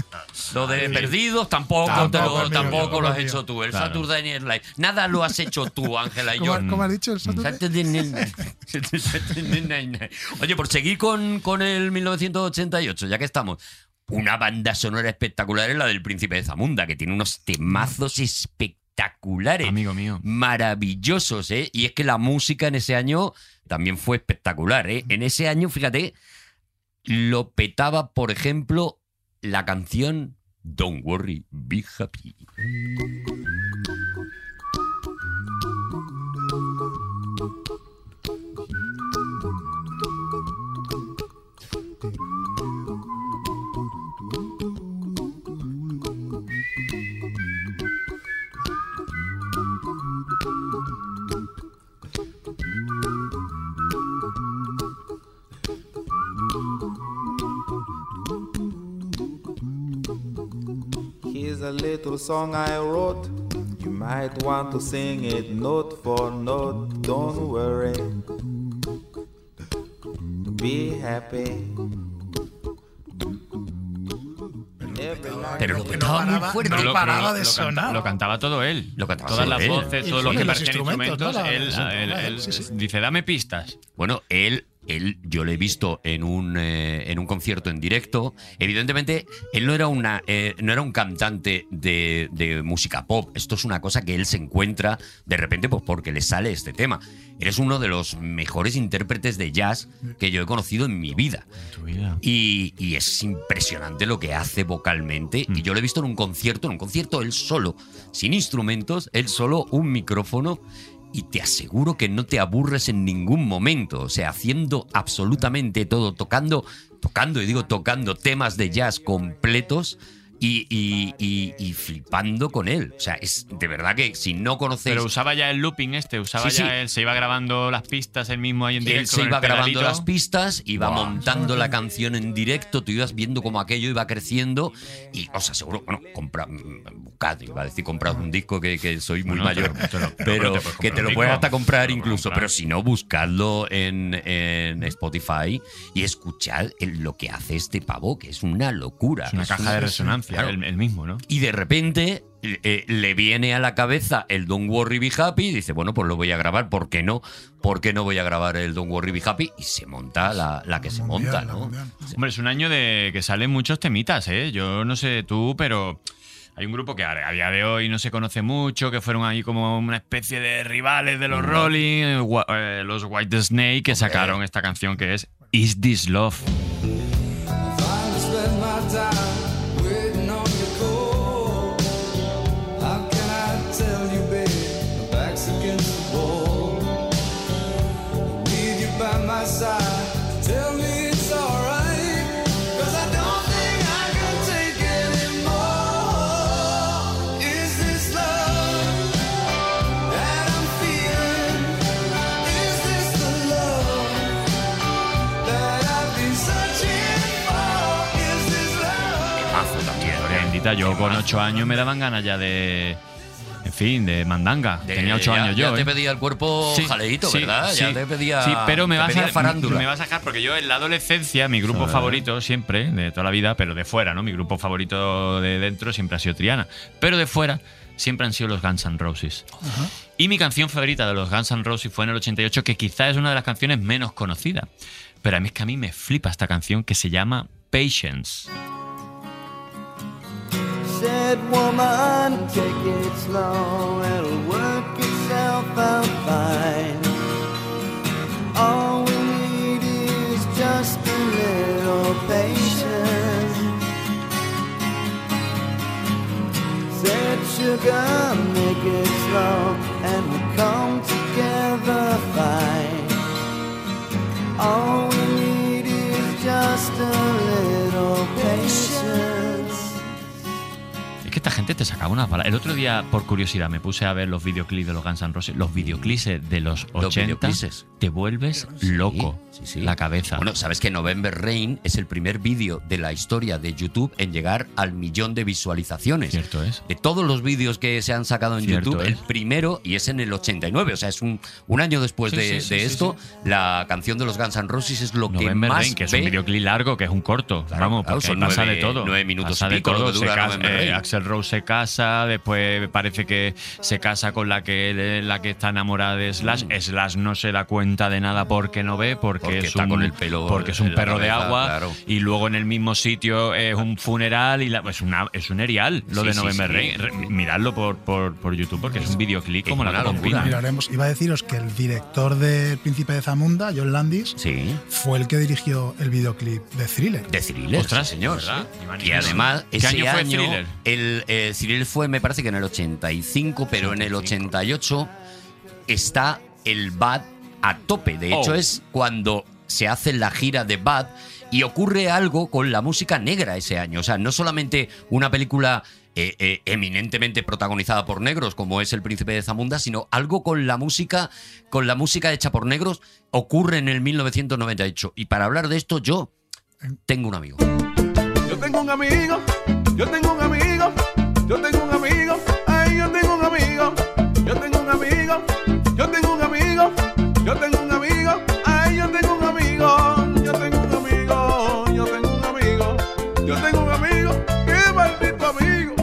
Speaker 5: Lo de perdidos tampoco, te
Speaker 2: Tampoco
Speaker 5: lo,
Speaker 2: es mío,
Speaker 5: tampoco
Speaker 2: tampoco
Speaker 5: lo has
Speaker 2: es mío.
Speaker 5: hecho tú. El
Speaker 2: Claro.
Speaker 5: Saturday Night Live. Nada lo has hecho tú, Ángela y
Speaker 2: ¿Cómo,
Speaker 5: yo.
Speaker 2: cómo has dicho el Saturday?
Speaker 5: Saturday Night- Saturday Night Night. Oye, por seguir con, con el 1988, ya que estamos. Una banda sonora espectacular es la del Príncipe de Zamunda, que tiene unos temazos espectaculares.
Speaker 4: Amigo mío.
Speaker 5: Maravillosos, ¿eh? Y es que la música en ese año también fue espectacular, ¿eh? En ese año, fíjate, lo petaba, por ejemplo, la canción Don't Worry, Be Happy.
Speaker 18: Here's a little song I wrote. You might want to sing it note for note. Don't worry. Be happy.
Speaker 5: Pero lo
Speaker 2: petaba muy paraba- fuerte. no paraba de
Speaker 4: canta-
Speaker 2: sonar.
Speaker 4: lo cantaba todo él.
Speaker 5: cantaba
Speaker 4: Todas
Speaker 5: todo
Speaker 4: las
Speaker 5: él.
Speaker 4: voces,
Speaker 5: Y
Speaker 4: todos los
Speaker 5: sí,
Speaker 4: que
Speaker 5: los
Speaker 4: parecían
Speaker 5: instrumentos,
Speaker 4: instrumentos.
Speaker 5: toda la-
Speaker 4: él-
Speaker 5: sí,
Speaker 4: él-
Speaker 5: toda la-
Speaker 4: él
Speaker 5: sí, sí.
Speaker 4: dice, dame pistas.
Speaker 5: Bueno, él, él, yo lo he visto en un, eh, en un concierto en directo. Evidentemente, él no era, una, eh, no era un cantante de, de música pop. Esto es una cosa que él se encuentra de repente pues porque le sale este tema. Él es uno de los mejores intérpretes de jazz que yo he conocido en mi vida. Y, y es impresionante lo que hace vocalmente. Y yo lo he visto en un concierto, en un concierto él solo, sin instrumentos, él solo, un micrófono. Y te aseguro que no te aburres en ningún momento. O sea, haciendo absolutamente todo, tocando, tocando, y digo tocando temas de jazz completos. Y, y- y- y flipando con él. O sea, es de verdad que si no conocéis.
Speaker 4: Pero usaba ya el looping este, usaba
Speaker 5: Sí, sí.
Speaker 4: ya él, se iba grabando las pistas él mismo ahí en
Speaker 5: Sí,
Speaker 4: directo.
Speaker 5: él se
Speaker 4: con el
Speaker 5: iba grabando
Speaker 4: pedalito.
Speaker 5: las pistas, iba
Speaker 4: Buah.
Speaker 5: montando la canción en directo, tú ibas viendo cómo aquello iba creciendo y os aseguro, bueno, compra, mm, buscad, iba a decir comprad un disco que, que soy muy
Speaker 4: Bueno,
Speaker 5: mayor,
Speaker 4: te lo- te lo- te lo- te
Speaker 5: pero
Speaker 4: puedes comprar
Speaker 5: que te
Speaker 4: un
Speaker 5: lo
Speaker 4: disco,
Speaker 5: puedes hasta comprar
Speaker 4: te lo puedes
Speaker 5: incluso,
Speaker 4: comprar.
Speaker 5: pero si no, buscadlo en, en Spotify y escuchad el- lo que hace este pavo, que es una locura.
Speaker 4: Es una caja de resonancia,
Speaker 5: Claro.
Speaker 4: el, el mismo, ¿no?
Speaker 5: Y de repente eh, le viene a la cabeza el Don't Worry Be Happy y dice, bueno, pues lo voy a grabar, ¿por qué no? ¿Por qué no voy a grabar el Don't Worry Be Happy? Y se monta la, la que se monta, ¿no?
Speaker 4: Hombre, es un año de que salen muchos temitas, ¿eh? Yo no sé tú, pero hay un grupo que a a día de hoy no se conoce mucho, que fueron ahí como una especie de rivales de los Rolling, eh, Wa- eh, los White Snake, que sacaron esta canción que es Is This Love.
Speaker 19: I spend my time waiting on your call. How can I tell you, babe? My back's against the wall. Need you by my side. Tell me it's alright. 'Cause I don't think I can take anymore. Is this love that I'm feeling? Is this the love? that I've been searching for? Is this love?
Speaker 5: Temazo también.
Speaker 4: Bendita, yo con ocho años me daban ganas ya de. En fin, de mandanga.
Speaker 5: De-
Speaker 4: Tenía ocho
Speaker 5: ya-
Speaker 4: años
Speaker 5: ya
Speaker 4: yo.
Speaker 5: te
Speaker 4: ¿eh?
Speaker 5: pedía el cuerpo jaleíto, ¿verdad? Ya te pedía-
Speaker 4: Sí, pero me
Speaker 5: te
Speaker 4: va
Speaker 5: pedía
Speaker 4: a
Speaker 5: farándula.
Speaker 4: Me va a sacar porque yo en la adolescencia, mi grupo
Speaker 5: Ah.
Speaker 4: favorito siempre, de toda la vida, pero de fuera, ¿no? Mi grupo favorito de dentro siempre ha sido Triana. Pero de fuera siempre han sido los Guns N' Roses. Y mi canción favorita de los Guns N' Roses fue en el 88, que quizás es una de las canciones menos conocidas. Pero a mí es que a mí me flipa esta canción que se llama Patience.
Speaker 19: Said woman, take it slow, it'll work itself out fine. All we need is just a little patience. Said sugar, make it slow, and we'll come together fine. All we need is just a little patience.
Speaker 4: Es que esta gente te sacaba unas balas. El otro día, por curiosidad, me puse a ver los videoclips de los Guns N' Roses. Los videoclips eh, de los 80
Speaker 5: videoclips. eh.
Speaker 4: te vuelves loco la cabeza.
Speaker 5: Bueno, sabes que November Rain es el primer vídeo de la historia de YouTube en llegar al millón de visualizaciones.
Speaker 4: Cierto es.
Speaker 5: De todos los vídeos que se han sacado en
Speaker 4: Cierto
Speaker 5: YouTube,
Speaker 4: es.
Speaker 5: el primero, y es en el 89, o sea, es un, un año después
Speaker 4: Sí,
Speaker 5: de,
Speaker 4: sí, sí,
Speaker 5: de
Speaker 4: sí,
Speaker 5: esto, la canción de los Guns N' Roses es lo que
Speaker 4: November
Speaker 5: más
Speaker 4: Rain, que es
Speaker 5: ve
Speaker 4: un videoclip largo, que es un corto. Vamos,
Speaker 5: claro,
Speaker 4: porque
Speaker 5: son
Speaker 4: ahí pasa
Speaker 5: nueve-
Speaker 4: de todo.
Speaker 5: nueve minutos
Speaker 4: Pasa
Speaker 5: y
Speaker 4: de
Speaker 5: pico
Speaker 4: todo.
Speaker 5: lo que
Speaker 4: Se eh,
Speaker 5: dura
Speaker 4: casa-
Speaker 5: November Rain.
Speaker 4: Axel Rose se casa, después parece que se casa con la que él es la que está enamorada de Slash. Slash no se da cuenta de nada porque no ve, porque,
Speaker 5: Mm. Porque
Speaker 4: es
Speaker 5: está
Speaker 4: un,
Speaker 5: con el pelo
Speaker 4: porque es un
Speaker 5: en la
Speaker 4: perro de
Speaker 5: cabeza,
Speaker 4: agua.
Speaker 5: claro.
Speaker 4: Y luego en el mismo sitio es un funeral y la- es, una, es un erial lo
Speaker 5: Sí,
Speaker 4: de
Speaker 5: sí,
Speaker 4: November
Speaker 5: sí.
Speaker 4: Rain. Re- Miradlo por, por, por YouTube porque es un videoclip como la
Speaker 5: una
Speaker 4: copa un pino.
Speaker 2: Miraremos. Iba a deciros que el director de El Príncipe de Zamunda, John Landis, fue el que dirigió el videoclip de Thriller.
Speaker 5: De Thriller,
Speaker 4: Ostras,
Speaker 5: sí, señor.
Speaker 4: ¿verdad? Ni más ni
Speaker 5: Y
Speaker 4: menos.
Speaker 5: además,
Speaker 4: ¿Qué
Speaker 5: ese
Speaker 4: año fue Thriller?
Speaker 5: el eh, Thriller fue, me parece que en el 85, pero en el 88 está el Bad a tope. De hecho,
Speaker 4: Oh.
Speaker 5: es cuando se hace la gira de Bad y ocurre algo con la música negra ese año. O sea, no solamente una película eh, eh, eminentemente protagonizada por negros, como es El Príncipe de Zamunda, sino algo con la música, con la música hecha por negros, ocurre en el 1998. Y para hablar de esto, yo tengo un amigo.
Speaker 9: Yo tengo un amigo, yo tengo un amigo, yo tengo un amigo, ay, yo tengo un amigo, yo tengo un amigo, yo tengo un amigo, yo tengo un amigo, ay, yo tengo un amigo, yo tengo un amigo, yo tengo un amigo, yo tengo un amigo, qué maldito amigo.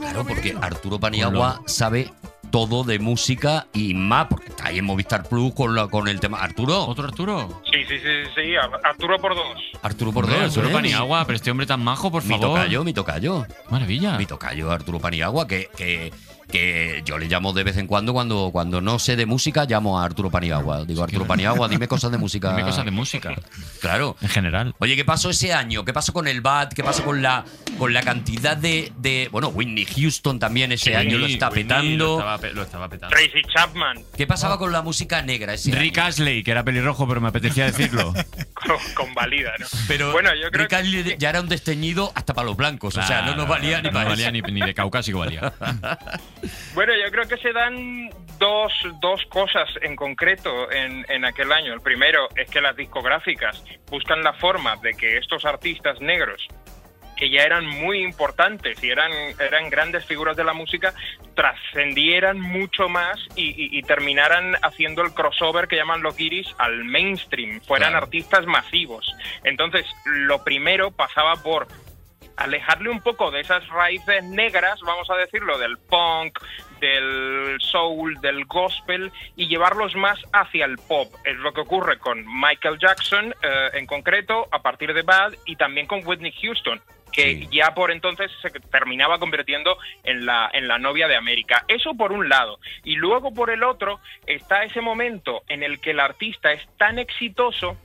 Speaker 5: Claro, porque Arturo Paniagua sabe todo de música y más, porque está ahí en Movistar Plus con, la- con el tema. Arturo.
Speaker 4: ¿Otro Arturo?
Speaker 20: Sí, sí, sí, sí, Arturo por dos.
Speaker 5: Arturo por
Speaker 4: Hombre,
Speaker 5: dos,
Speaker 4: Arturo
Speaker 5: ¿eh?
Speaker 4: Paniagua, pero este hombre tan majo, por
Speaker 5: Mi
Speaker 4: favor.
Speaker 5: tocayo, mi tocayo.
Speaker 4: Maravilla.
Speaker 5: Mi tocayo, Arturo Paniagua, que, que, que yo le llamo de vez en cuando, cuando cuando no sé de música, llamo a Arturo Paniagua. Digo, Arturo Paniagua, dime cosas de música.
Speaker 4: Dime cosas de música.
Speaker 5: Claro.
Speaker 4: En general.
Speaker 5: Oye, ¿qué pasó ese año? ¿Qué pasó con el BAT? ¿Qué pasó con la, con la cantidad de, de- Bueno, Whitney Houston también ese
Speaker 4: Sí,
Speaker 5: Este año lo Ah. está
Speaker 4: Whitney
Speaker 5: petando.
Speaker 4: lo estaba pe- lo estaba petando.
Speaker 20: Tracy Chapman.
Speaker 5: ¿Qué pasaba con la música negra ese
Speaker 4: Rick Astley, que era pelirrojo, pero me apetecía decirlo.
Speaker 20: Con valida, ¿no?
Speaker 5: Pero
Speaker 20: bueno, yo creo
Speaker 5: Rick Astley ya era un desteñido hasta para los blancos. o sea, no nos valía ni
Speaker 4: no
Speaker 5: para
Speaker 4: valía
Speaker 5: eso.
Speaker 4: ni, ni de caucásico valía.
Speaker 20: Bueno, yo creo que se dan dos, dos cosas en concreto en, en aquel año. El primero es que las discográficas buscan la forma de que estos artistas negros que ya eran muy importantes y eran, eran grandes figuras de la música, trascendieran mucho más y, y- y terminaran haciendo el crossover que llaman los guiris al mainstream, fueran
Speaker 5: Claro.
Speaker 20: artistas masivos. Entonces, lo primero pasaba por alejarle un poco de esas raíces negras, vamos a decirlo, del punk, del soul, del gospel, y llevarlos más hacia el pop. Es lo que ocurre con Michael Jackson eh, en concreto, a partir de Bad, y también con Whitney Houston que ya por entonces se terminaba convirtiendo en la, en la novia de América. Eso por un lado. Y luego por el otro está ese momento en el que el artista es tan exitoso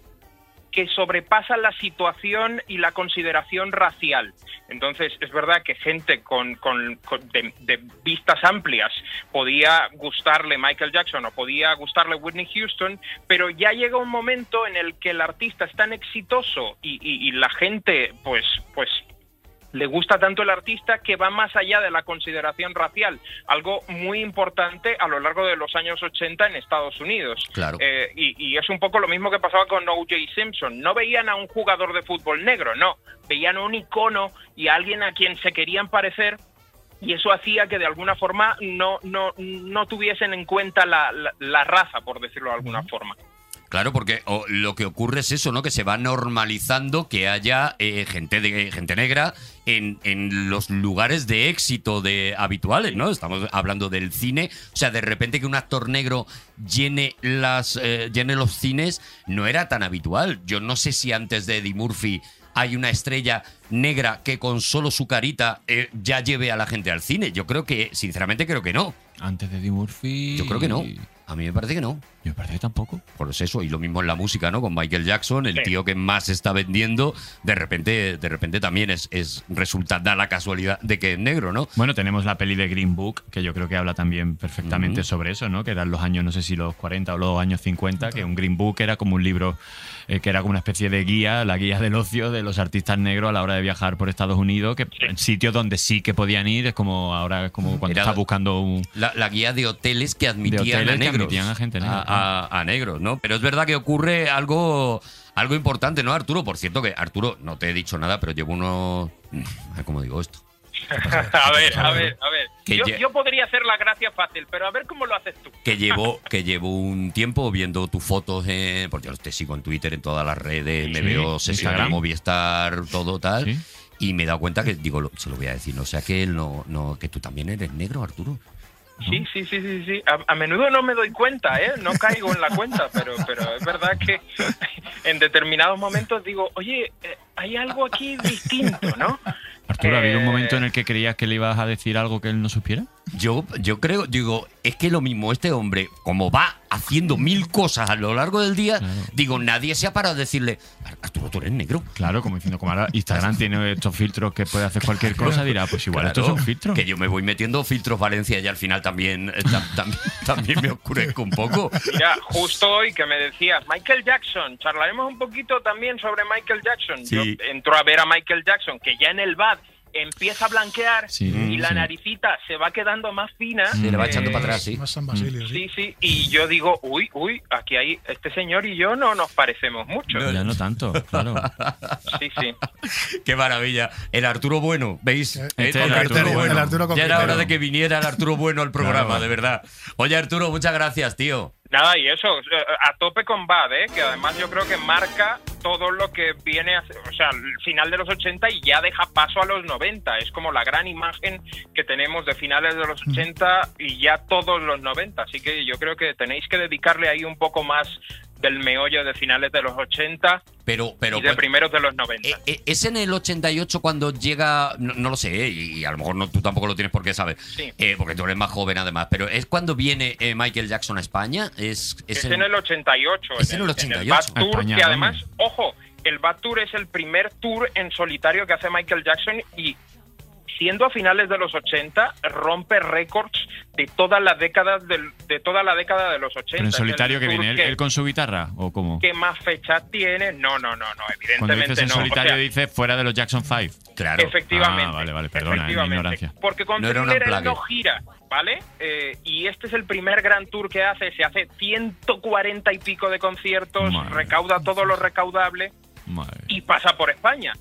Speaker 20: que sobrepasa la situación y la consideración racial. Entonces, es verdad que gente con, con- con- de, de vistas amplias podía gustarle Michael Jackson o podía gustarle Whitney Houston, pero ya llega un momento en el que el artista es tan exitoso y, y- y la gente, pues, pues le gusta tanto el artista que va más allá de la consideración racial, algo muy importante a lo largo de los años 80 en Estados Unidos.
Speaker 5: Claro.
Speaker 20: Eh, y, y es un poco lo mismo que pasaba con O.J. Simpson. No veían a un jugador de fútbol negro, no. Veían a un icono y a alguien a quien se querían parecer y eso hacía que de alguna forma no, no, no tuviesen en cuenta la, la- la raza, por decirlo de alguna forma.
Speaker 5: Claro, porque o, lo que ocurre es eso, ¿no? Que se va normalizando que haya eh, gente de gente negra en, en los lugares de éxito de habituales, ¿no? Estamos hablando del cine. O sea, de repente que un actor negro llene las eh, llene los cines no era tan habitual. Yo no sé si antes de Eddie Murphy hay una estrella negra que con solo su carita eh, ya lleve a la gente al cine. Yo creo que, sinceramente, creo que no.
Speaker 4: Antes de Eddie Murphy.
Speaker 5: Yo creo que no. A mí me parece que no.
Speaker 4: Me parece que tampoco.
Speaker 5: Por eso, eso, y lo mismo en la música, ¿no? Con Michael Jackson, el tío que más está vendiendo, de repente, de repente también es, es resulta, da la casualidad de que es negro, ¿no?
Speaker 4: Bueno, tenemos la peli de Green Book, que yo creo que habla también perfectamente sobre eso, ¿no? Que eran los años, no sé si los 40 o los años 50, que un Green Book era como un libro, eh, que era como una especie de guía, la guía del ocio de los artistas negros a la hora de viajar por Estados Unidos, que sitios donde sí que podían ir, es como ahora, es como cuando
Speaker 5: Era-
Speaker 4: estás buscando un.
Speaker 5: La, la guía de hoteles que admitían
Speaker 4: De hoteles
Speaker 5: a
Speaker 4: que
Speaker 5: negros.
Speaker 4: admitían a gente negra,
Speaker 5: a- a negros, ¿no? Pero es verdad que ocurre algo, algo importante, ¿no, Arturo? Por cierto, que Arturo, no te he dicho nada, pero llevo unos. Ay, ¿Cómo digo esto?
Speaker 20: A ver, a ver, a ver.
Speaker 5: Que
Speaker 20: Yo,
Speaker 5: ya-
Speaker 20: yo podría hacer la gracia fácil, pero a ver cómo lo haces tú.
Speaker 5: Que llevo, que llevo un tiempo viendo tus fotos, eh, porque yo te sigo en Twitter, en todas las redes, me
Speaker 4: Sí,
Speaker 5: veo
Speaker 4: Instagram.
Speaker 5: Instagram, Movistar, todo tal. Y me he dado cuenta que, digo, lo- se lo voy a decir, no sea que él no, no, que tú también eres negro, Arturo.
Speaker 20: Sí, sí, sí, sí, sí. A, a menudo no me doy cuenta, ¿eh? No caigo en la cuenta, pero, pero es verdad que en determinados momentos digo, oye, eh, hay algo aquí distinto, ¿no?
Speaker 4: Arturo, ¿ha habido un momento en el que creías que le ibas a decir algo que él no supiera?
Speaker 5: Yo, yo creo, digo, es que lo mismo, este hombre, como va haciendo mil cosas a lo largo del día, digo, nadie se ha parado a decirle, Arturo, tú eres negro.
Speaker 4: Claro, como diciendo, como ahora Instagram tiene estos filtros que puede hacer cualquier cosa, dirá, pues igual
Speaker 5: Claro,
Speaker 4: estos son filtros.
Speaker 5: Que yo me voy metiendo filtros Valencia y al final también, eh, tam- tam- también me oscurezco un poco.
Speaker 20: Mira, justo hoy que me decías, Michael Jackson, charlaremos un poquito también sobre Michael Jackson.
Speaker 5: Sí.
Speaker 20: Yo entro a ver a Michael Jackson, que ya en el bad empieza a blanquear
Speaker 5: Sí,
Speaker 20: y la
Speaker 5: sí.
Speaker 20: naricita se va quedando más fina.
Speaker 5: Se le va echando
Speaker 20: Eh,
Speaker 5: para atrás, sí.
Speaker 20: Sí, sí, y yo digo, uy, uy, aquí hay, este señor y yo no nos parecemos mucho.
Speaker 4: Ya no tanto, claro.
Speaker 20: Sí, sí.
Speaker 5: Qué maravilla. El Arturo Bueno, ¿veis? Eh,
Speaker 4: Este es el
Speaker 5: el
Speaker 4: Arturo
Speaker 5: Arturo
Speaker 4: Bueno.
Speaker 5: Bueno.
Speaker 4: El Arturo con
Speaker 5: ya era hora
Speaker 4: criterio.
Speaker 5: de que viniera el Arturo Bueno al programa,
Speaker 4: Claro.
Speaker 5: de verdad. Oye, Arturo, muchas gracias, tío.
Speaker 20: Nada, y eso, eh, a tope con Bad, ¿eh? que además yo creo que marca todo lo que viene, a, o sea, el final de los 80 y ya deja paso a los 90. Es como la gran imagen que tenemos de finales de los 80 y ya todos los 90. Así que yo creo que tenéis que dedicarle ahí un poco más del meollo de finales de los 80
Speaker 5: Pero, pero pues,
Speaker 20: y de primeros de los 90.
Speaker 5: Eh, ¿Es en el 88 cuando llega, no, no lo sé, eh, y a lo mejor no, tú tampoco lo tienes por qué saber, eh, porque tú eres más joven además, pero ¿es cuando viene eh, Michael Jackson a España? ¿Es,
Speaker 20: Es, en el 88.
Speaker 5: es en el 88.
Speaker 20: Bad Tour,
Speaker 5: España,
Speaker 20: que
Speaker 5: ¿no?
Speaker 20: además, ojo, el Bad Tour es el primer tour en solitario que hace Michael Jackson y siendo a finales de los 80 rompe récords de toda la década del- de toda la década de los 80.
Speaker 4: Pero en
Speaker 20: Es el
Speaker 4: solitario que
Speaker 20: tour
Speaker 4: viene él, él con su guitarra, ¿o cómo?
Speaker 20: que más fechas tiene? No, no, no, no,
Speaker 4: Cuando
Speaker 20: evidentemente
Speaker 4: dices en
Speaker 20: no. O
Speaker 4: solitario,
Speaker 20: sea,
Speaker 4: dices fuera de los Jackson 5.
Speaker 5: Claro.
Speaker 20: Efectivamente,
Speaker 4: Ah, vale, vale,
Speaker 5: eh,
Speaker 4: perdona, mi
Speaker 20: efectivamente.
Speaker 4: ignorancia.
Speaker 20: Porque con
Speaker 4: No
Speaker 20: no
Speaker 4: era un unplugged.
Speaker 20: no gira, ¿vale? Eh, y este es el primer gran tour que hace. Se hace 140 y pico de conciertos,
Speaker 4: Madre.
Speaker 20: recauda todo lo recaudable
Speaker 4: Madre.
Speaker 20: y pasa por España.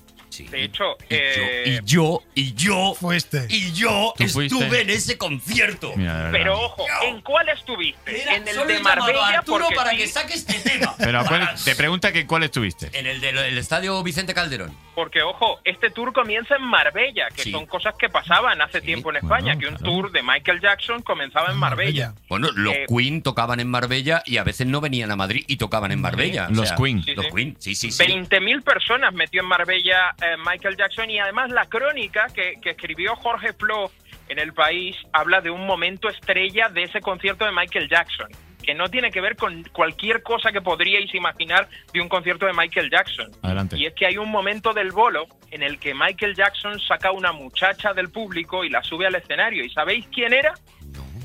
Speaker 20: De hecho, eh,
Speaker 5: Y yo, y yo,
Speaker 2: este.
Speaker 5: y yo
Speaker 20: Tú
Speaker 5: estuve
Speaker 20: fuiste.
Speaker 5: en ese concierto.
Speaker 20: pero ojo, ¿en cuál estuviste?
Speaker 5: Mira,
Speaker 20: en el
Speaker 5: solo
Speaker 20: de
Speaker 5: he llamado a
Speaker 20: Marbella,
Speaker 5: Arturo
Speaker 20: porque
Speaker 5: para
Speaker 20: sí,
Speaker 5: que saque este tema.
Speaker 4: Pero ¿cuál- te pregunta que cuál estuviste.
Speaker 5: En el del el estadio Vicente Calderón.
Speaker 20: Porque, ojo, este tour comienza en Marbella, que
Speaker 5: Sí.
Speaker 20: son cosas que pasaban hace tiempo en España, que un tour de Michael Jackson comenzaba en
Speaker 2: Ah,
Speaker 20: Marbella.
Speaker 5: Bueno, los
Speaker 20: Eh,
Speaker 5: Queen tocaban en Marbella y a veces no venían a Madrid y tocaban en Marbella. o
Speaker 4: Los
Speaker 5: sea,
Speaker 4: Queen.
Speaker 5: Los Queen, sí, sí, sí.
Speaker 20: 20.000 personas metió en Marbella eh, Michael Jackson y además la crónica que, que escribió Jorge Flo en El País habla de un momento estrella de ese concierto de Michael Jackson, que no tiene que ver con cualquier cosa que podríais imaginar de un concierto de Michael Jackson.
Speaker 4: Adelante.
Speaker 20: Y es que hay un momento del bolo en el que Michael Jackson saca a una muchacha del público y la sube al escenario. ¿Y sabéis quién era?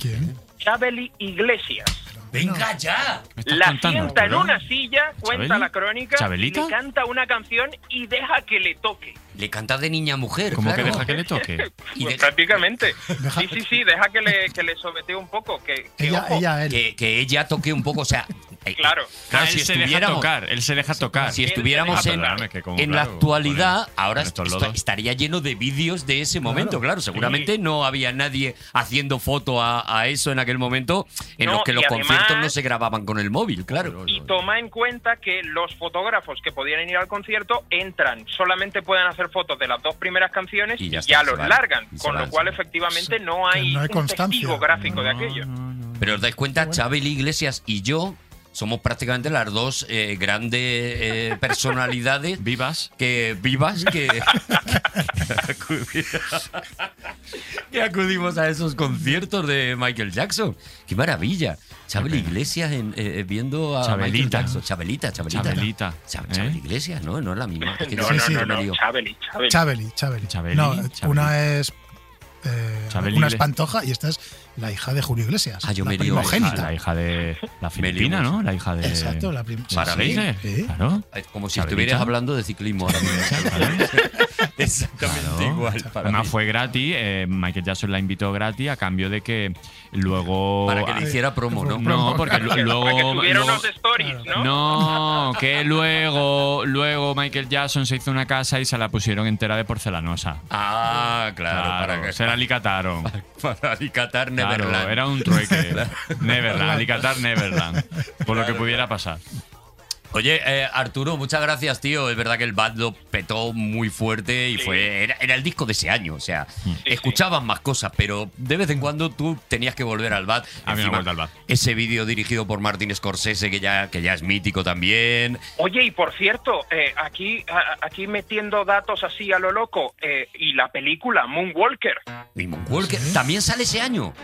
Speaker 2: ¿Quién?
Speaker 20: Chabeli Iglesias.
Speaker 5: ¡Venga ya!
Speaker 20: La
Speaker 4: contando,
Speaker 20: sienta en
Speaker 4: cabrón?
Speaker 20: una silla, cuenta
Speaker 5: ¿Chabeli?
Speaker 20: la crónica,
Speaker 5: ¿Chabelita?
Speaker 20: le canta una canción y deja que le toque.
Speaker 5: Le canta de niña a mujer.
Speaker 4: Como
Speaker 5: claro.
Speaker 4: que deja que le toque.
Speaker 5: Y
Speaker 20: Pues
Speaker 5: de-
Speaker 20: prácticamente. Sí, sí, sí, deja que le, que le sobetee un poco. Que, que ojo,
Speaker 5: Que, que ella toque un poco, o sea. eh,
Speaker 20: Claro.
Speaker 4: Ah, él se deja tocar, él se deja tocar.
Speaker 5: Si estuviéramos
Speaker 4: Ah,
Speaker 5: en,
Speaker 4: perdóname, que como,
Speaker 5: en la
Speaker 4: claro,
Speaker 5: actualidad, ahora
Speaker 4: con estos
Speaker 5: est-
Speaker 4: lodos.
Speaker 5: estaría lleno de vídeos de ese momento, claro. Seguramente no había nadie haciendo foto a, a eso en aquel momento, en
Speaker 20: No,
Speaker 5: los que
Speaker 20: y
Speaker 5: los
Speaker 20: además-
Speaker 5: conciertos no se grababan con el móvil, claro.
Speaker 20: y toma en cuenta que los fotógrafos que podían ir al concierto entran, solamente pueden hacer fotos de las dos primeras canciones
Speaker 5: Y
Speaker 20: y
Speaker 5: ya
Speaker 20: ya,
Speaker 5: está, se
Speaker 20: los
Speaker 5: van.
Speaker 20: largan,
Speaker 5: Y se
Speaker 20: con
Speaker 5: van,
Speaker 20: lo
Speaker 5: se
Speaker 20: cual efectivamente no hay,
Speaker 5: no
Speaker 20: un
Speaker 5: hay
Speaker 20: testigo
Speaker 5: constancia.
Speaker 20: gráfico de aquello.
Speaker 5: Pero os dais cuenta, Chabel Iglesias y yo somos prácticamente las dos eh, grandes eh, personalidades vivas que vivas que, que acudimos a esos conciertos de Michael Jackson. Qué maravilla. Chabel Iglesias en- eh, viendo a Michael
Speaker 4: Chabelita.
Speaker 5: Jackson. Chabelita, Chabelita. ¿no?
Speaker 4: Chabelita, ¿eh?
Speaker 5: Chab- Chabel Iglesias, ¿no? No es la misma. Es que
Speaker 2: No,
Speaker 5: sé
Speaker 2: no,
Speaker 5: si
Speaker 2: no,
Speaker 5: me
Speaker 2: no,
Speaker 5: lío.
Speaker 20: Chabeli, Chabeli.
Speaker 2: Chabeli, Chabeli.
Speaker 4: Chabeli,
Speaker 2: no,
Speaker 4: Chabeli.
Speaker 2: una es eh,
Speaker 4: Chabeli
Speaker 2: una
Speaker 4: Iglesias.
Speaker 2: es Pantoja y esta es la hija de Julio Iglesias,
Speaker 4: Ah, yo
Speaker 2: la
Speaker 4: me lío.
Speaker 2: primogénita.
Speaker 4: La hija de la filipina,
Speaker 5: lío.
Speaker 4: ¿no? La hija de.
Speaker 2: Exacto, la prim- sí,
Speaker 4: Para
Speaker 2: sí, sí.
Speaker 4: Claro.
Speaker 5: Es Como si
Speaker 4: Chabelita.
Speaker 5: estuvieras hablando de ciclismo ahora mismo. Exactamente
Speaker 4: Claro.
Speaker 5: igual. para
Speaker 4: Además
Speaker 5: mí.
Speaker 4: fue gratis, eh, Michael Jackson la invitó gratis a cambio de que luego...
Speaker 5: Para que le hiciera promo, ¿no?
Speaker 4: No, porque lu- luego...
Speaker 20: Para que subiera
Speaker 4: luego-
Speaker 20: unos stories, ¿no?
Speaker 4: no, que luego, luego Michael Jackson se hizo una casa y se la pusieron entera de porcelanosa.
Speaker 5: Ah, claro, para que-
Speaker 4: Se la alicataron.
Speaker 5: Para
Speaker 4: Claro,
Speaker 5: Alicatar Neverland.
Speaker 4: era un trueque. Neverland, alicatar Neverland. Por lo que pudiera pasar.
Speaker 5: Oye, eh, Arturo, muchas gracias, tío. Es verdad que el band lo petó muy fuerte y fue era, era el disco de ese año. O sea, escuchaban más cosas, pero de vez en cuando tú tenías que volver al bad.
Speaker 4: Había una vuelta al Bad.
Speaker 5: Ese vídeo dirigido por Martin Scorsese, que ya, que ya es mítico también.
Speaker 20: Oye, y por cierto, eh, aquí, a- aquí metiendo datos así a lo loco, eh, y la película Moonwalker.
Speaker 5: Y Moonwalker también sale ese año.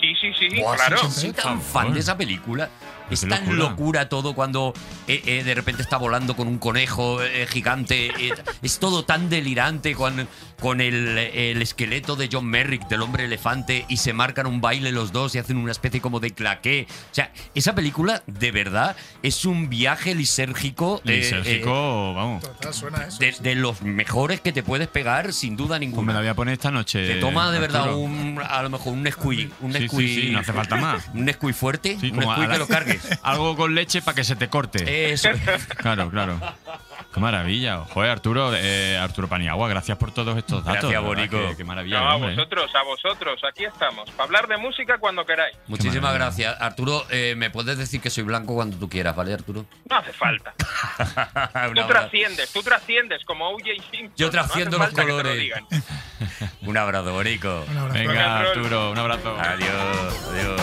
Speaker 20: Sí, sí, sí,
Speaker 5: Buah,
Speaker 20: claro.
Speaker 5: soy- soy tan
Speaker 4: ¿eh?
Speaker 5: fan de esa película. Es tan locura, todo cuando eh, eh, de repente está volando con un conejo eh, gigante. eh, es todo tan delirante con, con el, el esqueleto de John Merrick, del hombre elefante, y se marcan un baile los dos y hacen una especie como de claqué. O sea, esa película de verdad es un viaje lisérgico. eh, eh,
Speaker 4: Lisérgico, vamos.
Speaker 2: Total, suena eso.
Speaker 5: de, de los mejores que te puedes pegar, sin duda ninguna.
Speaker 4: Pues me la voy a poner esta noche.
Speaker 5: Te toma de verdad
Speaker 4: Arturo.
Speaker 5: un, a lo mejor un Nesquik, un
Speaker 4: Sí, sí,
Speaker 5: Nesquik,
Speaker 4: sí, no hace falta más.
Speaker 5: un Nesquik fuerte,
Speaker 4: Sí,
Speaker 5: un
Speaker 4: como
Speaker 5: Nesquik
Speaker 4: a la-
Speaker 5: que lo cargues.
Speaker 4: Algo con leche para que se te corte.
Speaker 5: Eso.
Speaker 4: Claro, claro. Qué maravilla. Joder, Arturo, eh, Arturo Paniagua, gracias por todos estos datos.
Speaker 5: Gracias,
Speaker 4: de verdad
Speaker 5: Bonico.
Speaker 4: que- Qué maravilla.
Speaker 20: No, a
Speaker 4: hombre.
Speaker 20: vosotros, a vosotros, aquí estamos, para hablar de música cuando queráis.
Speaker 5: Muchísimas gracias. Arturo, eh, me puedes decir que soy blanco cuando tú quieras, ¿vale, Arturo?
Speaker 20: No hace falta.
Speaker 5: Un
Speaker 20: Tú
Speaker 5: abrazo.
Speaker 20: trasciendes, tú trasciendes como OJ Simpson. no
Speaker 5: Yo
Speaker 20: hace
Speaker 5: trasciendo los
Speaker 20: falta que te lo
Speaker 5: colores.
Speaker 20: digan.
Speaker 5: Un abrazo, Bonico.
Speaker 4: Venga, Arturo, un abrazo.
Speaker 5: Adiós, adiós.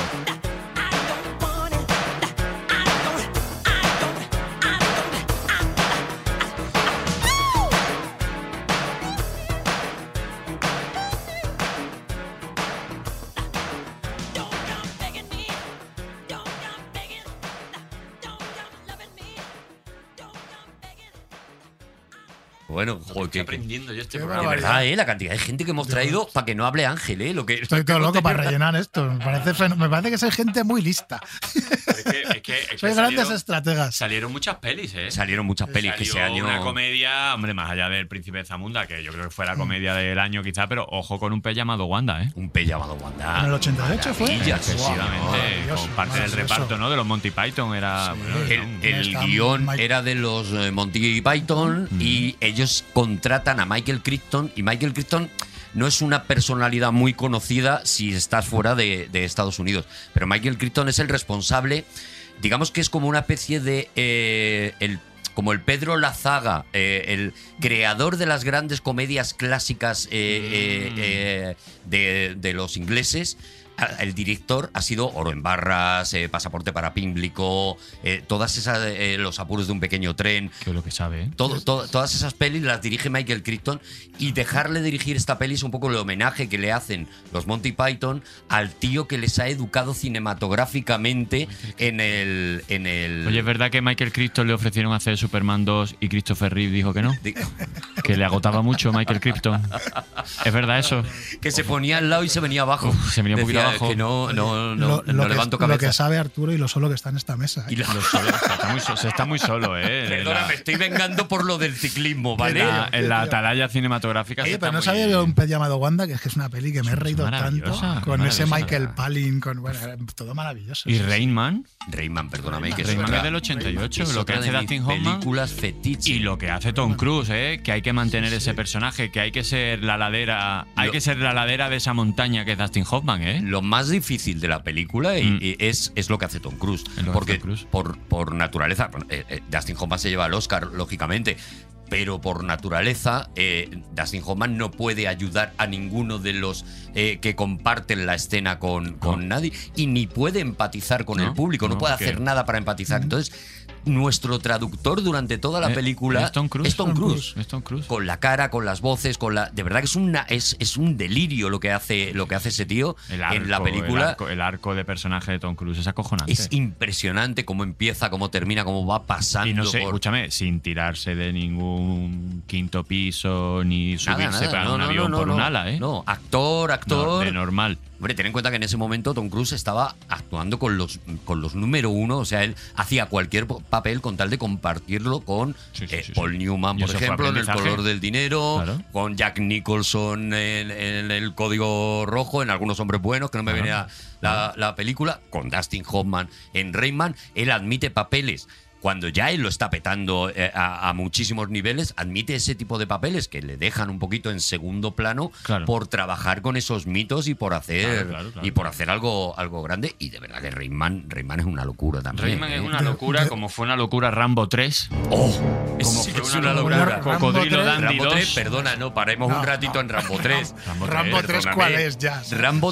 Speaker 5: Bueno, joder, qué-
Speaker 4: aprendiendo yo este
Speaker 5: de
Speaker 2: programa.
Speaker 5: verdad, eh, la cantidad de gente que hemos traído para que no hable Ángel, eh, lo que
Speaker 2: Estoy todo loco para rellenar esto. Me parece, fen- me parece que soy gente muy lista.
Speaker 4: Es que, es que- es que
Speaker 2: Soy grandes
Speaker 4: salieron,
Speaker 2: estrategas.
Speaker 4: salieron muchas pelis, ¿eh?
Speaker 5: Salieron muchas pelis que ese
Speaker 4: Salió
Speaker 5: año.
Speaker 4: Una comedia, hombre, más allá del Príncipe de Zamunda, que yo creo que fue
Speaker 5: Mm.
Speaker 4: la comedia del año quizá, pero ojo con un pez llamado Wanda, ¿eh?
Speaker 5: Un pez llamado Wanda.
Speaker 2: En el 88 fue.
Speaker 5: Maravilla,
Speaker 2: Guau,
Speaker 4: Efectivamente,
Speaker 2: Dios,
Speaker 4: con parte del
Speaker 2: maravilloso.
Speaker 4: reparto, ¿no? De los Monty Python era. bueno, era un-
Speaker 5: El, el
Speaker 2: Está
Speaker 5: guión
Speaker 2: Mike-
Speaker 5: era de los eh, Monty Python
Speaker 4: Mm.
Speaker 5: y ellos contratan a Michael Crichton y Michael Crichton no es una personalidad muy conocida si estás fuera de, de Estados Unidos, pero Michael Crichton es el responsable, digamos que es como una especie de eh, el como el Pedro Lazaga, eh, el creador de las grandes comedias clásicas eh, eh, eh, de, de los ingleses. a- El director ha sido Oro en Barras, eh, Pasaporte para Pímblico, eh, todas esas, eh, Los apuros de un pequeño tren.
Speaker 4: que es lo que sabe, ¿eh?
Speaker 5: Todo- to- todas esas pelis las dirige Michael Crichton y dejarle dirigir esta peli es un poco el homenaje que le hacen los Monty Python al tío que les ha educado cinematográficamente en el... En el
Speaker 4: Oye, ¿es verdad que Michael Crichton le ofrecieron hacer Superman 2 y Christopher Reeve dijo que no?
Speaker 5: Digo,
Speaker 4: Que le agotaba mucho Michael Crichton. ¿Es verdad eso?
Speaker 5: que se ponía al lado y se venía abajo.
Speaker 4: se venía un poquito
Speaker 5: Decía,
Speaker 4: abajo.
Speaker 5: "Es Que no,
Speaker 2: Lo-
Speaker 5: no, no,
Speaker 2: lo
Speaker 5: no
Speaker 2: que-
Speaker 5: levanto
Speaker 2: Lo que
Speaker 5: cabeza.
Speaker 2: sabe Arturo y lo solo que está en esta mesa. ¿eh?
Speaker 5: Y la-
Speaker 4: Lo solo- se, está muy, so- se está muy solo, ¿eh?
Speaker 5: Perdona, me
Speaker 4: En
Speaker 5: estoy vengando por lo del ciclismo,
Speaker 4: la,
Speaker 5: ¿vale?
Speaker 4: en la- en la atalaya cinematográfica
Speaker 2: Oye,
Speaker 4: se
Speaker 2: pero
Speaker 4: está
Speaker 2: no
Speaker 4: muy-
Speaker 2: sabía yo un pez llamado Wanda, que es que es una peli que me he
Speaker 4: Es
Speaker 2: reído tanto.
Speaker 4: maravillosa,
Speaker 2: Con ese
Speaker 4: maravillosa.
Speaker 2: Michael Palin, con bueno, era todo maravilloso.
Speaker 4: ¿Y
Speaker 2: sí, sí.
Speaker 4: Rainman?
Speaker 5: Rayman, perdóname, que es
Speaker 4: Rayman
Speaker 5: otra-
Speaker 4: es del 88,
Speaker 5: es
Speaker 4: lo que
Speaker 5: otra
Speaker 4: hace
Speaker 5: de
Speaker 4: Dustin
Speaker 5: mis
Speaker 4: Hoffman.
Speaker 5: películas fetiche.
Speaker 4: Y lo que hace Tom Cruise, ¿eh? que hay que mantener ese personaje, que hay que ser la ladera, hay
Speaker 5: Lo-
Speaker 4: que ser la ladera de esa montaña que es Dustin Hoffman, ¿eh?
Speaker 5: lo más difícil de la película y- y es, es lo que hace Tom Cruise.
Speaker 4: lo que
Speaker 5: Porque
Speaker 4: hace Tom Cruise.
Speaker 5: Por, por naturaleza, bueno, eh, eh, Dustin Hoffman se lleva el Oscar, lógicamente. pero por naturaleza eh, Dustin Hoffman no puede ayudar a ninguno de los eh, que comparten la escena con, con nadie y ni puede empatizar con
Speaker 4: No,
Speaker 5: el público, no,
Speaker 4: no,
Speaker 5: puede
Speaker 4: porque-
Speaker 5: hacer nada para empatizar. Entonces, nuestro traductor durante toda la
Speaker 4: Eh,
Speaker 5: película
Speaker 4: es Tom Cruise.
Speaker 5: es Tom
Speaker 4: Tom
Speaker 5: Cruise.
Speaker 4: Cruise, es Tom Cruise.
Speaker 5: Con la cara, con las voces, con la. De verdad que es una, es, es un delirio lo que hace, lo que hace ese tío
Speaker 4: El arco,
Speaker 5: en la
Speaker 4: El
Speaker 5: película.
Speaker 4: arco, el arco de personaje de Tom Cruise es acojonante.
Speaker 5: Es impresionante cómo empieza, cómo termina, cómo va pasando.
Speaker 4: y no sé,
Speaker 5: por-
Speaker 4: escúchame, sin tirarse de ningún quinto piso ni
Speaker 5: Nada,
Speaker 4: subirse
Speaker 5: nada,
Speaker 4: para
Speaker 5: no,
Speaker 4: un
Speaker 5: no,
Speaker 4: avión
Speaker 5: no,
Speaker 4: por
Speaker 5: no,
Speaker 4: un
Speaker 5: no.
Speaker 4: ala, ¿eh?
Speaker 5: No, actor, actor.
Speaker 4: de normal.
Speaker 5: Hombre, ten en cuenta que en ese momento Tom Cruise estaba actuando con los, con los número uno, o sea, él hacía cualquier po- papel con tal de compartirlo con eh, Paul Newman,
Speaker 4: Y
Speaker 5: por
Speaker 4: eso fue
Speaker 5: ejemplo, en El
Speaker 4: aprendizaje.
Speaker 5: color del dinero,
Speaker 4: Claro.
Speaker 5: con Jack Nicholson en, en El código rojo, en Algunos hombres buenos, que no me
Speaker 4: Claro.
Speaker 5: venía la, la película, con Dustin Hoffman en Rayman, él admite papeles. Cuando ya él lo está petando eh, a, a muchísimos niveles, admite ese tipo de papeles que le dejan un poquito en segundo plano
Speaker 4: Claro.
Speaker 5: por trabajar con esos mitos y por hacer
Speaker 4: Claro, claro, claro.
Speaker 5: y por hacer algo, algo grande. Y de verdad que Rayman, Rayman es una locura también.
Speaker 4: Rayman es
Speaker 5: ¿eh?
Speaker 4: una locura, como fue una locura Rambo 3.
Speaker 5: ¡Oh!
Speaker 4: Como
Speaker 5: Sí,
Speaker 4: fue
Speaker 5: es
Speaker 4: una
Speaker 5: una
Speaker 4: locura.
Speaker 5: locura.
Speaker 4: Cocodrilo
Speaker 5: Rambo
Speaker 4: Dandy
Speaker 5: 3,
Speaker 4: 2.
Speaker 5: perdona, no, paremos
Speaker 4: No,
Speaker 5: un ratito en Rambo 3.
Speaker 4: Rambo
Speaker 2: Rambo 3, ¿cuál es ya?
Speaker 5: Rambo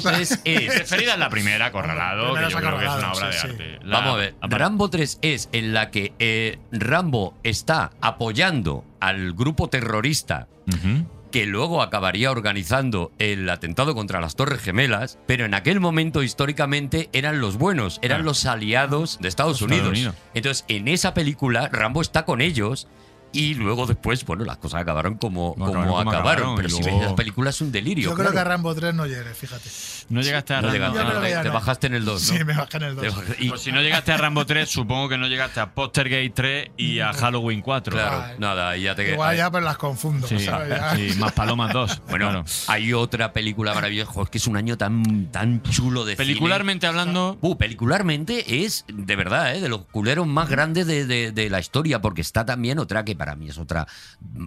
Speaker 5: 3 es.
Speaker 4: Preferida es la primera, Corralado, que yo creo que es una obra de arte. La-
Speaker 5: Vamos a ver, Rambo 3 es en la que eh, Rambo está apoyando al grupo terrorista que luego acabaría organizando el atentado contra las Torres Gemelas, pero en aquel momento históricamente eran los buenos, eran los aliados de Estados Unidos.
Speaker 4: Ah. Unidos.
Speaker 5: Entonces, en esa película, Rambo está con ellos. Y luego después, bueno, las cosas acabaron como, como
Speaker 4: acabaron
Speaker 5: acabaron,
Speaker 4: como acabaron,
Speaker 5: Pero
Speaker 4: y
Speaker 5: si
Speaker 4: luego-
Speaker 5: ves la película es un delirio.
Speaker 2: Yo creo que a Rambo 3 no llegué, fíjate.
Speaker 4: No llegaste a
Speaker 5: No
Speaker 4: Rambo
Speaker 5: llegaste,
Speaker 2: Yo creo que
Speaker 5: te,
Speaker 2: ya
Speaker 5: te
Speaker 2: no.
Speaker 5: bajaste en el 2.
Speaker 2: Sí, me bajé en el 2.
Speaker 4: Pues si no llegaste a Rambo 3, supongo que no llegaste a Postergate 3 y a Halloween 4.
Speaker 5: Claro, nada, ahí ya te
Speaker 2: Igual ya, pero las confundo.
Speaker 4: Sí,
Speaker 2: ¿sabes? Ya.
Speaker 4: sí, más Palomas 2.
Speaker 5: Bueno, hay otra película maravillosa. Jo, Es que es un año tan, tan chulo de
Speaker 4: Pelicularmente hablando.
Speaker 5: Uh, pelicularmente es, de verdad, ¿eh? de los culeros más grandes de, de- de la historia, porque está también otra que para mí es otra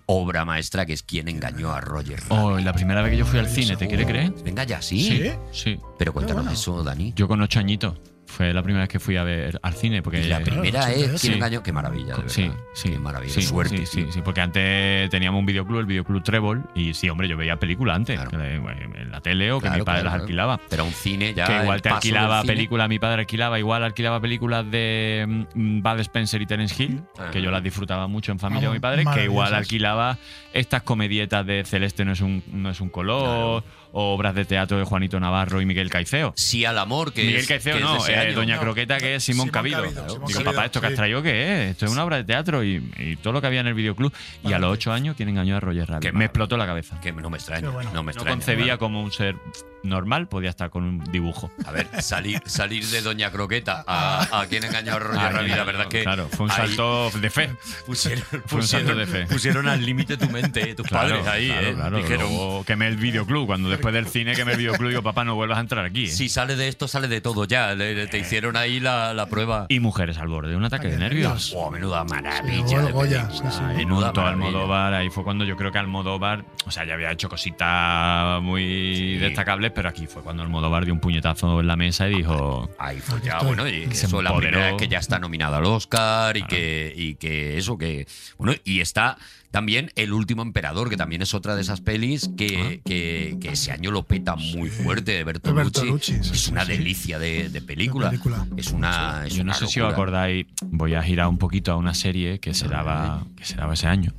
Speaker 5: obra maestra, que es Quien engañó a Roger. Oh,
Speaker 4: Oh, la primera vez que yo fui al cine, ¿te quiere creer?
Speaker 5: Venga ya, sí.
Speaker 4: Sí, sí.
Speaker 5: Pero cuéntanos eso, Dani.
Speaker 4: Yo con ocho añitos. Fue la primera vez que fui a ver al cine. Porque,
Speaker 5: Y la primera es Quien
Speaker 4: Sí.
Speaker 5: engañó. Qué maravilla, de verdad.
Speaker 4: Sí, sí.
Speaker 5: Qué maravilla.
Speaker 4: Sí,
Speaker 5: Suerte.
Speaker 4: Sí, sí, sí, porque antes teníamos un videoclub, el videoclub Trébol, y sí, hombre, yo veía películas antes, que le- bueno, en la tele o que
Speaker 5: Claro,
Speaker 4: mi padre
Speaker 5: claro,
Speaker 4: las
Speaker 5: claro.
Speaker 4: alquilaba.
Speaker 5: Pero un cine ya.
Speaker 4: que igual
Speaker 5: el
Speaker 4: te
Speaker 5: paso del
Speaker 4: alquilaba
Speaker 5: cine.
Speaker 4: películas, mi padre alquilaba, igual alquilaba películas de mm, Bud Spencer y Terence Hill, que yo las disfrutaba mucho en familia
Speaker 13: Ah,
Speaker 4: con mi padre, que igual
Speaker 13: maravillosas.
Speaker 4: alquilaba estas comedietas de Celeste no es un, no es un color, o obras de teatro de Juanito Navarro y Miguel Caiceo.
Speaker 5: Sí al amor, que
Speaker 4: Miguel
Speaker 5: es-
Speaker 4: Caiceo
Speaker 5: que es de
Speaker 4: no,
Speaker 5: ese
Speaker 4: eh,
Speaker 5: año.
Speaker 4: Doña
Speaker 5: No.
Speaker 4: Croqueta que es Simón,
Speaker 5: Simón
Speaker 4: Cabido.
Speaker 5: Cabido,
Speaker 4: Digo, papá,
Speaker 5: Simón Cabido,
Speaker 4: ¿esto que has
Speaker 5: sí.
Speaker 4: traído qué es? Esto es una obra de teatro y, y todo lo que había en el videoclub. Y a los ocho años, ¿quién engañó a Roger Rabbit? Me explotó la cabeza.
Speaker 5: Que no me extraña,
Speaker 4: Qué bueno.
Speaker 5: no me
Speaker 4: No
Speaker 5: extraña.
Speaker 4: concebía como un ser normal podía estar con un dibujo.
Speaker 5: A ver, salir, salir de Doña Croqueta a, a quien engañó a Roger
Speaker 4: Ah,
Speaker 5: Rabbit,
Speaker 4: claro,
Speaker 5: la verdad es que.
Speaker 4: Claro, fue un
Speaker 5: ahí
Speaker 4: salto de fe.
Speaker 5: Pusieron,
Speaker 4: Fue un salto
Speaker 5: pusieron-
Speaker 4: de fe.
Speaker 5: pusieron al límite tu mente, eh, tus
Speaker 4: Claro,
Speaker 5: padres ahí,
Speaker 4: claro,
Speaker 5: eh.
Speaker 4: claro.
Speaker 5: Dijeron.
Speaker 4: Luego quemé el videoclub. Cuando después del cine quemé el videoclub, digo, papá, no vuelvas a entrar aquí. ¿eh".
Speaker 5: Si sale de esto, sale de todo ya. Le- le- te hicieron ahí la, la prueba.
Speaker 4: Y mujeres al borde, un ataque de nervios.
Speaker 5: Wow, menuda maravilla.
Speaker 2: Sí,
Speaker 5: de
Speaker 2: el Goya,
Speaker 5: película,
Speaker 2: sí,
Speaker 4: Pues En
Speaker 5: menuda
Speaker 4: todo
Speaker 5: maravilla.
Speaker 4: Almodóvar, ahí fue cuando yo creo que Almodóvar, o sea, ya había hecho cositas muy destacables, pero aquí fue cuando Almodóvar dio un puñetazo en la mesa y dijo.
Speaker 5: Ahí fue ya, bueno, y eso la primera vez que ya está nominada al Oscar y, que, y que eso, que. Bueno, y está también El último emperador, que también es otra de esas pelis que, que- que ese año lo peta muy fuerte de Bertolucci. es una delicia de, de película. Es una. es
Speaker 4: Yo no
Speaker 5: una
Speaker 4: sé si os
Speaker 5: locura.
Speaker 4: acordáis, voy a girar un poquito a una serie que se daba, que se daba ese año.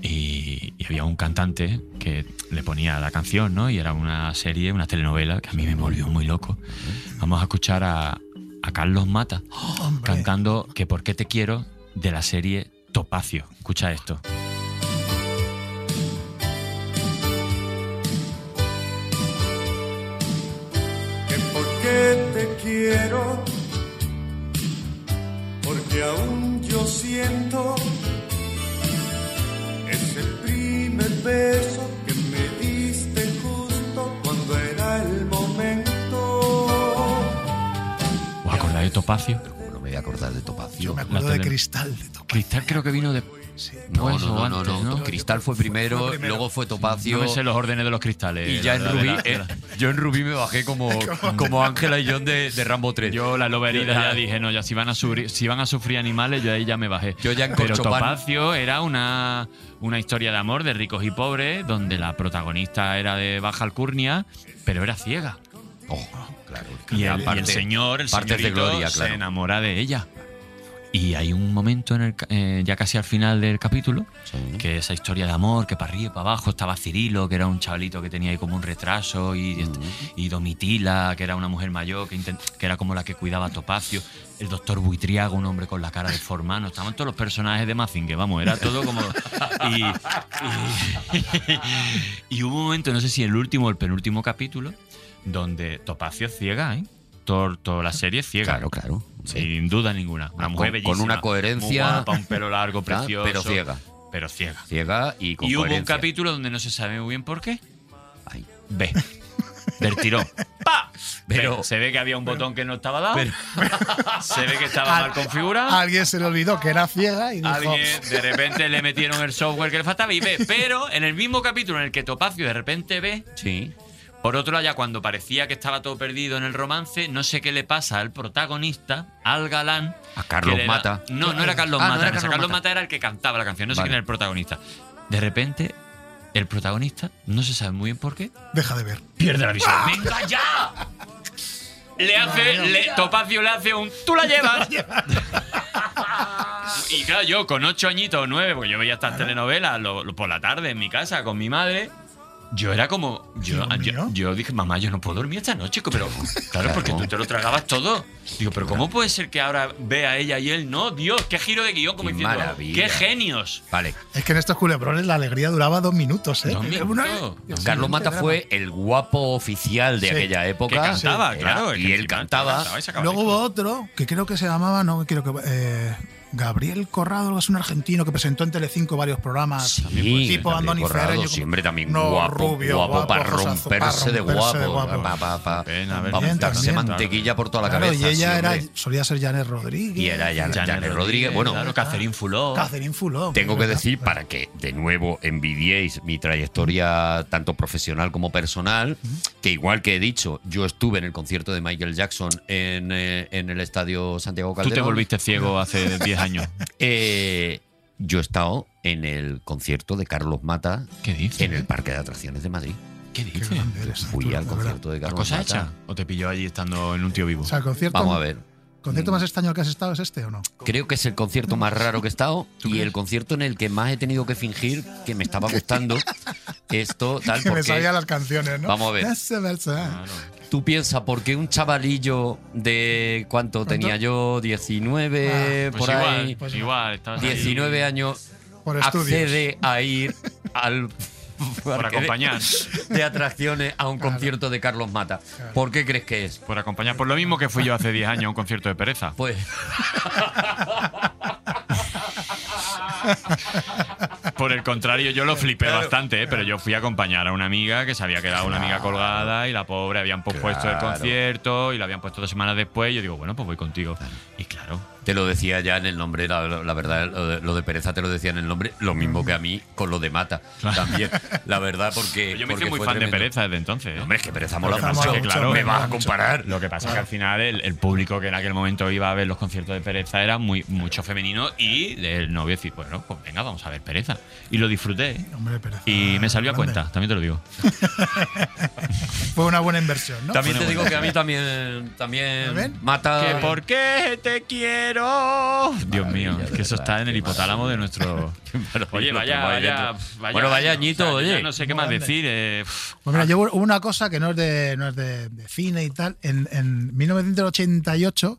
Speaker 4: Y, y había un cantante que le ponía la canción, ¿no? Y era una serie, una telenovela que a mí me volvió muy loco. Vamos a escuchar a, a Carlos Mata
Speaker 2: Oh,
Speaker 4: cantando Que por qué te quiero de la serie Topacio. Escucha esto.
Speaker 21: que porque te quiero, porque aún yo siento ese primer beso que me diste justo cuando era el momento.
Speaker 4: ¿Os acordáis de Topacio?
Speaker 5: No me voy a acordar de Topacio.
Speaker 2: Yo me acuerdo de Cristal.
Speaker 4: Cristal creo que vino de-
Speaker 5: No,
Speaker 4: Pues
Speaker 5: no,
Speaker 4: o
Speaker 5: no, no,
Speaker 4: antes,
Speaker 5: no,
Speaker 4: ¿no?
Speaker 5: Cristal fue primero,
Speaker 4: Fue primero.
Speaker 5: luego fue Topacio.
Speaker 4: No me sé los órdenes de los cristales.
Speaker 5: Y ya en
Speaker 4: la
Speaker 5: Rubí,
Speaker 4: verdad,
Speaker 5: eh,
Speaker 4: la-
Speaker 5: yo en Rubí me bajé como, como Ángela y John de, de Rambo 3.
Speaker 4: Yo la loberida
Speaker 5: Ya.
Speaker 4: ya dije, no, ya si van a sufrir, si van a sufrir animales, yo ahí ya me bajé.
Speaker 5: Yo ya en
Speaker 4: Pero
Speaker 5: Corchopan-
Speaker 4: Topacio era una, una historia de amor de ricos y pobres, donde la protagonista era de baja alcurnia, pero era ciega. Oh,
Speaker 5: claro.
Speaker 4: Y el,
Speaker 5: Parte-
Speaker 4: y el señor, el
Speaker 5: partes de
Speaker 4: señorito,
Speaker 5: gloria, claro.
Speaker 4: se enamora de ella. Y hay un momento en el ca- eh, ya casi al final del capítulo que esa historia de amor que para arriba y para abajo estaba Cirilo que era un chavalito que tenía ahí como un retraso y,
Speaker 5: Mm.
Speaker 4: y Domitila que era una mujer mayor que, intent- que era como la que cuidaba a Topacio el doctor Buitriago un hombre con la cara deformada no, estaban todos los personajes de Mazinger vamos era todo como y, y hubo un momento, no sé si el último o el penúltimo capítulo, donde Topacio es ciega, ¿eh? Tor- toda la serie es ciega. Claro,
Speaker 5: claro.
Speaker 4: Sin duda ninguna. Una
Speaker 5: Con-
Speaker 4: mujer
Speaker 5: con
Speaker 4: bellísima.
Speaker 5: una coherencia.
Speaker 4: Muy guapa, un pelo largo,
Speaker 5: Claro,
Speaker 4: precioso.
Speaker 5: Ah, pero ciega.
Speaker 4: Pero ciega.
Speaker 5: Ciega y con
Speaker 4: Y hubo un
Speaker 5: coherencia.
Speaker 4: capítulo donde no se sabe muy bien por qué. Ve. Del tirón. ¡Pa! Pero, se ve que había un botón que no estaba dado. se ve que estaba mal configurado.
Speaker 2: Alguien se le olvidó que era ciega y dijo,
Speaker 4: Alguien de repente le metieron el software que le faltaba y ve. Pero en el mismo capítulo en el que Topacio de repente ve,
Speaker 5: Sí.
Speaker 4: por otro lado, ya cuando parecía que estaba todo perdido en el romance, no sé qué le pasa al protagonista, al galán.
Speaker 5: A Carlos
Speaker 4: que le da-
Speaker 5: Mata.
Speaker 4: No, no era Carlos
Speaker 5: Ah, no
Speaker 4: Mata.
Speaker 5: era
Speaker 4: no sé,
Speaker 5: Carlos
Speaker 4: Carlos
Speaker 5: Mata.
Speaker 4: Mata. era el que cantaba la canción, no sé
Speaker 5: Vale.
Speaker 4: quién era el protagonista. De repente, el protagonista, no se sabe muy bien por qué,
Speaker 2: deja de ver.
Speaker 4: pierde la visión.
Speaker 2: Ah.
Speaker 4: ¡Venga ya! Le hace, le- Topacio le hace un ¡Tú la llevas! Y claro, yo con ocho añitos o nueve, porque yo veía estas telenovelas lo- lo- por la tarde en mi casa con mi madre, yo era como. Yo, yo, yo dije, mamá, yo no puedo dormir esta noche, pero. Claro, porque tú te lo tragabas todo. Digo, pero ¿cómo puede ser que ahora vea ella y él no? Dios, qué giro de guión, como
Speaker 5: Qué
Speaker 4: diciendo.
Speaker 5: maravilla.
Speaker 4: ¡Qué genios!
Speaker 5: Vale.
Speaker 2: Es que en estos culebrones la alegría duraba dos minutos, ¿eh? Una-
Speaker 5: Carlos Mata
Speaker 2: drama.
Speaker 5: fue el guapo oficial de
Speaker 2: Sí.
Speaker 5: aquella época.
Speaker 2: Que
Speaker 4: Ah,
Speaker 2: cantaba,
Speaker 5: Era-
Speaker 2: claro,
Speaker 5: Y él cantaba.
Speaker 2: Luego hubo otro que creo que se llamaba, no creo que. eh, Gabriel Corrado, algo así, un argentino que presentó en Telecinco varios programas,
Speaker 5: Sí,
Speaker 2: tipo
Speaker 5: Gabriel
Speaker 2: Andoni
Speaker 5: Corrado,
Speaker 2: Ferrer. yo como-
Speaker 5: siempre también
Speaker 2: no,
Speaker 5: guapo,
Speaker 2: rubio,
Speaker 5: guapo, para,
Speaker 2: ojos azu-
Speaker 5: romperse
Speaker 2: para
Speaker 5: de guapo,
Speaker 2: romperse guapo.
Speaker 5: para
Speaker 2: ver, bien, también.
Speaker 5: mantequilla por toda la
Speaker 2: Claro, y
Speaker 5: cabeza.
Speaker 2: ella
Speaker 5: sí,
Speaker 2: era,
Speaker 5: hombre.
Speaker 2: solía ser Janet Rodríguez. ah,
Speaker 5: Y era Jan- Janet Rodríguez, bueno,
Speaker 4: claro, Cacerín Fuló.
Speaker 2: Catherine Fuló.
Speaker 5: Tengo
Speaker 2: es
Speaker 5: que
Speaker 2: verdad.
Speaker 5: decir, para que de nuevo envidiéis mi trayectoria tanto profesional como personal, que igual que he dicho, yo estuve en el concierto de Michael Jackson en, eh, en el estadio Santiago
Speaker 4: Tú
Speaker 5: Calderón.
Speaker 4: te volviste ciego hace 10 años.
Speaker 5: Eh, yo he estado en el concierto de Carlos Mata en el Parque de Atracciones de Madrid.
Speaker 4: ¿Qué dices?
Speaker 5: Fui al concierto de
Speaker 4: ¿La
Speaker 5: Carlos
Speaker 4: cosa
Speaker 5: Mata.
Speaker 4: hecha? ¿O te pilló allí estando en un tío vivo?
Speaker 2: O sea, el concierto,
Speaker 5: Vamos a ver.
Speaker 2: concierto más extraño al que has estado es este o no?
Speaker 5: Creo que es el concierto más raro que he estado y el concierto en el que más he tenido que fingir que me estaba gustando esto, tal,
Speaker 2: que me
Speaker 5: porque
Speaker 2: sabía las canciones, ¿no?
Speaker 5: Vamos a ver.
Speaker 2: Ese verso, ¿eh?
Speaker 5: tú piensas, porque un chavalillo de, ¿cuánto tenía yo? 19,
Speaker 4: Pues
Speaker 5: por
Speaker 4: igual,
Speaker 5: ahí.
Speaker 4: pues igual. estabas ahí.
Speaker 5: 19 años
Speaker 4: Por
Speaker 5: accede a ir al
Speaker 4: Por acompañar.
Speaker 5: de, atracciones a un concierto de Carlos Mata. ¿Por qué crees que es?
Speaker 4: Por acompañar. Por lo mismo que fui yo hace 10 años a un concierto de pereza.
Speaker 5: Pues.
Speaker 4: Por el contrario, yo lo flipé bastante, ¿eh? pero yo fui a acompañar a una amiga que se había quedado una amiga colgada y la pobre habían pospuesto el
Speaker 5: Claro.
Speaker 4: concierto y la habían puesto dos semanas después. Y yo digo, bueno, pues voy contigo. Y claro, Eh,
Speaker 5: Te lo decía ya en el nombre, la, la verdad, lo de, lo de pereza te lo decía en el nombre, lo mismo que a mí con lo de mata. También, la verdad, porque.
Speaker 4: yo me hice
Speaker 5: porque
Speaker 4: muy
Speaker 5: fue
Speaker 4: fan
Speaker 5: tremendo.
Speaker 4: de pereza desde entonces. ¿eh?
Speaker 5: Hombre, es que pereza
Speaker 4: Lo
Speaker 5: mola
Speaker 4: que pasa es
Speaker 5: mucho.
Speaker 4: que, claro,
Speaker 5: me vas a comparar.
Speaker 4: Lo que pasa es que al final el, el público que en aquel momento iba a ver los conciertos de Pereza era muy mucho femenino y el novio decía, bueno, pues venga, vamos a ver Pereza. Y lo disfruté. ¿eh?
Speaker 2: Hombre, Pereza
Speaker 4: y me salió a
Speaker 2: grande.
Speaker 4: cuenta, también te lo digo.
Speaker 2: Fue una buena inversión, ¿no?
Speaker 5: También te digo que a mí también, también mata.
Speaker 4: Que por qué te quiero. Dios mío, que eso está en el hipotálamo de nuestro. Oye,
Speaker 5: lo
Speaker 4: vaya,
Speaker 5: tengo ahí
Speaker 4: vaya,
Speaker 5: dentro. Bueno, vaya añito,
Speaker 4: o sea, yo
Speaker 5: oye.
Speaker 4: ya No sé qué más
Speaker 2: Grande.
Speaker 4: decir. eh, pff,
Speaker 2: Pues
Speaker 5: Ah.
Speaker 2: mira, yo hubo una cosa que no es de, no es de, de cine y tal. En, en 1988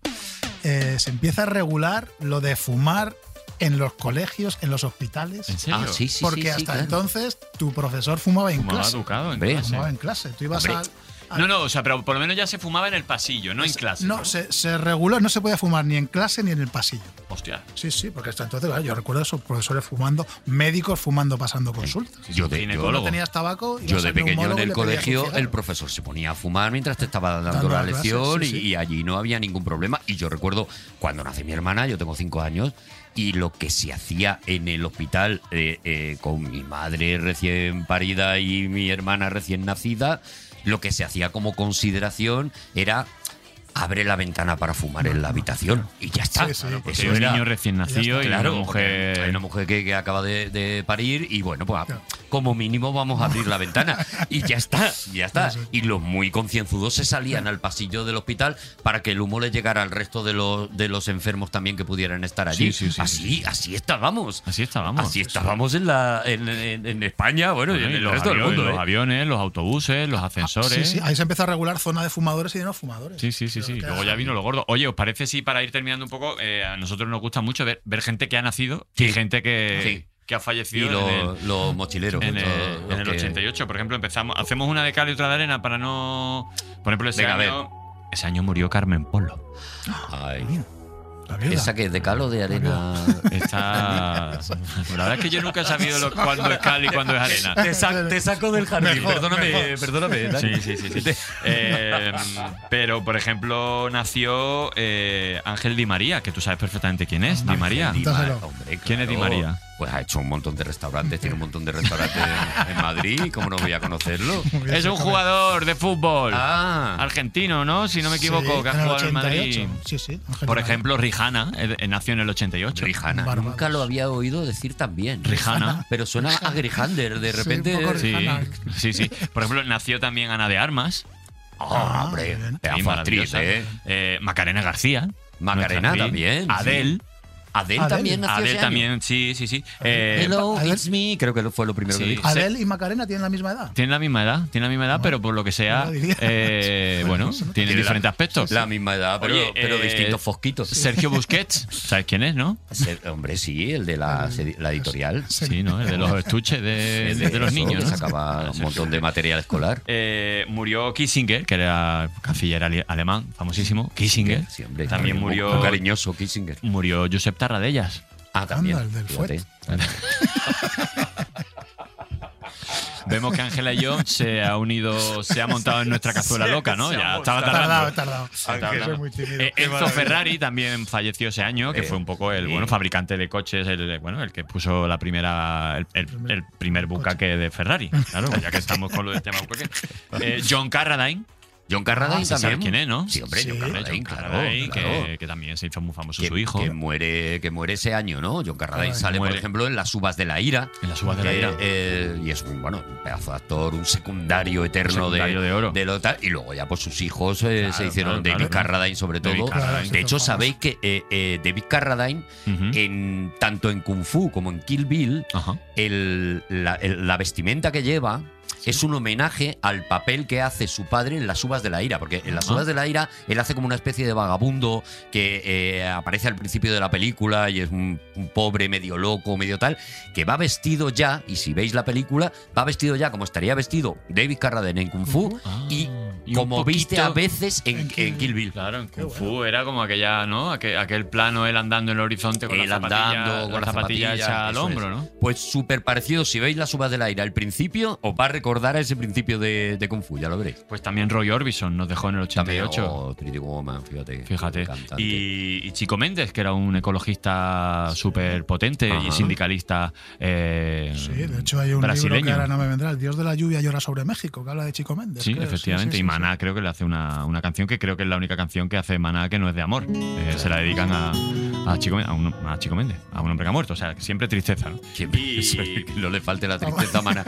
Speaker 2: eh, se empieza a regular lo de fumar en los colegios, en los hospitales.
Speaker 4: ¿En serio? Ah, sí, sí,
Speaker 2: Porque
Speaker 4: sí, sí,
Speaker 2: hasta
Speaker 4: claro.
Speaker 2: entonces tu profesor fumaba en
Speaker 4: Fumaba
Speaker 2: clase.
Speaker 4: educado en Hombre. clase.
Speaker 2: Fumaba en clase. Tú ibas
Speaker 4: hombre.
Speaker 2: a,
Speaker 4: No, no, o sea, pero por lo menos ya se fumaba en el pasillo, no en clase.
Speaker 2: No, se, se reguló, no se podía fumar ni en clase ni en el pasillo.
Speaker 4: hostia.
Speaker 2: Sí, sí, porque hasta entonces, claro, yo recuerdo a esos profesores fumando, médicos fumando pasando consultas.
Speaker 5: Yo de,
Speaker 2: Tú no tenías tabaco,
Speaker 5: yo
Speaker 2: ibas
Speaker 5: de
Speaker 2: al
Speaker 5: pequeño en
Speaker 2: neumólogo y
Speaker 5: el
Speaker 2: le pedías un
Speaker 5: colegio,
Speaker 2: cigarro.
Speaker 5: el profesor se ponía a fumar mientras te estaba dando
Speaker 2: Dando
Speaker 5: la
Speaker 2: la clase,
Speaker 5: lección
Speaker 2: sí,
Speaker 5: y,
Speaker 2: sí.
Speaker 5: y allí no había ningún problema. Y yo recuerdo cuando nace mi hermana, yo tengo cinco años, y lo que se hacía en el hospital eh, eh, con mi madre recién parida y mi hermana recién nacida, lo que se hacía como consideración era abre la ventana para fumar en la habitación y ya está.
Speaker 4: Sí, sí.
Speaker 5: Eso
Speaker 4: Porque hay un
Speaker 5: era-
Speaker 4: niño recién
Speaker 5: Ya está.
Speaker 4: nacido y
Speaker 5: Claro,
Speaker 4: una
Speaker 5: porque
Speaker 4: mujer-
Speaker 5: hay una mujer que, que acaba de, de parir y bueno, pues a- como mínimo vamos a abrir la ventana y ya está, ya está. Y los muy concienzudos se salían al pasillo del hospital para que el humo le llegara al resto de los, de los enfermos también que pudieran estar allí.
Speaker 4: Sí, sí, sí,
Speaker 5: así, así estábamos.
Speaker 4: Así estábamos.
Speaker 5: Así estábamos en, la, en, en- en España, bueno, y en
Speaker 4: Bueno, y
Speaker 5: el
Speaker 4: los
Speaker 5: resto del
Speaker 4: aviones,
Speaker 5: mundo.
Speaker 4: Los
Speaker 5: ¿eh?
Speaker 4: aviones, los autobuses, los
Speaker 2: Sí,
Speaker 4: ascensores.
Speaker 2: sí, ahí se empezó a regular zona de fumadores y de no fumadores.
Speaker 4: Sí, sí, sí, sí.
Speaker 2: que-
Speaker 4: Luego ya vino lo gordo. Oye, ¿os parece si para ir terminando un poco, eh, a nosotros nos gusta mucho ver, ver gente que ha nacido y gente que, que ha
Speaker 5: Y
Speaker 4: fallecido en
Speaker 5: los,
Speaker 4: el-
Speaker 5: los mochileros.
Speaker 4: en el,
Speaker 5: los- los
Speaker 4: en el
Speaker 5: que-
Speaker 4: 88? Por ejemplo, empezamos, hacemos una de cal y otra de arena para no. Por ejemplo, ese
Speaker 5: Venga, a ver.
Speaker 4: año. Ese año murió Carmen Polo.
Speaker 5: Ay.
Speaker 2: viuda.
Speaker 5: Esa que es de calo de arena.
Speaker 4: Está. La verdad es que yo nunca he sabido lo- cuándo es cal y cuándo es arena.
Speaker 5: Te, sa- te saco del jardín.
Speaker 4: Mejor,
Speaker 5: Perdóname,
Speaker 4: mejor.
Speaker 5: perdóname. Dani.
Speaker 4: Sí, sí, sí. sí. Eh, pero, por ejemplo, nació eh, Ángel Di María, que tú sabes perfectamente quién es. Di María.
Speaker 5: Di Ma- hombre,
Speaker 4: ¿Quién es Di
Speaker 5: claro.
Speaker 4: María?
Speaker 5: Pues ha hecho un montón de restaurantes, tiene un montón de restaurantes en, en Madrid, ¿cómo no voy a conocerlo?
Speaker 4: Es un jugador de fútbol
Speaker 5: Ah.
Speaker 4: argentino, ¿no? Si no me
Speaker 2: Sí,
Speaker 4: equivoco, que ha
Speaker 2: en el
Speaker 4: jugado en Madrid.
Speaker 2: 88. Sí, sí. Ángel
Speaker 4: Por
Speaker 2: Di María.
Speaker 4: ejemplo, Rijana eh, eh, nació en el 88.
Speaker 5: Rijana. Nunca lo había oído decir tan bien.
Speaker 4: Rijana.
Speaker 5: Pero suena a Grijander, de
Speaker 4: Sí,
Speaker 5: repente.
Speaker 4: un poco Rijana. Sí, sí. Por ejemplo, nació también Ana de Armas.
Speaker 5: Oh,
Speaker 4: Ah,
Speaker 5: hombre, pedazo
Speaker 4: Sí,
Speaker 5: de actriz,
Speaker 4: maravillosa.
Speaker 5: ¿eh?
Speaker 4: Eh, Macarena García.
Speaker 5: Macarena
Speaker 4: nuestra actriz.
Speaker 5: también. sí.
Speaker 4: Adel.
Speaker 5: Adel también nació
Speaker 4: Adel
Speaker 5: ese
Speaker 4: también, sí, sí, sí. Eh,
Speaker 5: Hello, it's me. Creo que fue lo primero que
Speaker 4: Sí.
Speaker 5: dijo.
Speaker 2: Adel y Macarena tienen la misma edad.
Speaker 4: Tienen la misma edad, tienen la misma
Speaker 5: Ah,
Speaker 4: edad, pero por lo que sea,
Speaker 2: no lo diría.
Speaker 4: eh, bueno, tienen
Speaker 5: la-
Speaker 4: diferentes aspectos.
Speaker 5: La misma edad, pero,
Speaker 4: Oye,
Speaker 5: pero
Speaker 4: eh,
Speaker 5: distintos fosquitos.
Speaker 4: Sergio Busquets, ¿sabes quién es, no?
Speaker 5: Se- hombre, sí, el de la, sedi- la editorial.
Speaker 4: Sí, ¿no? El de los estuches de, de- de los
Speaker 5: eso,
Speaker 4: niños,
Speaker 5: que
Speaker 4: ¿no?
Speaker 5: Sacaba un montón de material escolar.
Speaker 4: Eh, murió Kissinger, que era canciller ale- alemán, famosísimo. Kissinger.
Speaker 5: Sí, hombre,
Speaker 4: también
Speaker 5: un-
Speaker 4: murió.
Speaker 5: un cariñoso Kissinger.
Speaker 4: Murió Josep Tarradellas.
Speaker 5: Ah, también.
Speaker 2: Anda, el del
Speaker 5: Fíjate.
Speaker 4: Vemos que Ángela y yo se ha unido, se ha montado en nuestra cazuela
Speaker 2: Se-
Speaker 4: loca, ¿no?
Speaker 2: se ha
Speaker 4: Ya estaba
Speaker 2: montado.
Speaker 4: tardando.
Speaker 2: Tardado, tardado.
Speaker 4: Estaba
Speaker 2: Ángela
Speaker 4: tardando.
Speaker 2: es muy tímido.
Speaker 4: Eh,
Speaker 2: Qué
Speaker 4: Enzo
Speaker 2: maravilla.
Speaker 4: Ferrari también falleció ese año, que fue un poco el
Speaker 5: sí.
Speaker 4: bueno fabricante de coches, el bueno, el que puso la primera, el, el- el primer bucaque de Ferrari. Claro, ya que estamos con lo del tema bucaque. Eh, John Carradine.
Speaker 5: John Carradine
Speaker 4: Ah, sí sabes
Speaker 5: también.
Speaker 4: quién es, ¿no?
Speaker 5: Sí, hombre, John Carradine,
Speaker 4: John
Speaker 5: claro,
Speaker 4: Carradine,
Speaker 5: claro.
Speaker 4: Que, que también se hizo muy famoso
Speaker 5: que,
Speaker 4: su hijo.
Speaker 5: que muere, que muere ese año, ¿no? John Carradine
Speaker 4: Ay,
Speaker 5: sale, por
Speaker 4: muere.
Speaker 5: ejemplo, en Las Uvas de la Ira.
Speaker 4: En Las Uvas de la
Speaker 5: que,
Speaker 4: Ira.
Speaker 5: eh, y es un, bueno, un pedazo de actor, un secundario eterno
Speaker 4: secundario
Speaker 5: de,
Speaker 4: de oro.
Speaker 5: lo tal. Y luego ya, pues sus hijos eh, se hicieron
Speaker 4: claro, claro, claro.
Speaker 5: David Carradine, sobre todo.
Speaker 4: David Carradine.
Speaker 5: De hecho, sabéis que eh, eh, David Carradine,
Speaker 4: ¿Mm?
Speaker 5: en, tanto en Kung Fu como en Kill Bill, el- la, el- la vestimenta que lleva. Es un homenaje al papel que hace su padre en Las Uvas de la Ira, porque en Las
Speaker 4: Ah.
Speaker 5: Uvas de la Ira él hace como una especie de vagabundo que eh, aparece al principio de la película y es un, un pobre medio loco, medio tal, que va vestido ya, y si veis la película, va vestido ya como estaría vestido David Carradine en Kung Fu y,
Speaker 4: y un
Speaker 5: como viste
Speaker 4: poquito
Speaker 5: a veces en, en Kill, Bill.
Speaker 4: Claro, en Kung Fu era como aquella, ¿no? Aquel, aquel plano, él andando en el horizonte con
Speaker 5: Él
Speaker 4: Eh, la zapatilla,
Speaker 5: andando con la
Speaker 4: zapatilla
Speaker 5: zapatilla
Speaker 4: hecha al
Speaker 5: eso
Speaker 4: hombro,
Speaker 5: es.
Speaker 4: ¿no?
Speaker 5: Pues súper parecido, si veis las uvas del aire al principio, os va a recordar a ese principio de, de Kung Fu, ya lo veréis.
Speaker 4: Pues también Roy Orbison nos dejó en el
Speaker 5: También,
Speaker 4: 88.
Speaker 5: oh, Pretty Woman, fíjate.
Speaker 4: Fíjate.
Speaker 5: Cantante.
Speaker 4: Y, y Chico Méndez, que era un ecologista súper potente y
Speaker 5: Ajá.
Speaker 4: sindicalista eh,
Speaker 2: Sí, de hecho hay un libro que
Speaker 4: brasileño.
Speaker 2: ahora no me vendrá, El Dios de la Lluvia llora sobre México, que habla de Chico Méndez.
Speaker 4: Sí,
Speaker 2: creo.
Speaker 4: efectivamente.
Speaker 2: sí,
Speaker 4: y Maná creo que le hace una, una canción que creo que es la única canción que hace Maná que no es de amor. Eh, se la dedican a, a Chico, a, un- a Chico Méndez, a un hombre que ha muerto. O sea, que siempre tristeza, ¿no?
Speaker 5: Siempre. Que no le falte la tristeza a Maná.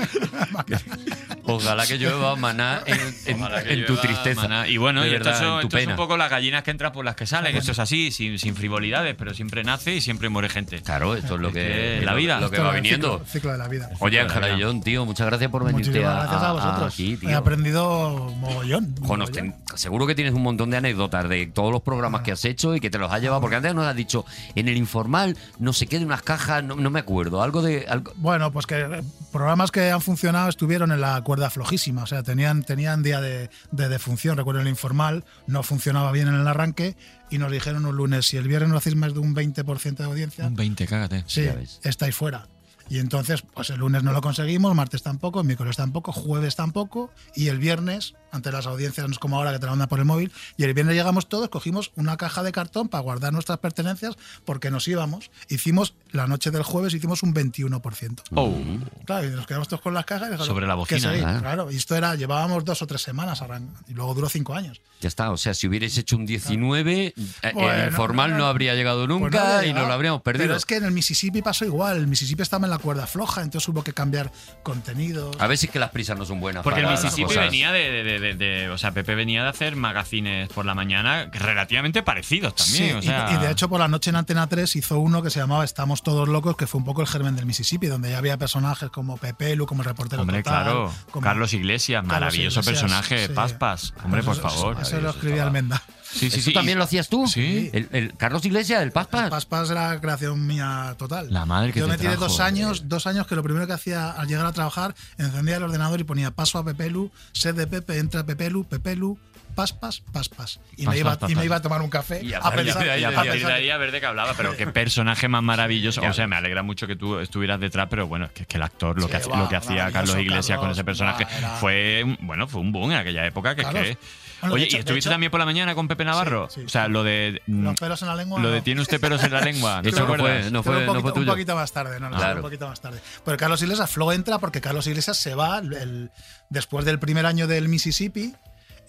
Speaker 5: Ojalá que llueva Maná en, en-
Speaker 4: Ojalá que
Speaker 5: en tu
Speaker 4: llueva,
Speaker 5: tristeza.
Speaker 4: maná. Y bueno,
Speaker 5: De
Speaker 4: y
Speaker 5: verdad,
Speaker 4: estas son,
Speaker 5: en tu
Speaker 4: estas son
Speaker 5: pena.
Speaker 4: un poco las gallinas que entran por las que salen. Esto es así, sin, sin frivolidades, pero siempre nace y siempre muere gente.
Speaker 5: Claro, esto es lo que-
Speaker 4: la
Speaker 5: lo-
Speaker 4: vida.
Speaker 5: lo que
Speaker 2: Esto
Speaker 5: va
Speaker 2: es el
Speaker 5: viniendo.
Speaker 2: ciclo- ciclo de la vida.
Speaker 5: Oye, Ángela y John, tío, muchas gracias por venirte
Speaker 2: Muchísimas
Speaker 5: a,
Speaker 2: gracias a
Speaker 5: a-
Speaker 2: vosotros.
Speaker 5: aquí,
Speaker 2: He
Speaker 5: tío.
Speaker 2: aprendido mogollón.
Speaker 5: Jo, nos ten- seguro que tienes un montón de anécdotas de todos los programas que has hecho y que te los has llevado, porque antes nos has dicho, en el informal, no sé qué, de unas cajas, no, no me acuerdo, algo de... algo-
Speaker 2: Bueno, pues que programas que han funcionado estuvieron en la cuerda cuerda flojísima, o sea, tenían, tenían día de, de defunción, recuerdo el informal, no funcionaba bien en el arranque y nos dijeron un lunes, si el viernes no hacéis más de un 20% de audiencia,
Speaker 4: Un 20, cágate.
Speaker 2: sí,
Speaker 4: Ya ves.
Speaker 2: estáis fuera. Y entonces, pues el lunes no lo conseguimos, martes tampoco, miércoles tampoco, jueves tampoco, y el viernes, ante las audiencias, no es como ahora que te la mandan por el móvil, y el viernes llegamos todos, cogimos una caja de cartón para guardar nuestras pertenencias porque nos íbamos. Hicimos, la noche del jueves, hicimos un 21%.
Speaker 4: Oh.
Speaker 2: Mm. Claro, y nos quedamos todos con las cajas. y dejaron-
Speaker 5: Sobre la
Speaker 2: que
Speaker 5: bocina,
Speaker 2: seguir,
Speaker 5: claro.
Speaker 2: Claro, y esto era, llevábamos dos o tres semanas, arran- y luego duró cinco años.
Speaker 5: Ya está, o sea, si hubierais hecho un 19, eh,
Speaker 2: Bueno,
Speaker 5: el informal no, habría llegado
Speaker 2: Pues no
Speaker 5: nunca
Speaker 2: había
Speaker 5: y no
Speaker 2: llegado.
Speaker 5: lo habríamos perdido.
Speaker 2: Pero es que en el Mississippi pasó igual. El Mississippi estaba en la cuerda floja, entonces hubo que cambiar contenidos.
Speaker 4: Ah,
Speaker 5: A ver si es que las prisas no son buenas.
Speaker 4: Porque el
Speaker 5: para las
Speaker 4: Mississippi
Speaker 5: cosas.
Speaker 4: venía de, de- de- de- O sea, Pepe venía de hacer magazines por la mañana relativamente parecidos también.
Speaker 2: Sí,
Speaker 4: o
Speaker 2: y-
Speaker 4: sea,
Speaker 2: y, de hecho por la noche en Antena 3 hizo uno que se llamaba Estamos todos locos, que fue un poco el germen del Mississippi, donde ya había personajes como Pepe Lu, como el reportero
Speaker 4: Hombre,
Speaker 2: total,
Speaker 4: claro.
Speaker 2: como-
Speaker 4: Carlos Iglesias,
Speaker 2: Carlos
Speaker 4: maravilloso
Speaker 2: Iglesias,
Speaker 4: personaje.
Speaker 2: sí.
Speaker 4: Paspas. Hombre, por
Speaker 2: Eso- eso-
Speaker 4: favor.
Speaker 2: Eso, lo escribía Almenda.
Speaker 4: Sí, sí,
Speaker 5: ¿Eso
Speaker 4: sí.
Speaker 5: también
Speaker 4: Y-
Speaker 5: lo hacías tú?
Speaker 4: Sí.
Speaker 5: El, el Carlos Iglesias, el Paspas.
Speaker 2: Paspas era creación mía total.
Speaker 4: La madre que
Speaker 2: Yo
Speaker 4: te
Speaker 2: me tiré
Speaker 4: trajo,
Speaker 2: dos años, dos años que lo primero que hacía al llegar a trabajar, encendía el ordenador y ponía paso a Pepelu, sed de Pepe, entra Pepelu, Pepelu, paspas, paspas. Y,
Speaker 4: Paspas,
Speaker 2: me, iba, y
Speaker 4: paspas.
Speaker 2: me iba a tomar un café
Speaker 4: Y a,
Speaker 2: a pensar.
Speaker 4: y a
Speaker 2: a
Speaker 4: partir de
Speaker 2: pensar-
Speaker 4: ahí a ver de qué hablaba, pero qué personaje más maravilloso. O sea, me alegra mucho que tú estuvieras detrás, pero bueno, es que, es que el actor, lo
Speaker 2: Sí,
Speaker 4: que, hace-
Speaker 2: va,
Speaker 4: lo que hacía
Speaker 2: maravilloso,
Speaker 4: Carlos Iglesias con
Speaker 2: Carlos,
Speaker 4: ese personaje
Speaker 2: va, era-
Speaker 4: fue, un- bueno, fue un boom en aquella época. Que es
Speaker 2: Carlos.
Speaker 4: que-
Speaker 2: Bueno, de
Speaker 4: Oye,
Speaker 2: hecho- de
Speaker 4: ¿y estuviste
Speaker 2: hecho-
Speaker 4: también por la mañana con Pepe Navarro?
Speaker 2: Sí, sí.
Speaker 4: o sea, lo de. mm,
Speaker 2: Los pelos en la lengua.
Speaker 4: lo
Speaker 2: no.
Speaker 4: de tiene usted pelos en la lengua. ¿No
Speaker 5: Eso
Speaker 4: te
Speaker 5: no fue-
Speaker 4: acuerdas?
Speaker 2: Pero
Speaker 5: no
Speaker 2: Pues, un, poquito,
Speaker 5: fue
Speaker 2: un
Speaker 5: tuyo.
Speaker 2: poquito más tarde, no, no,
Speaker 4: Ah.
Speaker 5: Claro.
Speaker 2: un poquito más tarde. Pero Carlos Iglesias, Flo entra porque Carlos Iglesias se va el- el- después del primer año del Mississippi.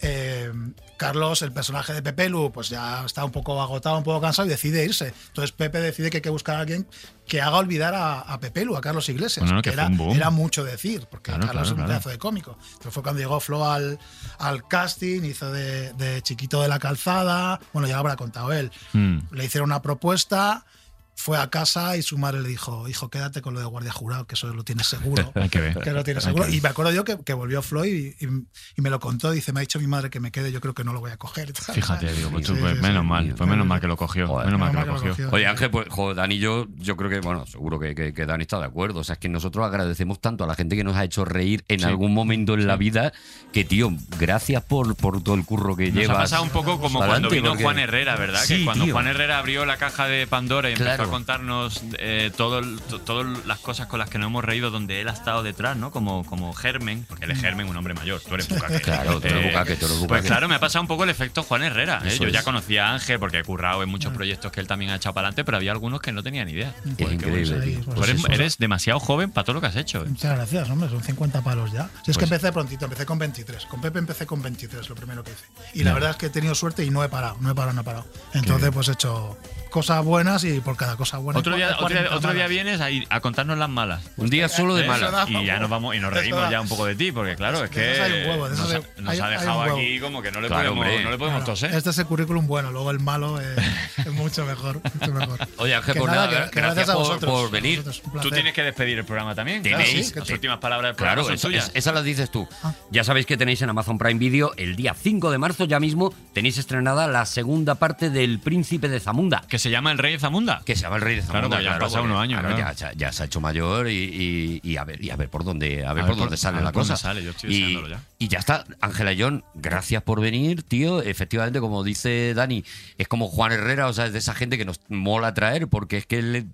Speaker 2: eh, Carlos, el personaje de Pepe Lu, pues ya está un poco agotado, un poco cansado y decide irse. Entonces Pepe decide que hay que buscar a alguien que haga olvidar a, a Pepe Lu, a Carlos Iglesias.
Speaker 4: Bueno, que fue
Speaker 2: era,
Speaker 4: un boom.
Speaker 2: era mucho decir, porque
Speaker 4: Claro,
Speaker 2: Carlos
Speaker 4: claro,
Speaker 2: es un
Speaker 4: claro.
Speaker 2: pedazo de cómico. Entonces fue cuando llegó Flo al, al casting, hizo de, de chiquito de la calzada. Bueno, ya lo habrá contado él
Speaker 4: Mm.
Speaker 2: le hicieron una propuesta, fue a casa y su madre le dijo, hijo, quédate con lo de guardia jurado, que eso lo tienes seguro.
Speaker 4: Hay que ver.
Speaker 2: Que lo tienes
Speaker 4: Hay
Speaker 2: seguro.
Speaker 4: que ver.
Speaker 2: Y me acuerdo yo que, que volvió Floyd y, y- y me lo contó. Dice, me ha dicho mi madre que me quede, yo creo que no lo voy a coger.
Speaker 4: Fíjate, digo, pues,
Speaker 2: Sí,
Speaker 4: pues,
Speaker 2: sí, sí.
Speaker 4: menos mal, pues menos mal que lo cogió. menos mal
Speaker 2: menos
Speaker 4: que lo
Speaker 2: mal que lo
Speaker 4: cogió.
Speaker 2: cogió.
Speaker 5: Oye, Ángel, pues jo, Dani y yo, yo creo que, bueno, seguro que, que- que Dani está de acuerdo. O sea, es que nosotros agradecemos tanto a la gente que nos ha hecho reír en
Speaker 4: Sí.
Speaker 5: algún momento en la vida que, tío, gracias por, por todo el curro que
Speaker 4: Nos
Speaker 5: llevas.
Speaker 4: ha pasado un poco como
Speaker 5: Adelante,
Speaker 4: cuando vino
Speaker 5: porque-
Speaker 4: Juan Herrera, ¿verdad?
Speaker 5: Sí,
Speaker 4: que cuando
Speaker 5: tío.
Speaker 4: Juan Herrera abrió la caja de Pandora y empezó
Speaker 5: Claro.
Speaker 4: a contarnos eh, todo el- to- todas las cosas con las que nos hemos reído donde él ha estado detrás, ¿no? Como, como Germen, porque él es Germen, un hombre mayor, tú eres bucaque.
Speaker 5: Mm. Claro, tú eres bucaque, tú eres
Speaker 4: Pues
Speaker 5: bucaque.
Speaker 4: claro, me ha pasado un poco el efecto Juan Herrera. ¿eh?
Speaker 5: Eso
Speaker 4: Yo ya
Speaker 5: es. Mm.
Speaker 4: conocía a Ángel porque he currado en muchos proyectos que él también ha echado para adelante, pero había algunos que no tenía ni idea.
Speaker 5: Es
Speaker 4: Joder, qué
Speaker 5: increíble,
Speaker 4: bueno.
Speaker 5: tío.
Speaker 4: Tú
Speaker 5: Mm. Pues
Speaker 4: eres,
Speaker 5: eso.
Speaker 4: eres demasiado joven para todo lo que has hecho. ¿eh?
Speaker 2: Muchas gracias, hombre, son 50 palos ya. Si es
Speaker 4: Pues-
Speaker 2: que empecé prontito, empecé con 23. Con Pepe empecé con 23, lo primero que hice. Y la verdad es que he tenido suerte y no he parado, no he parado, no he parado. Entonces, pues he hecho cosas buenas y por cada cosa buena.
Speaker 4: Otro día, otro día-
Speaker 2: 40
Speaker 4: otro día
Speaker 2: malas.
Speaker 4: vienes a, ir- a contarnos las malas.
Speaker 5: Un día solo de
Speaker 4: ¿Eh?
Speaker 5: malas.
Speaker 4: Y ya nos vamos y nos
Speaker 5: Eso
Speaker 4: reímos
Speaker 5: da.
Speaker 4: ya un poco de ti, porque claro, es
Speaker 2: De esos hay
Speaker 4: que
Speaker 2: un huevo, de esos
Speaker 4: nos ha,
Speaker 2: hay-
Speaker 4: nos
Speaker 2: hay-
Speaker 4: ha
Speaker 2: hay un
Speaker 4: dejado
Speaker 2: huevo.
Speaker 4: aquí como que no le
Speaker 5: Claro, hombre.
Speaker 4: podemos, no le podemos
Speaker 2: Claro,
Speaker 4: toser.
Speaker 2: Este es el currículum bueno, luego el malo eh, es mucho mejor. mucho mejor.
Speaker 5: Oye, Ángel,
Speaker 2: Que
Speaker 5: pues
Speaker 2: nada,
Speaker 5: nada,
Speaker 2: que- que
Speaker 5: gracias,
Speaker 2: gracias a
Speaker 5: por,
Speaker 2: vosotros,
Speaker 5: por
Speaker 2: a
Speaker 5: venir.
Speaker 2: vosotros, un placer.
Speaker 4: Tú tienes que despedir el programa también.
Speaker 5: Tenéis-
Speaker 4: claro, las últimas palabras del programa
Speaker 5: Claro,
Speaker 4: son
Speaker 5: eso-
Speaker 4: tuyas.
Speaker 5: es- esas las dices tú.
Speaker 4: Ah.
Speaker 5: Ya sabéis que tenéis en Amazon Prime Video el día 5 de marzo, ya mismo, tenéis estrenada la segunda parte del Príncipe de Zamunda.
Speaker 4: que se llama El Rey de Zamunda.
Speaker 5: Que se llama el rey de
Speaker 4: Claro,
Speaker 5: Zamunda.
Speaker 4: porque ya han pasado
Speaker 5: porque
Speaker 4: unos años,
Speaker 5: ahora
Speaker 4: claro.
Speaker 5: Ya, ya- ya se ha hecho mayor y, y- y a ver y a ver por dónde a ver por, dónde sale
Speaker 4: a ver
Speaker 5: la
Speaker 4: por
Speaker 5: cosa.
Speaker 4: dónde sale, yo estoy
Speaker 5: y,
Speaker 4: deseándolo ya.
Speaker 5: y ya está, Ángela y John, gracias por venir, tío. Efectivamente, como dice Dani, es como Juan Herrera, o sea, es de esa gente que nos mola traer porque es que le-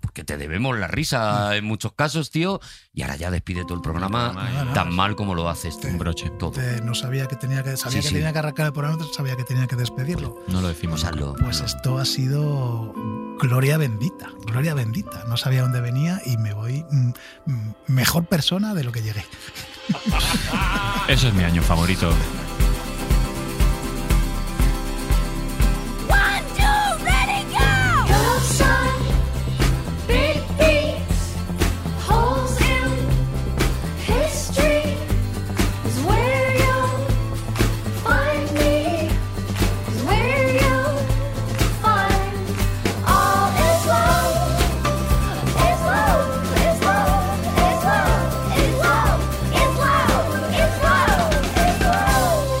Speaker 5: porque te debemos la
Speaker 4: Mm.
Speaker 5: risa en muchos casos, tío. Y ahora ya despide todo el programa tan mal como lo haces. Un broche. Todo.
Speaker 2: Eh, no sabía que tenía que sabía
Speaker 5: Sí,
Speaker 2: que
Speaker 5: sí.
Speaker 2: tenía que arrancar el programa, no sabía que tenía que despedirlo.
Speaker 5: No lo decimos.
Speaker 2: Pues esto ha sido gloria bendita, gloria bendita. No sabía dónde venía y me voy mm, mm, mejor persona de lo que llegué.
Speaker 4: Eso es mi año favorito.
Speaker 19: One, two, let it go! Love sign, big beats, holes in history is where you'll find me, is where you'll find all is love, is love, is love, is love, is love, is love, is love, is love.